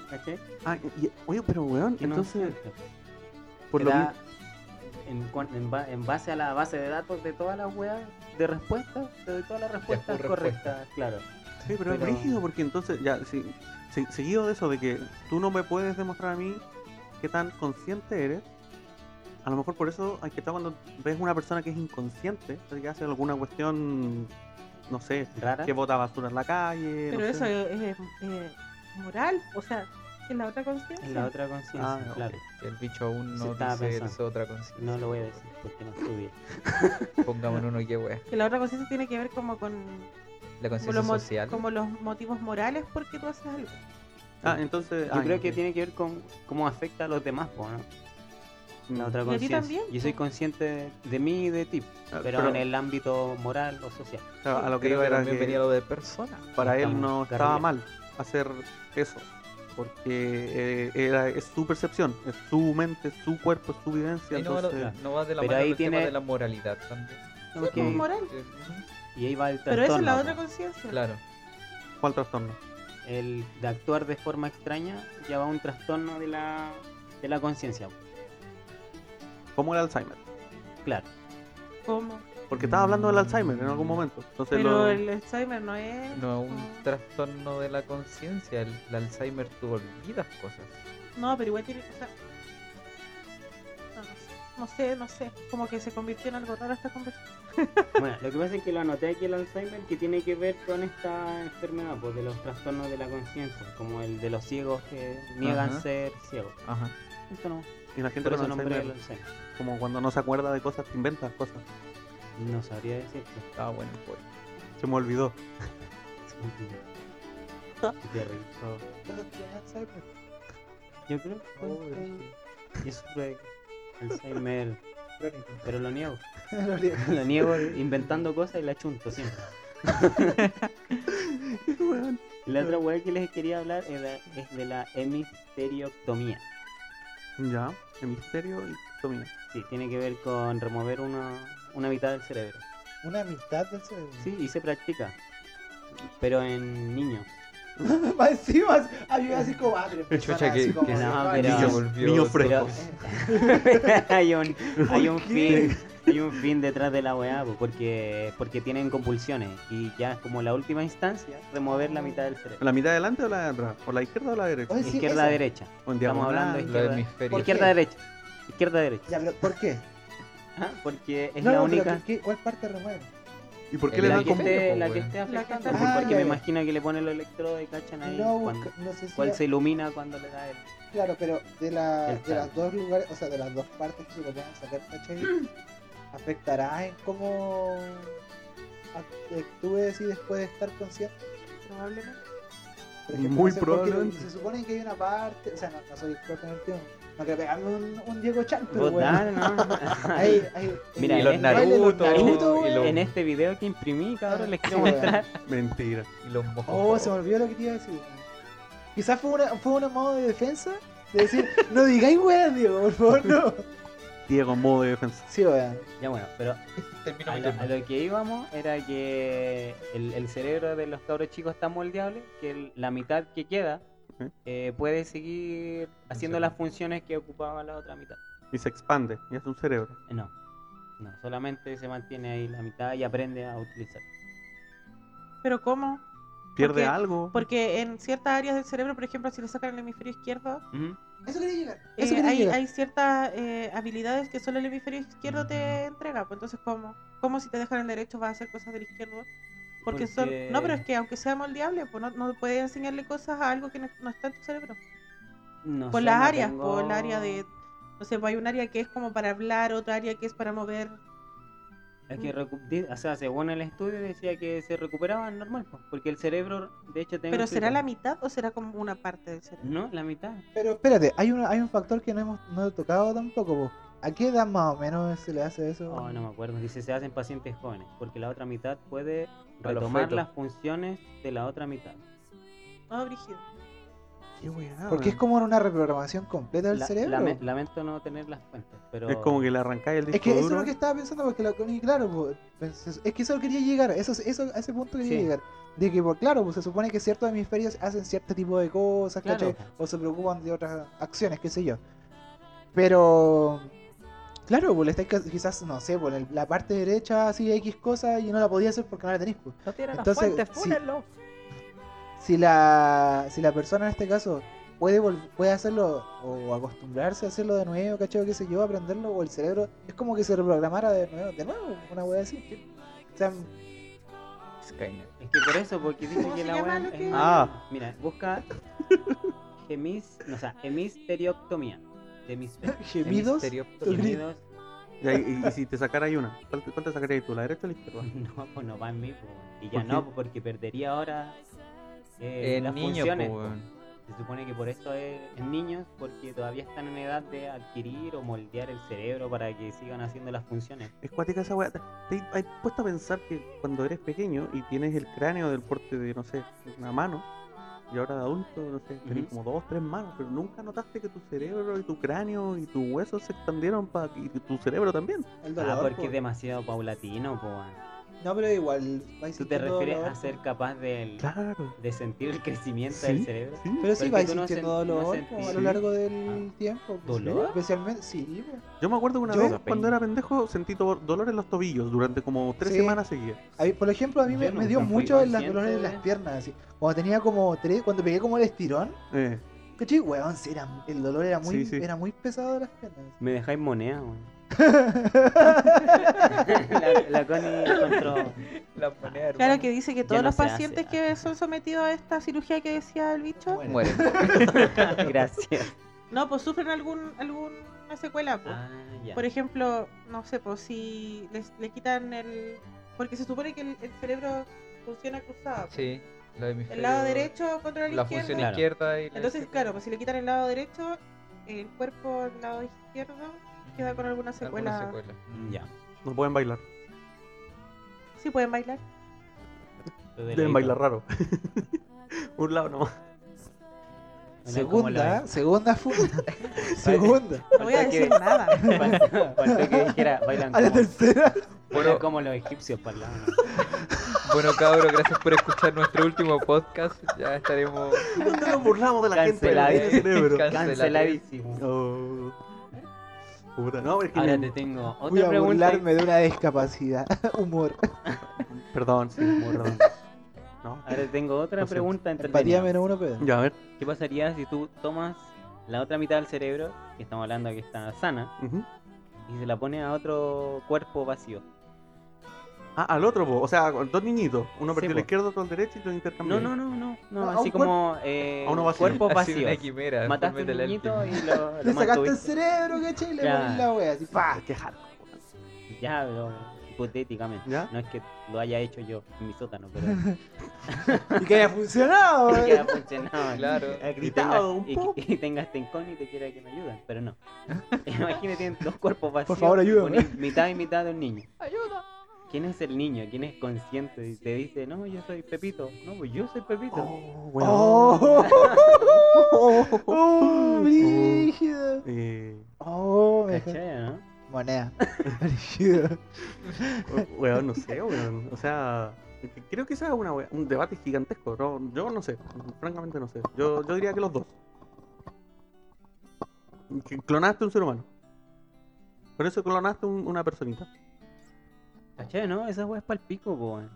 E: ¿Cachai?
A: Ah, y- oye, pero weón,
E: Que no
A: entonces,
E: siente.
A: por
E: Te
A: lo
E: da-
A: mismo-
E: en, cuan- en ba- en base a la base de datos de todas las weas de respuestas, te doy todas las respuestas
G: por
E: correctas, claro.
A: Sí, pero, es
E: pero-
A: rígido porque entonces, ya, sí, se- seguido de eso de que tú no me puedes demostrar a mí qué tan consciente eres, a lo mejor por eso hay que estar cuando ves una persona que es inconsciente, o sea, que hace alguna cuestión, no sé,
E: Rara.
A: que bota basura en la calle. no
C: Pero eso
A: sé.
C: es, es- es moral, o sea, es la otra conciencia.
E: En la otra conciencia,
A: Ah, ok.
E: claro.
G: El bicho aún
E: Sí,
G: no
E: estaba
G: dice
E: pensando.
G: eso otra conciencia.
E: No lo voy a decir porque no estudié.
G: Pongámonos uno que wea.
C: Que la otra conciencia tiene que ver como con
G: La
C: como
G: conciencia
C: los, mo-
G: social.
C: como los motivos morales por qué tú haces algo.
A: Ah, entonces.
E: Yo
A: ah,
E: creo
A: ya,
E: que
A: ok. Mm.
E: tiene que ver con cómo afecta a los demás, po, ¿no? La otra
C: ¿Y a ti
E: conciencia.
C: también,
E: Yo soy
C: po?
E: consciente de, de mí y de ti,
A: Ah,
E: pero, en el ámbito moral o social.
A: claro, a lo que
G: Creo
A: iba
G: que
A: era
G: también
A: que
G: venía lo de persona.
A: para él
E: estamos
A: no estaba
E: carrileando.
A: mal hacer eso. porque eh, era, es su percepción, es su mente, es su cuerpo, es su vivencia.
G: Ahí no, va,
A: entonces,
G: lo- no va de la
E: Pero
G: mano
E: ahí
G: el tema
E: tiene-
G: de la moralidad también.
C: Sí, pues,
E: Ok,
C: moral.
G: que-
E: Y ahí va el
C: Pero esa es la
E: trastorno,
C: otra
E: po.
C: conciencia.
G: Claro.
A: ¿cuál trastorno?
E: El de actuar de forma extraña ya va un trastorno de la, de la conciencia. po.
A: Como el Alzheimer.
E: Claro.
C: ¿Cómo?
A: Porque estaba hablando del Alzheimer en algún momento. Entonces
C: Pero
A: lo-
C: el Alzheimer no es.
G: No,
C: Ah.
G: un trastorno de la conciencia. El, el Alzheimer tuvo olvidas cosas.
C: No, pero igual tiene. o sea, no, no sé. No sé, no sé, como que se convirtió en algo raro esta conversación.
E: Bueno, lo que pasa es que lo anoté aquí el Alzheimer que tiene que ver con esta enfermedad, pues de los trastornos de la conciencia, como el de los ciegos que niegan
G: Ajá.
E: ser ciegos.
G: Ajá.
E: Eso no,
A: y la gente
E: por
A: con
E: eso nombré el
A: Alzheimer,
E: Alzheimer.
A: como cuando no se acuerda de cosas, te inventas cosas.
E: No sabría decirte.
G: Estaba bueno el juego.
A: Se me olvidó.
E: Qué rico. Yo creo que fue que yo sufro de Alzheimer,
J: [laughs]
E: pero lo niego. [laughs] Lo niego inventando cosas y la chunto siempre. Y La otra weá que les quería hablar es de, es de la hemisterioctomía.
A: Ya, el misterio y tomía.
E: Sí, tiene que ver con remover una, una mitad del cerebro.
D: Una mitad del cerebro.
J: [laughs]
E: Sí, y se practica. Pero en niños. [laughs]
D: Más encima, ayuda así como ah, pero
G: Chucha,
D: persona
G: que-
D: así como-
G: que
E: nada,
D: Ay,
E: pero-
G: Se
E: Niño-
G: volvió
A: niño
G: todo-
A: fresco.
E: hay un, hay un fin. Hay un fin detrás de la weá, po, porque, porque tienen compulsiones. Y ya es como la última instancia, remover la mitad del cerebro.
A: ¿La mitad adelante o la atrás? ¿O la izquierda o la derecha?
D: Oye, Ah, sí,
E: izquierda
D: eso.
E: derecha.
A: ¿O en
E: Estamos hablando
A: diagonal?
E: de
G: Los
E: izquierda.
G: hemisferios.
D: ¿Por qué?
E: Izquierda derecha. Izquierda derecha.
D: Ya, pero ¿por qué?
E: Ah, Porque es
D: No,
E: la
D: no, pero
E: única.
D: ¿qué- ¿Cuál parte remueve?
A: ¿Y por qué
G: El
A: le
E: la,
A: dan
E: que esté,
G: complejo,
E: la que
G: weón.
E: esté
C: La que
E: afectando.
C: está
E: pues,
D: afectando.
E: porque
D: Ah,
E: me
D: ya, ya.
E: imagino que le ponen los electrodos y cachan ahí.
D: No,
E: cuando-
D: busca, no sé si.
E: ¿Cuál
D: era-
E: se ilumina cuando le da el.?
D: Claro, pero de, la,
E: El
D: de las
E: tanto.
D: dos lugares, o sea, de las dos partes que lo puedan sacar, ¿cachai? ¿Afectará en cómo act- actúes y después de estar consciente?
C: Probablemente.
D: Por ejemplo,
A: Muy
D: no sé, porque
A: probablemente.
D: Se supone que hay una parte, o sea, no, no soy experto en el tema. No quiero pegarme un, un Diego Chan, pero
E: ¿Vos
D: bueno.
E: dale, no? [laughs]
D: [laughs] Ahí, ahí,
E: Mira,
D: ahí-
G: Y los
E: en este
D: el baile de los
G: Naruto.
D: Naruto,
G: y, los,
E: En este video que imprimí,
J: Ah,
E: cabrón, les quiero
D: Sí, weón.
E: mostrar.
A: Mentira.
G: y los mocos.
D: Oh, se me olvidó lo que te iba a decir. weón. Quizás fue una, fue un modo de defensa de decir, no digáis weas, Diego, por favor,
K: [laughs]
D: no.
A: Diego en modo de defensa.
D: Sí, weón.
E: Ya bueno, pero
L: Termino
E: a
L: mi
E: lo,
L: turno.
E: a lo que íbamos era que el, el cerebro de los cabros chicos es tan moldeable que el- la mitad que queda
A: Ujú.
E: eh, puede seguir haciendo las funciones que ocupaba la otra mitad.
A: Y se expande. Y es un cerebro.
E: Eh, No, no, solamente se mantiene ahí la mitad y aprende a utilizar.
C: Pero ¿cómo?
A: ¿Pierde
C: Porque-
A: algo?
C: Porque en ciertas áreas del cerebro, por ejemplo, si le sacan el hemisferio izquierdo,
E: Ujú.
D: Eso quería llegar.
C: eh,
D: Eso quería
C: hay,
D: llegar.
C: hay ciertas eh, habilidades que solo el hemisferio izquierdo
E: Mm.
C: te entrega. Pues entonces, ¿cómo? ¿Cómo si te dejan el derecho vas a hacer cosas del izquierdo? Porque, son... No, pero es que aunque sea moldeable, pues no, no puedes enseñarle cosas a algo que no, no está en tu cerebro.
E: No
C: por
E: sé,
C: las
E: no
C: áreas,
E: tengo-
C: por el área de... No sé, pues hay un área que es como para hablar, otra área que es para mover.
E: Es que recu- di- o sea, según el estudio decía que se recuperaban normal, pues, porque el cerebro, de hecho, tenía
C: ¿Pero
E: un
C: será
E: filtro.
C: la mitad o será como una parte del cerebro?
E: No, la mitad.
D: Pero espérate, hay un, hay un factor que no hemos no he tocado tampoco. po. ¿A qué edad más o menos se le hace eso?
E: Oh, no me acuerdo. Dice, se hacen pacientes jóvenes, porque la otra mitad puede
G: A los
E: retomar
G: fetos.
E: las funciones de la otra mitad.
C: No, Brigido.
A: Qué weá,
D: Porque es
A: weón.
D: como una reprogramación completa del
E: La-
D: cerebro.
E: lame- lamento no tener las cuentas, pero...
A: Es como que le arrancáis el disco
D: Es que eso es
A: duro.
D: lo que estaba pensando, porque la Connie, claro, po, pues, es que eso quería llegar, eso, eso a ese punto quería
E: Sí.
D: llegar. De que, pues, claro, pues, se supone que ciertos hemisferios hacen cierto tipo de cosas,
E: Claro.
D: ¿cachai? O se preocupan de otras acciones, qué sé yo. Pero, claro, pues, le estáis ca- quizás, no sé, por la parte derecha hacía X cosas y no la podía hacer porque no la tenéis. pues.
G: No tienen
D: las Entonces, fuentes, sí. fúnenlo. Si la, si la persona en este caso puede, vol- puede hacerlo o acostumbrarse a hacerlo de nuevo, ¿cachai? ¿Qué sé yo? Aprenderlo o el cerebro es como que se reprogramara de nuevo, de nuevo, una wea así. O sea,
G: Skynet.
E: Es que por eso, porque dice
C: ¿Cómo
E: que
C: se
E: la
C: llama
E: weá
C: lo
E: es
C: que-
A: Ah.
E: Mira, busca gemis... no, o sea, hemisterioctomía.
J: [laughs]
E: Hemisfer-
D: gemidos.
G: Misterioptomía.
E: Gemidos...
A: Ya, Y, y si te sacara ahí una, ¿cuál, te- cuál te sacarías tú? ¿La derecha o la izquierda?
E: No, pues no va en mí, po. Y ya
A: ¿Por qué?
E: no, po, porque perdería ahora eh,
G: El
E: las
G: niño,
E: funciones.
G: po,
E: po.
G: weón.
E: Se supone que por esto es en niños, porque todavía están en edad de adquirir o moldear el cerebro para que sigan haciendo las funciones.
A: Es cuática esa weá. Te, te- hay puesto a pensar que cuando eres pequeño y tienes el cráneo del porte de, no sé, una mano, y ahora de adulto, no sé, tenés
E: Ujú.
A: como dos, tres manos, pero nunca notaste que tu cerebro y tu cráneo y tus huesos se expandieron para y tu cerebro también.
K: El
E: Ah,
K: dolor,
E: porque
K: po.
E: es demasiado paulatino, po. weón.
K: No, pero igual. vais
E: Tú te
K: sintiendo
E: refieres
K: dolor,
E: a
K: po.
E: ser capaz del-
A: Claro.
E: de sentir el crecimiento
A: Sí,
E: del cerebro.
A: sí.
K: Pero sí,
E: Porque
K: vais
E: tú no
K: sintiendo
E: sen- no
K: dolor po, a
E: sentís- Ah.
K: lo largo del tiempo. pues,
E: ¿Dolor?
K: Especialmente, sí, po.
A: Yo me acuerdo que una
K: Yo-
A: vez cuando era pendejo sentí to- dolor en los tobillos durante como tres
K: Sí.
A: semanas seguidas.
J: A mí, por ejemplo, a mí
E: Yo
J: me,
E: no-
J: me dio
E: no fui
J: mucho en las
E: consciente
J: dolores en
E: de-
J: las piernas. Así. Cuando tenía como tres, cuando pegué como el estirón,
A: Eh,
J: ¿cachai? Weón, sí, era, el dolor era
A: Sí,
J: muy,
A: sí.
J: era muy pesado de las piernas.
E: Me dejáis moneda, weón. la, la Connie encontró. [laughs]
G: La
E: Ah.
G: moneda,
C: Claro que dice que todos
E: no
C: los
E: se hace,
C: pacientes
E: ah.
C: que son sometidos a esta cirugía que decía el bicho,
J: Bueno,
G: Muere.
E: Gracias.
C: no, pues sufren algún alguna secuela. pues.
E: Ah, ya.
C: Por ejemplo, no sé, pues si les, le quitan el... Porque se supone que el, el cerebro funciona cruzado. pues.
G: Sí, lo de mi
C: El lado
G: cerebro,
C: derecho contra el
G: La función
C: izquierdo.
E: Claro.
G: izquierda y la
C: Entonces,
G: izquierda.
C: claro, pues si le quitan el lado derecho, el cuerpo al lado izquierdo queda con alguna secuela.
G: Alguna secuela.
E: Ya.
A: no pueden bailar.
C: Sí, pueden bailar.
E: Lo del
A: Deben
E: oído.
A: bailar raro. [laughs] Un lado nomás.
E: Bueno, como la-
D: ¿eh?
J: Segunda,
E: [laughs]
J: segunda funda. [laughs] segunda.
C: No voy a
E: Falta que-
C: decir nada.
E: Faltó faltó que dijera, bailan
J: [laughs] A la
E: como,
J: tercera.
E: bailan
G: Bueno.
E: como los egipcios parlaban.
G: Bueno, cabros, gracias por escuchar nuestro último podcast. Ya estaremos
A: ¿Dónde nos burlamos de la gente que no
E: Canceladísimo.
A: tiene cerebro?
E: Canceladísimo.
A: Oh. Puta, no, es que
E: Ahora
A: me-
E: te tengo otra
J: Voy a
E: pregunta.
J: burlarme
A: [laughs]
J: de una discapacidad. [laughs] Humor.
A: Perdón, sí, perdón. No.
E: Ahora te tengo otra
A: Lo siento.
E: pregunta
J: Empatía
E: entretenida.
J: menos uno, pero.
A: Ya, a ver.
E: ¿Qué pasaría si tú tomas la otra mitad del cerebro, que estamos hablando que está sana,
A: Ujú.
E: y se la pones a otro cuerpo vacío?
A: Ah, al otro, po. o sea, con dos niñitos. Uno
E: Sí,
A: perdió la
E: po.
A: izquierda, otro al derecho y lo
E: No,
A: intercambiaron.
E: no, no, no, no,
J: A un
E: así como eh,
A: a uno vacío.
E: cuerpos
G: así una
E: vacíos.
G: quimera.
E: Mataste
G: forma
E: un
G: de la
E: niñito y
G: última.
A: [laughs]
E: lo, lo
J: Le sacaste el
E: mantuviste.
J: cerebro, ¿cachai? Y le
E: Claro.
J: pones la wea así. ¡Pah!
A: Qué hardcore.
E: Ya, pero hipotéticamente.
A: ¿Ya?
E: No es que lo haya hecho yo en mi sótano, pero pues,
J: Y que haya
A: [laughs]
E: [laughs]
J: funcionado,
E: que
J: wea.
E: haya funcionado.
G: Claro.
A: Ha
E: Y
A: gritado un
E: tengas- y-
A: poco.
E: [laughs] y, tengas este incógnito y quiera que me ayuden, pero no. Imagínate, tienen dos cuerpos vacíos.
J: favor,
E: y
J: ayúdame.
E: ponís Mitad y mitad de un niño. ¡Ayuda! ¿Quién es el niño? ¿Quién es consciente? Y te dice, no, yo soy Pepito. No, pues yo soy Pepito.
A: Oh, bueno.
J: ¡Oh!
A: Oh.
J: [laughs] ¡Oh! ¡Brígido!
A: Eh,
J: ¡Oh! me
E: [laughs]
J: dejó-
E: ¿Cachai, no?
J: Moneda. [laughs] Brígido.
A: o- [laughs] weón, no sé, weón. O sea, que- creo que ese es una, wea- un debate gigantesco. No, yo no sé, francamente no sé. Yo, yo diría que los dos. Que clonaste un ser humano. Por eso clonaste un- una personita.
E: ¿Cachai, no? Esa weá es pa'l pico, po. weón.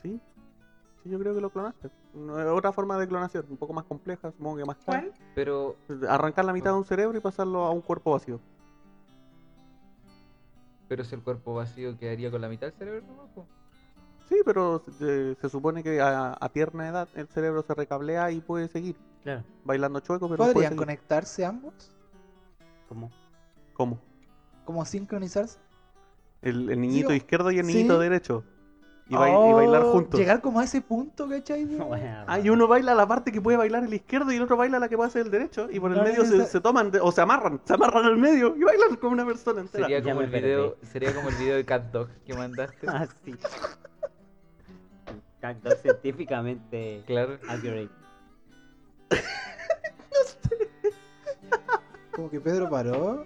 A: ¿Sí? Sí, yo creo que lo clonaste. No, es Otra forma de clonación, un poco más compleja, supongo que más cara.
C: ¿Cuál?
G: Pero
A: Arrancar la mitad de un cerebro y pasarlo a un cuerpo vacío.
G: Pero si el cuerpo vacío quedaría con la mitad del cerebro, ¿no? Pues, po?
A: Sí, pero se, se supone que a, a tierna edad el cerebro se recablea y puede seguir
E: Claro.
A: bailando chueco, pero puede
J: ¿Podrían
A: seguir.
J: conectarse ambos?
E: [laughs] ¿Cómo?
A: ¿Cómo?
J: ¿Como sincronizarse?
A: El, el niñito
J: Sí, o-
A: izquierdo y el
J: sí.
A: niñito derecho. Y, bai- y
J: Oh,
A: bailar juntos.
J: Llegar como a ese punto, ¿cachai? De-
E: Weá,
A: Ah, y uno baila la parte que puede bailar el izquierdo y el otro baila la que puede hacer el derecho. Y por el
J: No
A: medio se,
J: necesita-
A: se toman de- o se amarran, se amarran al medio y bailan como una persona entera.
G: Sería
E: ya
G: como
E: me
G: el video, sería como el video de Cat Dog que mandaste.
E: [laughs] Ah, sí. Cantor científicamente
G: Claro.
E: accurate.
J: Como que Pedro paró.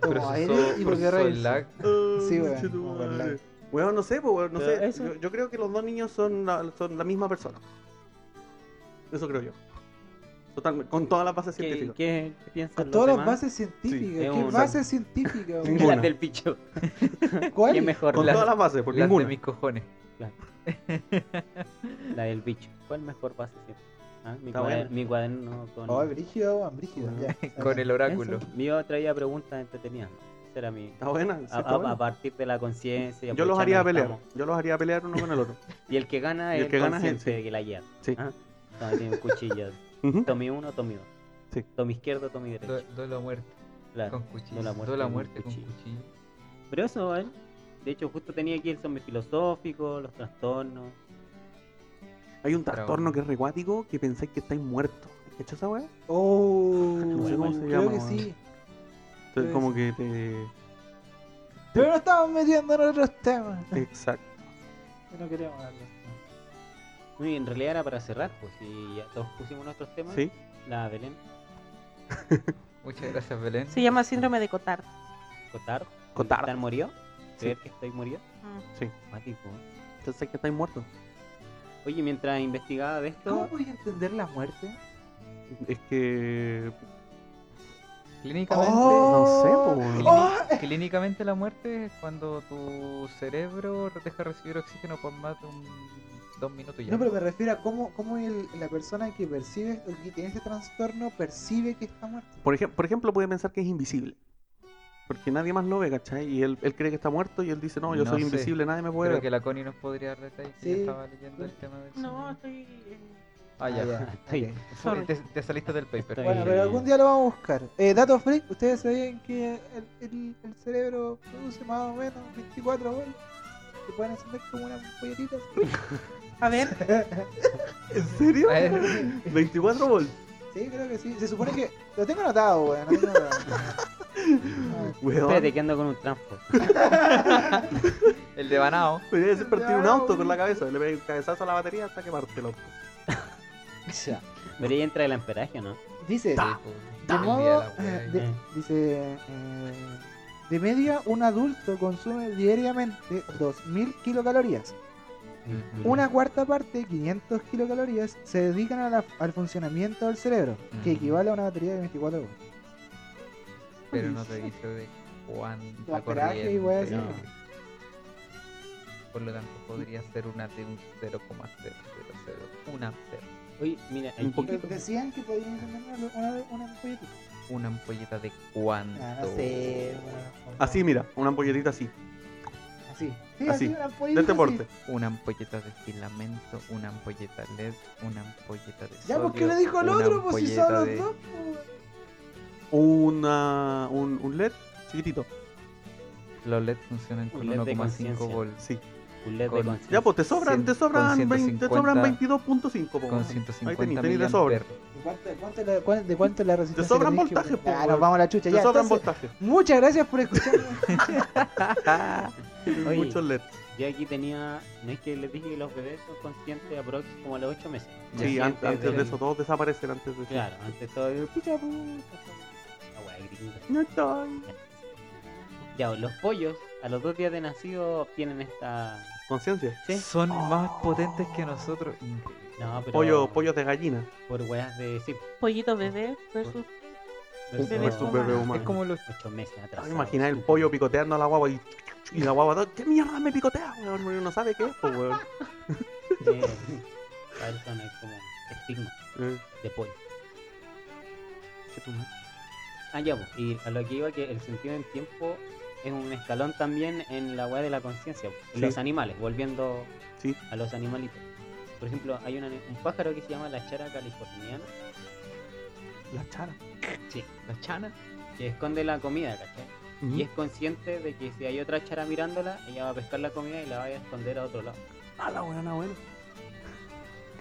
G: Pero
J: Como aire y volvió a reírse.
G: lag.
A: Ah,
J: Oh, Sí, weón,
A: conchetumare.
J: como con lag.
A: Weón, no sé, pues, weón, no
E: Pero
A: sé.
E: eso-
A: Yo, yo creo que los dos niños son la, son la misma persona. Eso creo yo. Total, con todas las bases
E: ¿Qué,
A: científicas.
E: qué, qué piensas
J: Con
E: los
J: todas las
E: demás?
J: bases científicas.
E: es
J: ¿Qué
E: un-
J: bases científicas?
A: Ninguna.
E: [laughs] Las del picho. ¿Qué
J: ¿Cuál?
E: mejor?
A: Con
E: La-
A: todas las bases, por
G: Lag de
A: ninguna.
G: mis cojones.
E: Ah, La del bicho. ¿Cuál mejor base siempre? Ah, mi,
A: Está
E: cuader-
A: bueno.
E: mi cuaderno con.
J: Oh, brígido, weón, brígido. ya.
G: Con el oráculo.
E: Eso. Mi otra traía preguntas entretenidas. Esa era mi.
A: Está buena. sí,
E: A,
A: Ah, está
E: a-
A: buena.
E: a partir de la conciencia. y
A: Yo los haría
E: aprovechando que
A: pelear. Yo los haría pelear uno con el otro.
E: estamos. Y el que gana
A: Y
E: es
A: el
E: el
A: que
E: que
A: gana es el- sí.
E: que la guía.
A: Sí.
E: Ah, no, tiene un
A: [laughs]
E: cuchillo.
A: Ujú.
E: Tommy uno, Tommy dos.
A: Sí.
E: Tommy izquierdo, Tommy
G: Do,
E: derecho.
G: do la muerte
E: Claro.
G: Eh, con cuchillo.
E: do la muerte
G: Do la
E: con
G: muerte con
E: cuchillo.
G: cuchillo.
E: Pero eso, ¿eh? De hecho, justo tenía aquí el zombie filosófico, los trastornos.
A: Hay un
G: Pero-
A: trastorno que es recuático que pensáis que estáis muertos. ¿Has hecho esa weá?
J: Oh,
A: No sé cómo se
J: creo
A: llama,
J: que
A: weón.
J: sí.
A: Entonces, como que te.
J: Pero
D: [laughs]
J: no estamos metiendo en otros temas.
A: Exacto.
J: No queremos hablar de esto.
E: No, y en realidad era para cerrar, pues si ya todos pusimos nuestros temas.
A: Sí.
E: La Belén,
G: Muchas gracias, Belén.
C: Se llama síndrome de Cotard.
E: Cotard.
A: Cotard.
E: ¿Cotard murió?
A: Sí.
E: ¿Creer que estoy murió?
C: Mm.
E: Cuático.
A: Entonces que estáis muertos.
E: Oye, mientras investigaba de esto,
A: Ah,
E: [laughs]
D: podía entender la muerte?
A: Es que.
D: Oh.
G: Clínicamente,
E: pues,
A: No sé, po, weón.
G: clínicamente la muerte es cuando tu cerebro deja de recibir oxígeno por más de un, dos minutos ya.
D: No, pero me refiero a cómo, cómo el- la persona que percibe o que tiene este trastorno percibe que está muerta.
A: Por, ejem- por ejemplo, puede pensar que es invisible. Porque nadie más lo ve, ¿cachai? Y él, él cree que está muerto y él dice, no, yo
G: No
A: soy
G: sé.
A: invisible, nadie me puede
G: Creo
A: ver.
G: que la Connie nos podría dar detalles. que
D: Sí.
G: Yo estaba leyendo el tema del
C: No,
G: sonido.
C: estoy. eh,
G: Ah, ya. [laughs]
E: estoy-
D: ok.
C: sorry.
G: Te, te saliste del paper.
E: Estoy-
D: Bueno, pero algún día lo vamos a buscar. Eh, datos freak, ¿ustedes sabían que el, el- el cerebro produce más o menos 24 horas? Se pueden encender como una pollerita.
C: A ver,
A: ¿En serio? [laughs]
G: A ver.
A: 24 volts.
D: Sí, creo que sí. Se supone que. Lo tengo anotado, weón. lo tengo anotado.
A: [laughs]
D: Ah,
A: Weón,
E: espérate que ando con un transfer.
G: El de Banao.
A: podría ser partir un auto con la cabeza. Le pegáis un cabezazo a la batería hasta quemarte el auto.
D: ya.
E: Pero ahí entra el amperaje, ¿no?
D: Dice. Ah, De modo, eh, de- dice, eh, de media un adulto consume diariamente 2.000 kilocalorías.
G: Mm,
D: Una cuarta parte, 500 kilocalorías, se dedican a la- al funcionamiento del cerebro, que
G: Ujú.
D: equivale a una batería de 24 horas.
G: Pero no te dice de cuánta
D: Amperaje
G: corriente.
D: y weas así.
G: Por lo tanto, podría ser una de un 0,001 Un amper.
E: Oye, mira,
A: Un
E: aquí-
A: poquito.
D: Pero Decían que podían encender una, una, una ampolletita.
G: Una ampolleta de cuánto.
D: Ah, no sé, bueno,
A: Así, mira, una ampolletita así,
D: Así. Sí,
A: así,
D: así, una
A: de
D: ampolleta
A: este
D: así.
A: porte.
G: Una ampolleta de filamento, una ampolleta LED, una ampolleta de
D: Ya,
G: sodio,
D: ¿por qué lo dijo el
G: una
D: otro? Pues si son
G: ampolleta
D: los
G: de-
D: dos, pues.
A: Una, un, un LED chiquitito,
G: Los LED funcionan con
E: Un LED de
G: 1,5
E: conciencia.
G: volts.
A: sí.
E: un LED de
G: Con-
E: conciencia.
A: Ya, pues te sobran,
G: Cien-
A: te sobran,
G: con
A: 20 te sobran
G: 150,
A: 22.5, po,
G: Con
A: weón.
G: 150
A: tenés de sobra.
G: miliamper.
D: ¿De cuánto, de cuánto es la- cuán- de cuánto es la resistencia?
A: sobran
D: que tenés que-
A: voltajes, po,
D: Ah, nos
A: weón.
D: vamos a la chucha.
A: Te
D: ya,
A: sobran
D: entonces,
A: voltajes.
D: Muchas gracias por [laughs] escucharnos.
E: [laughs] Oye,
A: Muchos LED.
E: Yo aquí tenía, no es que les dije que los bebés son conscientes aprox como a los 8 meses.
A: Sí,
E: Ya,
A: an- antes,
E: del-
A: de eso, todos desaparecen antes de eso.
E: Claro, antes todo el pucha
D: pues?
E: puta. La wea gringa.
A: No estoy.
E: Ya, pues, los pollos a los dos días de nacido obtienen esta.
A: Conciencia.
E: Sí.
G: Son
D: Oh.
G: más potentes que nosotros.
E: No, pero
A: Pollo, pollos de gallina.
E: Por weas de. Sí,
C: pollito bebé versus.
E: versus
C: Bebé
A: Versus
C: humano.
A: bebé
G: Es
A: humano.
G: como los
E: ocho meses atrás.
A: Ay, Imagina el pollo picoteando a la guagua y, y la guagua, "No, ¿qué mierda me picotea? weón? Uno no sabe qué es, pues, weón.
E: es como estigma
A: Eh,
E: de pollo.
A: qué tu madre.
E: Ah, ya, pues, y a lo que iba que el sentido del tiempo es un escalón también en la weá de la conciencia. pues,
A: Sí.
E: en Los animales, volviendo
A: Sí.
E: a los animalitos. Por ejemplo, hay una- un pájaro que se llama la chara californiana.
A: La chara.
E: Sí, la chana. Que esconde la comida, ¿cachai?
A: Ujú.
E: Y es consciente de que si hay otra chara mirándola, ella va a pescar la comida y la va a esconder a otro lado.
A: Ah, la buena, la buena.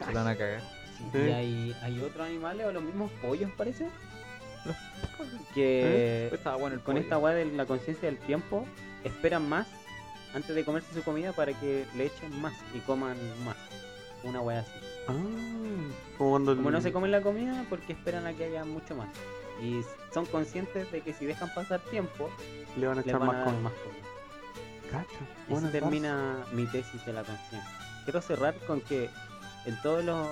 G: se van a cagar.
A: Sí.
E: Y hay, hay otros animales o los mismos pollos, parece. Que
G: Estaba bueno el
E: con
G: pollo.
E: esta weá de la conciencia del tiempo, esperan más antes de comerse su comida para que le echen más y coman más. Una weá así.
A: Ah, como cuando el-
E: Como no se comen la comida porque esperan a que haya mucho más. Y son conscientes de que si dejan pasar tiempo,
A: le van a
E: les
A: echar
E: van a
A: más
E: dar
A: con.
E: más comida.
A: Cacha.
E: Y
A: buena
E: así termina mi tesis de la conciencia. Quiero cerrar con que en todos los,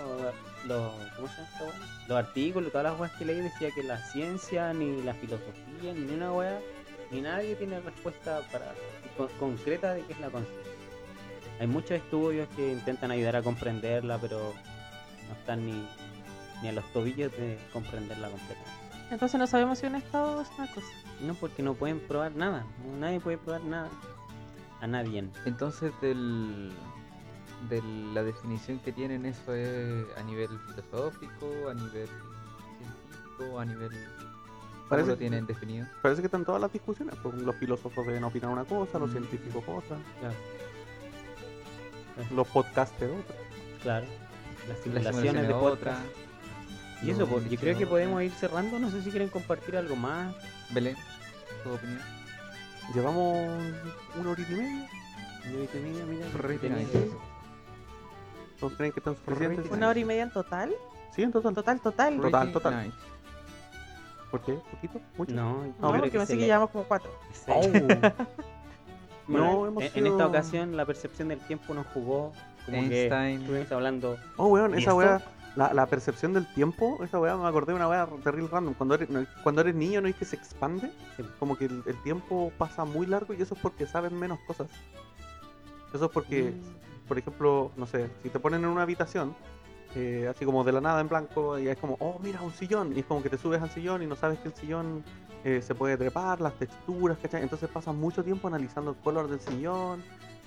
E: los, ¿cómo se llama esta weá? los artículos, todas las weas que leí, decía que la ciencia, ni la filosofía, ni una wea, ni nadie tiene respuesta para con- concreta de qué es la conciencia. Hay muchos estudios que intentan ayudar a comprenderla, pero no están ni, ni a los tobillos de comprenderla completamente.
C: Entonces no sabemos si un estado es una cosa.
E: No, porque no pueden probar nada. Nadie puede probar nada. A nadie.
G: Entonces, del, de la definición que tienen, eso es a nivel filosófico, a nivel científico, a nivel. ¿Cómo
A: Parece-
G: lo tienen definido?
A: Parece que están todas las discusiones. pues, los filósofos deben opinar una cosa, los
E: Mm.
A: científicos otra,
E: Claro.
A: los podcasters otra.
E: Claro. Las
G: Las
E: simulaciones de
G: otra.
E: podcast. Y eso, pues, yo creo que podemos
G: ir.
E: ir cerrando. No sé si quieren compartir algo más.
G: Belén, tu opinión.
A: Llevamos una horita y media.
E: Yo dije, mira, mira,
G: Re
E: tenía
G: bien.
E: que-
A: ¿Todos creen que están suficientes?
C: Una hora y media en total.
A: Sí, en total.
C: Total, total.
A: Total.
G: Night.
A: ¿Por qué? ¿Poquito? ¿Mucho?
E: No, yo
C: No,
E: creo
C: porque
E: que
C: pensé
E: se
C: que
E: le-
C: llevamos como cuatro.
E: se-
A: Oh.
E: [laughs] Bueno,
A: No, hemos
E: en, en
A: sido-
E: esta ocasión la percepción del tiempo nos jugó como que
G: Einstein.
E: estuvimos hablando
A: Oh, weón,
E: ¿Y
A: esa
E: esto?
A: weá, la, la percepción del tiempo, esa weá, me acordé de una weá terrible random. Cuando eres, no, cuando eres niño, ¿no es que se expande?
E: Sí.
A: Como que el, el tiempo pasa muy largo y eso es porque saben menos cosas. Eso es porque,
E: Mm.
A: por ejemplo, no sé, si te ponen en una habitación, eh, así como de la nada en blanco, y es como, oh, mira, un sillón, y es como que te subes al sillón y no sabes que el sillón eh, se puede trepar, las texturas, ¿cachai? Entonces pasas mucho tiempo analizando el color del sillón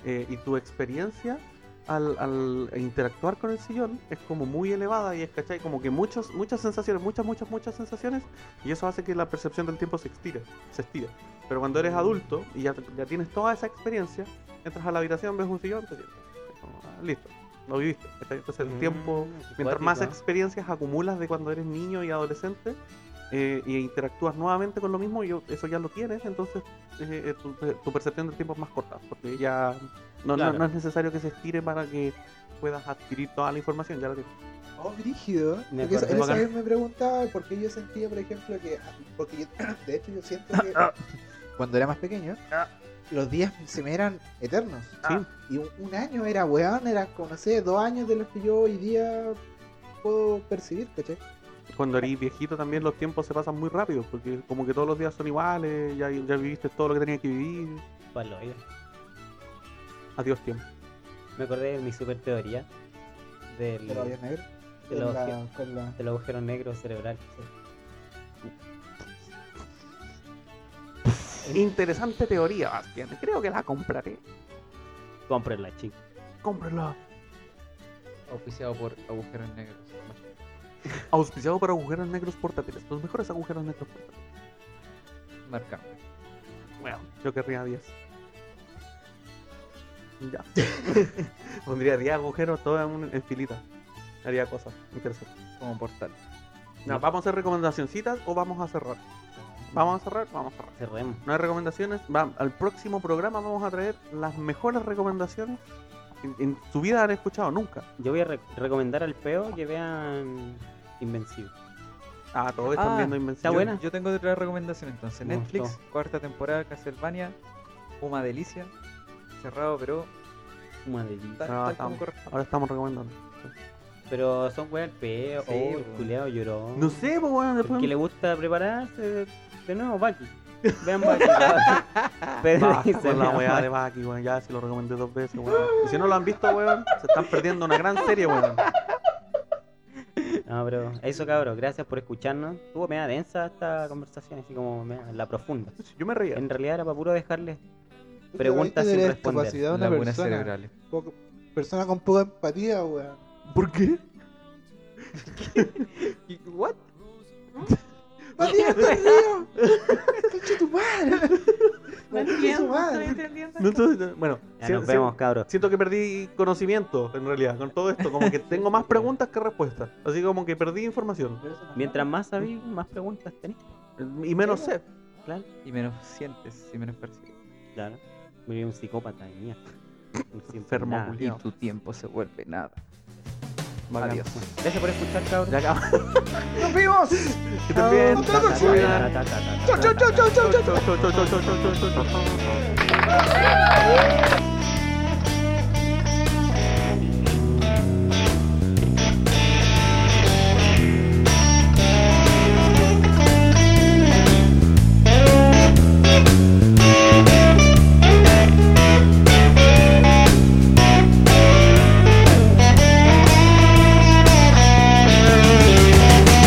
A: eh, y tu experiencia al, al interactuar con el sillón es como muy elevada y es, ¿cachai? Como que muchos, muchas sensaciones, muchas, muchas, muchas sensaciones y eso hace que la percepción del tiempo se estire, se estire. Pero cuando eres adulto y ya, ya tienes toda esa experiencia, entras a la habitación, ves un sillón, te sientas. Es como, ah, listo, lo viviste. ¿cachai? Entonces el tiempo...
E: Mm, qué
A: Mientras más
E: cuático,
A: experiencias acumulas de cuando eres niño y adolescente eh, y interactúas nuevamente con lo mismo, yo, eso ya lo tienes, entonces eh, eh, tu, tu percepción del tiempo es más corta, porque ya no, no-
E: Claro.
A: no, es necesario que se estire para que puedas adquirir toda la información, ya lo tienes.
D: Oh, brígido.
E: Me
D: Porque esa,
E: acordé.
D: esa vez me preguntaba por qué yo sentía, por ejemplo, que. Porque yo, [coughs] de hecho, yo siento que. [coughs] cuando era más [coughs] pequeño, los días se me eran eternos.
A: Sí.
D: Y un, un año era, weón, era, como, no sé, dos años de los que yo hoy día puedo percibir, ¿cachai?
A: Cuando eres viejito también los tiempos se pasan muy rápido, porque como que todos los días son iguales, ya, ya viviste todo lo que tenías que vivir,
E: palo, oiga.
A: adiós tiempo.
E: Me acordé de mi super teoría del,
D: De los días negros.
E: de
D: Con
E: los-
D: la- con la-
E: del agujero negro cerebral.
A: Interesante teoría, Bastian, creo que la compraré.
E: Cómprenla, chicos.
A: Cómprala.
G: Auspiciado por agujeros negros.
A: Auspiciado para agujeros negros portátiles, los mejores agujeros negros portátiles.
G: Marca.
A: Bueno, yo querría 10.
G: [laughs]
A: Ya. [laughs] Pondría 10 agujeros todos en, un- en filita. Haría cosas interesantes.
G: Como portal.
A: Ya, ¿Vamos a hacer recomendacioncitas o vamos a cerrar? Vamos a cerrar, vamos a cerrar.
E: Cerremos.
A: No hay recomendaciones. Va, al próximo programa vamos a traer las mejores recomendaciones. que En, su vida han escuchado nunca.
E: Yo voy a re- recomendar al peo que vean Invencible.
A: Ah, todos están
G: Ah,
A: viendo
G: Está
A: Invencible.
G: buena. Yo tengo otra recomendación entonces.
E: Me
G: Netflix,
E: gustó.
G: cuarta temporada, Castlevania. Una delicia. Cerrado, pero
E: Una delicia.
A: No,
G: tal, tal como
A: estamos-
G: corresponde.
A: ahora estamos recomendando.
E: Pero son weas al peo,
G: Sí,
E: oh, el
G: weón.
E: culeado lloró.
A: No sé, pues bueno, después.
E: Que le gusta prepararse de
A: [laughs]
E: nuevo, Baki. Vean Baki. Baki. Pedro
A: Basta
E: dice,
A: con la
E: vean
A: weá de
E: Baki.
A: Baki, weón. Ya se lo recomendé dos veces, weón. Y si no lo han visto, weón, se están perdiendo una gran serie, weón.
E: No, pero eso cabrón, gracias por escucharnos. Tuvo media densa esta conversación, así como media- la profunda.
A: Yo me reía.
E: En realidad era para puro dejarles
D: Puta,
E: preguntas
D: ¿viste
E: sin
D: de la
E: responder.
D: discapacidad de
G: Las
D: una
G: buenas
D: persona,
G: cerebrales.
D: Poco- persona con poca empatía, [laughs] weón.
A: ¿Por
E: [laughs]
A: qué?
G: ¿Y- ¿What?
D: ¡Matías, te río! [laughs] ¡Concha tu madre!
C: No
D: ¡Concha tu
C: entiendo, no estoy
D: madre!
C: entendiendo.
A: No, entonces, bueno,
E: Ya
A: si-
E: nos
A: si-
E: vemos, cabros.
A: siento que perdí conocimiento, en realidad, con todo esto. Como que tengo
E: [laughs]
A: más preguntas que respuestas. Así como que perdí información.
E: Mientras más sabéis, más preguntas tenéis.
A: Y menos sé.
E: Claro.
G: Y menos sientes y menos percibes.
E: Claro. Me vi un psicópata de mierda. No siento
A: Enfermo
E: nada.
A: culiao.
G: tu tiempo se vuelve nada.
A: Bacán.
G: Adiós.
E: Gracias por escuchar, cabros.
A: Ya acabamos.
D: ¡Nos vimos!
A: Que estén bien.
D: Hasta la próxima.
A: Cuidan.
E: chao,
D: ¡Chau, chau, chau, chau, chau, chau!
A: Chau, chau, chau, chau, chau, chau, chau.